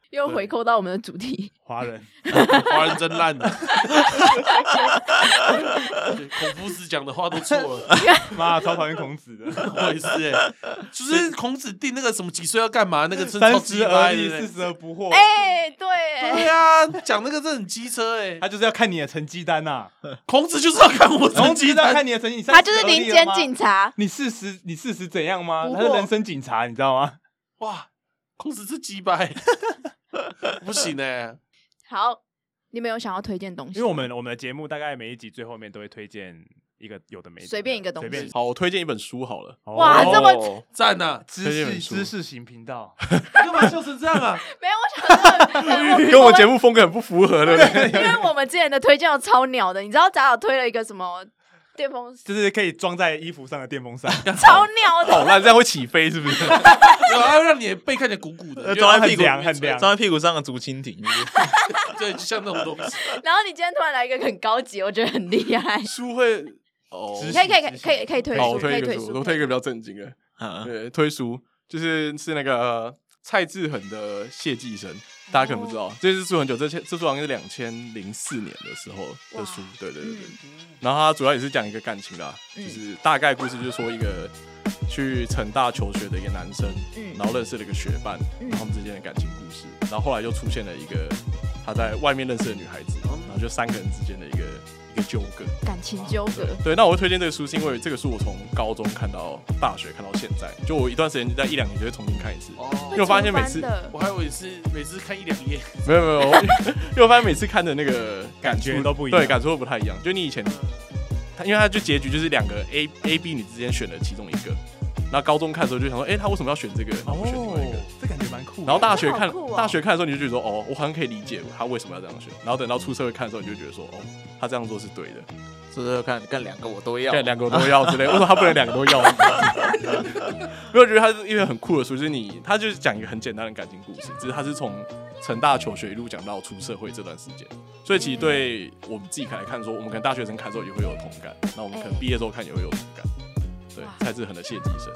Speaker 1: 又回扣到我们的主题。
Speaker 3: 华 人。
Speaker 2: 华人真 烂的。对孔夫子讲的话都错了。
Speaker 3: 妈，超讨厌孔子的，
Speaker 2: 我也是哎、就是孔子定那个什么几岁要干嘛，那个真的超
Speaker 3: 三
Speaker 2: 鸡
Speaker 3: 十
Speaker 2: 掰
Speaker 3: 而
Speaker 2: 的
Speaker 3: 立，
Speaker 2: 欸
Speaker 3: 四。十而不惑，
Speaker 1: 哎，对，
Speaker 2: 对啊，讲那个真的很机车哎、
Speaker 3: 他就是要看你的成绩单呐，
Speaker 2: 孔子就是要看我
Speaker 3: 孔
Speaker 2: 成
Speaker 3: 子就
Speaker 2: 绩
Speaker 3: 是要
Speaker 2: 单，
Speaker 3: 看你的成绩，你
Speaker 1: 他就是
Speaker 3: 30而立
Speaker 1: 林
Speaker 3: 了
Speaker 1: 间
Speaker 3: 吗
Speaker 1: 警察，
Speaker 3: 你四十，你四十怎样吗？
Speaker 2: 不
Speaker 3: 他是
Speaker 2: 过
Speaker 3: 人生警察，你知道吗？
Speaker 2: 哇，孔子是鸡 掰，不行哎、
Speaker 1: 好，你们有想要推荐东西吗？
Speaker 3: 因为我们我们的节目大概每一集最后面都会推荐一个有的没的
Speaker 1: 随便一个东西
Speaker 3: 随便
Speaker 4: 好，我推荐一本书好了，
Speaker 1: 哇这么
Speaker 5: 哦
Speaker 2: 赞呐、
Speaker 3: 知
Speaker 4: 推荐
Speaker 3: 识
Speaker 4: 本书
Speaker 3: 知识型频 道，
Speaker 2: 你干嘛笑成这样啊？
Speaker 1: 没有，我想说哎我
Speaker 4: 跟我节目风格很不符合的。
Speaker 1: 因为我们之前的推荐有超鸟的，你知道早早推了一个什么电风 扇，
Speaker 3: 就是可以装在衣服上的电风扇，
Speaker 1: 超鸟
Speaker 4: 好
Speaker 1: 的，
Speaker 4: 烂，这样会起飞是不是？
Speaker 2: 有啊，要让你的背看起来鼓鼓的，
Speaker 3: 装呃在屁股
Speaker 5: 很凉
Speaker 3: 里面吹
Speaker 5: 装在屁股上的竹蜻蜓，
Speaker 2: 对，就像那种东西。
Speaker 1: 然后你今天突然来一个很高级，我觉得很厉害。
Speaker 4: 书会哦，
Speaker 3: 知识
Speaker 1: 可以可以可以可以推
Speaker 4: 好，
Speaker 1: 书，
Speaker 4: 我
Speaker 1: 可
Speaker 4: 推
Speaker 1: 以
Speaker 4: 一个
Speaker 1: 推
Speaker 4: 书，
Speaker 1: 书，
Speaker 4: 我推一个比较正经的，
Speaker 5: 嗯，
Speaker 4: 对，推书就是是那个、呃蔡志恒的《谢寄生》，大家可能不知道，
Speaker 1: 哦
Speaker 4: 这是出很久，这这出好像是两千零四年的时候的书
Speaker 1: 哇，
Speaker 4: 对对对对。
Speaker 1: 嗯
Speaker 4: 然后它主要也是讲一个感情的啊、
Speaker 1: 嗯
Speaker 4: 就是大概故事就是说一个去成大求学的一个男生，
Speaker 1: 嗯
Speaker 4: 然后认识了一个学伴，
Speaker 1: 嗯
Speaker 4: 然后他们之间的感情故事，然后后来就出现了一个。他他在外面认识的女孩子，
Speaker 1: 哦
Speaker 4: 然后就三个人之间的一个一个纠葛。
Speaker 1: 感情纠葛，
Speaker 4: 对，那我会推荐这个书，是因为这个书我从高中看到大学，看到现在，就我一段时间在一两年就会重新看一次。因为
Speaker 2: 哦，
Speaker 4: 我发现每次
Speaker 1: 重翻的
Speaker 2: 我还以为是每次看一两页，
Speaker 4: 没有没有，我因为我发现每次看的那个感
Speaker 3: 觉
Speaker 4: 触
Speaker 3: 都不一样
Speaker 4: 对，感触都不太一样。就你以前，他因为他就结局就是两个 A A B 你之间选了其中一个，那高中看的时候就想说，哎、他为什么要选这个？那我选另外一个。
Speaker 3: 哦，这感觉蛮酷的。
Speaker 4: 然后大
Speaker 1: 这
Speaker 4: 学
Speaker 1: 好
Speaker 4: 看、
Speaker 1: 酷哦
Speaker 4: 大学看的时候，你就觉得说，哦，我好像可以理解他为什么要这样选。然后等到出社会看的时候，你就觉得说，哦，他这样做是对的，
Speaker 5: 这这看干两个我都要，
Speaker 4: 对，两个都要之类。 为什么他不能两个都 要？因为我觉得他是一本很酷的书，就是你，他就是讲一个很简单的感情故事，只是他是从成大求学一路讲到出社会这段时间，所以其实对我们自己来看说，我们可能大学生看的时候也会有同感，那我们可能毕业之后看也会有同感。对
Speaker 1: 哇，
Speaker 4: 蔡志恒的谢继生，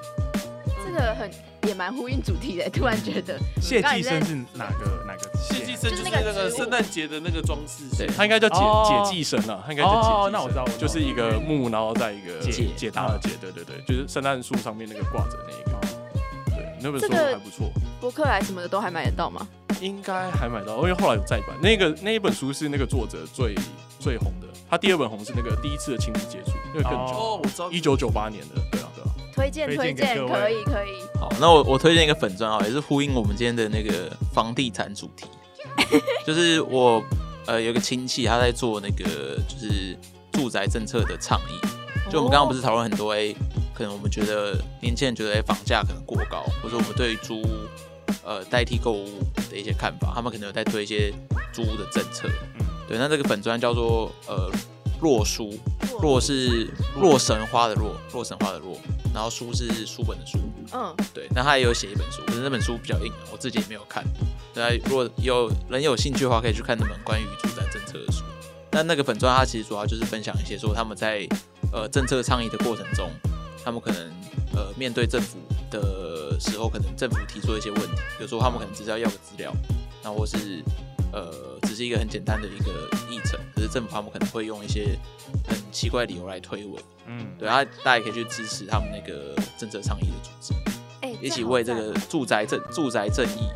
Speaker 1: 这个很也蛮呼应主题的，突然觉得
Speaker 3: 谢继生是哪个哪个谢
Speaker 2: 谢继生
Speaker 1: 就
Speaker 2: 就是
Speaker 1: 那
Speaker 2: 是
Speaker 1: 个
Speaker 2: 那个
Speaker 1: 植物
Speaker 2: 圣诞节的那个装饰，
Speaker 5: 对
Speaker 4: 他应该叫解、
Speaker 3: 哦
Speaker 4: 解继生啊，他应该叫解继生、
Speaker 3: 哦那我知道我知道嗯
Speaker 4: 就是一个木，然后再一个
Speaker 5: 解
Speaker 4: 解答的解，对对对，就是圣诞树上面那个挂着那一个，对，那本
Speaker 1: 这
Speaker 4: 书
Speaker 1: 个
Speaker 4: 还不错。
Speaker 1: 博客来什么的都还买得到吗？
Speaker 4: 应该还买到，因为后来有再版。那个那一本书是那个作者最最红的，他第二本红是那个第一次的亲密接触，那个更久，
Speaker 2: 哦，我知道，
Speaker 4: 一九九八年的，对啊对啊。
Speaker 1: 推荐推
Speaker 3: 推荐
Speaker 1: 荐，
Speaker 3: 给各位
Speaker 1: 可以可以。
Speaker 5: 好，那我我推荐一个粉砖啊，也是呼应我们今天的那个房地产主题，就是我呃有一个亲戚他在做那个就是住宅政策的倡议，就我们刚刚不是讨论很多哎、可能我们觉得年轻人觉得哎、房价可能过高，或者我们对于租屋呃代替购物的一些看法，他们可能有在推一些租屋的政策。
Speaker 3: 嗯
Speaker 5: 对，那这个粉砖叫做呃洛书，
Speaker 1: 哦
Speaker 5: 洛是洛神花的洛，洛神花的洛，然后书是书本的书。
Speaker 1: 嗯，
Speaker 5: 对，那他也有写一本书，可是那本书比较硬，啊我自己也没有看。对啊，如果有人有兴趣的话，可以去看那本关于住宅政策的书。那那个粉砖，它其实主要就是分享一些说他们在呃政策倡议的过程中，他们可能呃面对政府的时候，可能政府提出了一些问题，比如说他们可能只是要要个资料，那或是呃只是一个很简单的一个议程，可是政府他们可能会用一些很奇怪的理由来推诿。
Speaker 3: 嗯，
Speaker 5: 对，啊，大家也可以去支持他们那个政策倡议的组织。
Speaker 1: 哎，
Speaker 5: 一起
Speaker 1: 好
Speaker 5: 为这
Speaker 1: 赞
Speaker 5: 个住宅正住宅正义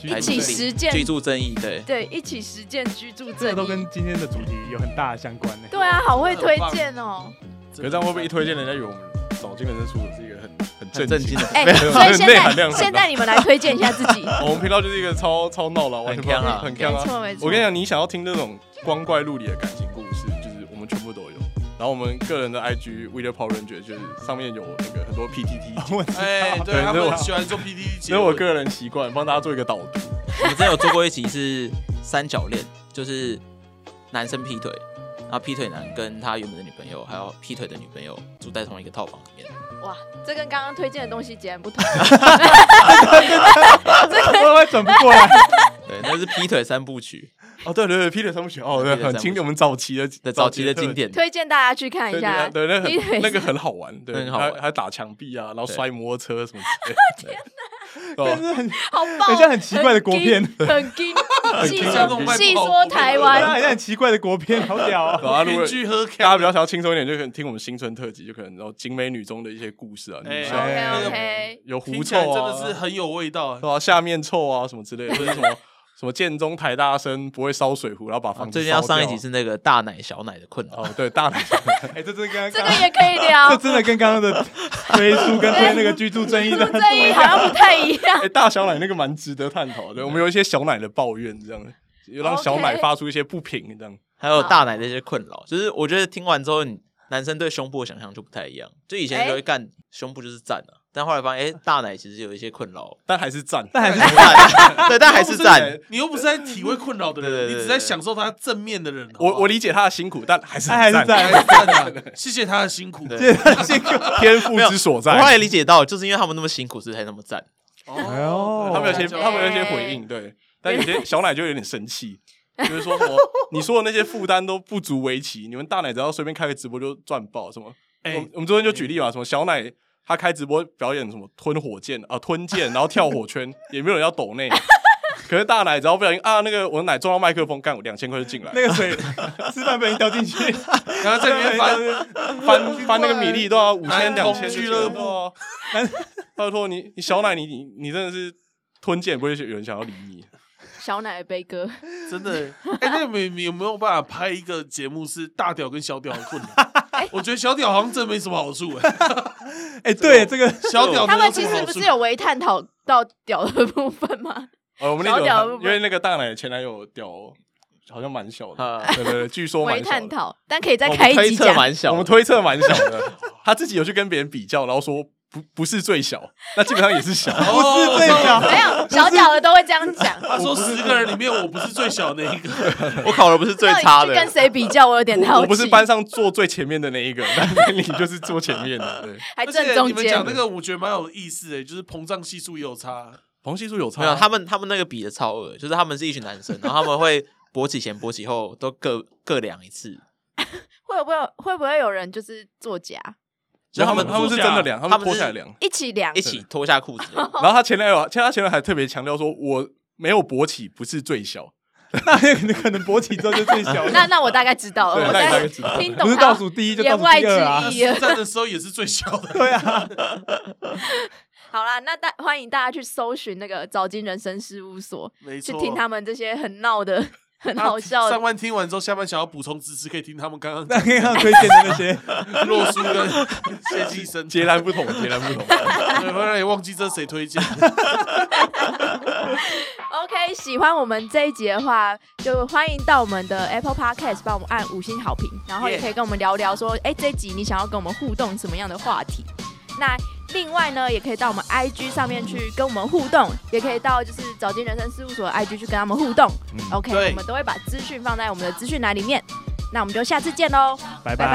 Speaker 3: 居
Speaker 5: 来
Speaker 1: 一起
Speaker 5: 努力
Speaker 1: 实践
Speaker 5: 居住正义，对，
Speaker 1: 对一起实践居住
Speaker 3: 这
Speaker 1: 正
Speaker 3: 个都
Speaker 1: 义
Speaker 3: 跟。今天的主题有很大的相关呢。
Speaker 1: 对啊，好会推荐哦。
Speaker 4: 可是这样会不会一推荐人家以为我们早进人生出的是一个很很
Speaker 5: 很
Speaker 4: 正
Speaker 5: 震
Speaker 4: 经
Speaker 5: 惊
Speaker 4: 的？
Speaker 5: 的，
Speaker 1: 哎，
Speaker 4: 没有
Speaker 1: 所以
Speaker 4: 这
Speaker 1: 现
Speaker 4: 内涵量
Speaker 1: 在
Speaker 4: 很大
Speaker 1: 现在你们来推荐一下自己。
Speaker 4: 我们频道就是一个超超闹了，完全不知道
Speaker 5: 很呛啊
Speaker 4: 很
Speaker 1: 没
Speaker 4: 强啊！
Speaker 1: 错没错，
Speaker 4: 我跟你讲，你想要听那种光怪陆离的感情故事，就是我们全部都有。然后我们个人的 IG w e e d e r Power Ranger 就是上面有那个很多
Speaker 5: 哦
Speaker 4: PTT，
Speaker 3: 我知道
Speaker 2: 哎，对，
Speaker 4: 对
Speaker 2: 他
Speaker 4: 这是
Speaker 2: 们
Speaker 4: 我
Speaker 2: 喜欢做 PPT 结
Speaker 4: 所以我
Speaker 2: 尾，
Speaker 4: 个人习惯帮大家做一个导读。
Speaker 5: 我们之前有做过一集是三角恋，就是男生劈腿，然后劈腿男跟他原本的女朋友还有劈腿的女朋友住在同一个套房里面，
Speaker 1: 哇，这跟刚刚推荐的东西截然不同。
Speaker 3: 我我转不过来。
Speaker 5: 对，那是劈腿三部曲
Speaker 4: 哦，对对对，Peter 三部曲，哦，对，
Speaker 5: Peter
Speaker 4: 很
Speaker 5: 三部
Speaker 4: 经
Speaker 5: 曲
Speaker 4: 典，我们早期的
Speaker 5: 的早期的经典，
Speaker 1: 推荐大家去看一
Speaker 4: 对
Speaker 1: 下，
Speaker 4: 对对，那很那个
Speaker 1: 很
Speaker 4: 很好玩，对，
Speaker 5: 很好玩
Speaker 4: 还还打墙壁啊，然后
Speaker 5: 对
Speaker 4: 摔摩托车什么 之类的
Speaker 3: 但
Speaker 4: 对。对吧啊
Speaker 3: 是很
Speaker 1: 好棒，
Speaker 3: 很像很奇怪的国片
Speaker 1: 很很金，细
Speaker 2: 像那种
Speaker 1: 说
Speaker 2: 卖
Speaker 1: 细
Speaker 2: 不好
Speaker 1: 说
Speaker 2: 的
Speaker 1: 台
Speaker 3: 对啊
Speaker 1: 湾，
Speaker 3: 很像很奇怪的国片，好屌啊！
Speaker 4: 然后如果
Speaker 2: 编剧喝咖
Speaker 4: 大家比较想要轻松一点，就可能听我们新春特辑，就可能然后景美女中的一些故事啊，
Speaker 2: 哎
Speaker 4: 女校
Speaker 3: 哎
Speaker 1: OK
Speaker 2: 那
Speaker 1: OK，
Speaker 4: 有
Speaker 2: 听
Speaker 4: 狐
Speaker 2: 起来
Speaker 4: 臭
Speaker 2: 真
Speaker 4: 啊，
Speaker 2: 的是很有味道
Speaker 4: 对。吧？下面臭啊什么之 类的，或者什么什么建中台大生不会烧水壶，然后把
Speaker 5: 啊
Speaker 4: 房子
Speaker 5: 最近要
Speaker 4: 烧掉
Speaker 5: 上一集是那个大奶小奶的困扰，
Speaker 4: 哦，对，大奶
Speaker 3: 哎，这真的跟
Speaker 1: 这
Speaker 3: 刚
Speaker 1: 个
Speaker 3: 刚
Speaker 1: 也可以聊
Speaker 3: 这，真的跟刚刚的推书跟推那个居住正义的
Speaker 1: 这一好像不太一样。
Speaker 4: 哎大小奶那个蛮值得探讨的，我们有一些小奶的抱怨这样的，有让小奶
Speaker 1: OK
Speaker 4: 发出一些不平这样。，
Speaker 5: 还有大奶的一些困扰，就是我觉得听完之后，你男生对胸部的想象就不太一样。就以前就会干、胸部就是赞啊，但后来发现，哎、大奶其实有一些困扰
Speaker 4: 但还是赞，
Speaker 3: 但还是
Speaker 5: 赞对，但还是赞。
Speaker 2: 你又不是在体会困扰的
Speaker 5: 对对
Speaker 2: 人，
Speaker 5: 对
Speaker 2: 你
Speaker 5: 对
Speaker 2: 只在享受他正面的人。好不好
Speaker 4: 我我理解他的辛苦，但还是
Speaker 3: 他还是
Speaker 4: 很赞
Speaker 3: 在
Speaker 2: 谢谢他的辛苦。
Speaker 5: 对
Speaker 4: 天赋之所
Speaker 5: 我
Speaker 4: 在。
Speaker 5: 后来理解到，就是因为他们那么辛苦，所以才那 么赞。
Speaker 3: 哎
Speaker 2: 哦
Speaker 3: 呦
Speaker 4: 他们有些
Speaker 1: 对
Speaker 4: 他们有些回应，对，但有些小奶就有点生气，就是说什么你说的那些负担都不足为奇，你们大奶只要随便开个直播就赚爆什么？
Speaker 2: 哎
Speaker 4: 我们我们昨天就举例嘛，什么小奶。他开直播表演什么吞火箭啊，吞剑，然后跳火圈，也没有人要抖内。可是大奶只要不小心啊，那个我的奶撞到麦克风，干我两千块就进来了，
Speaker 3: 那个 水吃饭不小心掉进去，
Speaker 2: 然后在里面翻
Speaker 4: 翻翻那个米粒都要五
Speaker 2: 男
Speaker 5: 哎
Speaker 4: 千两
Speaker 2: 童
Speaker 4: 千
Speaker 2: 俱乐部
Speaker 4: 啊！拜托你，你小奶你你你真的是吞剑，不会有人想要理你。
Speaker 1: 小奶杯哥，
Speaker 2: 真的欸。哎、那你们有没有没有办法拍一个节目是大屌跟小屌的混
Speaker 1: 哎
Speaker 2: 合？我觉得小屌好像真没什么好处哎、
Speaker 3: 哎，对这个
Speaker 2: 小屌
Speaker 1: 他
Speaker 2: 没
Speaker 1: 们
Speaker 2: 有什
Speaker 1: 其
Speaker 2: 么
Speaker 1: 实
Speaker 2: 好
Speaker 1: 不
Speaker 2: 处哦
Speaker 1: 是。有微探讨到屌的部分吗？
Speaker 4: 呃，我们
Speaker 1: 小
Speaker 4: 那
Speaker 1: 屌
Speaker 4: 个
Speaker 1: 的部
Speaker 4: 有
Speaker 1: 分
Speaker 4: 因为那个大奶前男友屌好像蛮小的，
Speaker 5: 呃，
Speaker 4: 对对对，据说
Speaker 1: 微
Speaker 4: 蛮小
Speaker 1: 探
Speaker 4: 的。
Speaker 1: 讨，但可以再
Speaker 5: 我
Speaker 1: 开
Speaker 5: 们
Speaker 1: 啊一
Speaker 5: 推
Speaker 1: 集
Speaker 5: 测
Speaker 1: 讲。
Speaker 5: 蛮小
Speaker 4: 我
Speaker 5: 的，
Speaker 4: 们推测蛮小的，他自己有去跟别人比较，然后说不不是最小，那基本上也是 小。
Speaker 3: 不是最小，
Speaker 1: 没有小屌的都会这样讲。
Speaker 2: 他说十个人里面我不是最小那一 个，
Speaker 5: 我考的不是最
Speaker 1: 到底
Speaker 5: 差
Speaker 1: 去
Speaker 5: 的，
Speaker 1: 跟谁比较？我有点
Speaker 4: 我
Speaker 1: 好
Speaker 4: 我
Speaker 1: 奇。
Speaker 4: 不是班上坐最前面的那一个，但你就是坐前面的。对，
Speaker 1: 还
Speaker 2: 而且
Speaker 1: 正
Speaker 2: 你
Speaker 1: 中
Speaker 2: 们
Speaker 1: 间
Speaker 2: 讲，那个我觉得蛮有意思的、就是膨胀系数也有 差。
Speaker 4: 黄系数有差，
Speaker 5: 没有，他们他们那个比的超恶，就是他们是一群男生，然后他们会勃起前、勃起后都各各量一次，
Speaker 1: 会不会有会不会有人就是作假，
Speaker 5: 就
Speaker 4: 他
Speaker 5: 他
Speaker 4: 们
Speaker 5: 们
Speaker 4: 他们是
Speaker 2: 作假
Speaker 4: 真的量，他
Speaker 5: 他
Speaker 4: 们
Speaker 5: 们
Speaker 4: 脱
Speaker 5: 是
Speaker 4: 下来量。
Speaker 1: 一起量
Speaker 5: 一起脱下裤子。
Speaker 4: 然后他前男友，前他前男友还特别强调说，我没有勃起，不是最小。
Speaker 3: 那可能勃起之后就最小了，
Speaker 1: 那那我大概知道
Speaker 4: 对
Speaker 1: 了，我
Speaker 4: 那你大
Speaker 1: 大
Speaker 4: 概
Speaker 1: 概
Speaker 4: 知道
Speaker 1: 听懂
Speaker 3: 不是
Speaker 1: 他
Speaker 3: 倒数第一就倒
Speaker 1: 言
Speaker 3: 数
Speaker 1: 外
Speaker 3: 第二啊
Speaker 1: 之。意了。
Speaker 2: 站的时候也是最 小的，
Speaker 3: 对啊，
Speaker 1: 好啦，那大欢迎大家去搜寻那个早金人生事务所，
Speaker 2: 没
Speaker 1: 去
Speaker 2: 错。
Speaker 1: 听他们这些很闹的、很好笑
Speaker 2: 上
Speaker 1: 的。
Speaker 2: 万听完之后，下班想要补充知识，可以听他们刚刚
Speaker 3: 那可以让推荐的那些，
Speaker 2: 讲洛书跟谢 继生，
Speaker 4: 截然不同，截然不同。
Speaker 2: 对，会让你忘记这是谁推荐的。
Speaker 1: OK，喜欢我们这一集的话，就欢迎到我们的 Apple Podcast 帮我们按五星好评，然后也
Speaker 2: Yeah
Speaker 1: 可以跟我们聊聊说，哎、这一集你想要跟我们互动什么样的话题？那另外呢，也可以到我们 IG 上面去跟我们互动，也可以到就是早金人生事务所的 IG 去跟他们互动。OK，
Speaker 2: 嗯对
Speaker 1: 我们都会把资讯放在我们的资讯栏里面。那我们就下次见喽，
Speaker 3: 拜
Speaker 1: 拜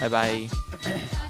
Speaker 1: 拜
Speaker 5: 拜拜。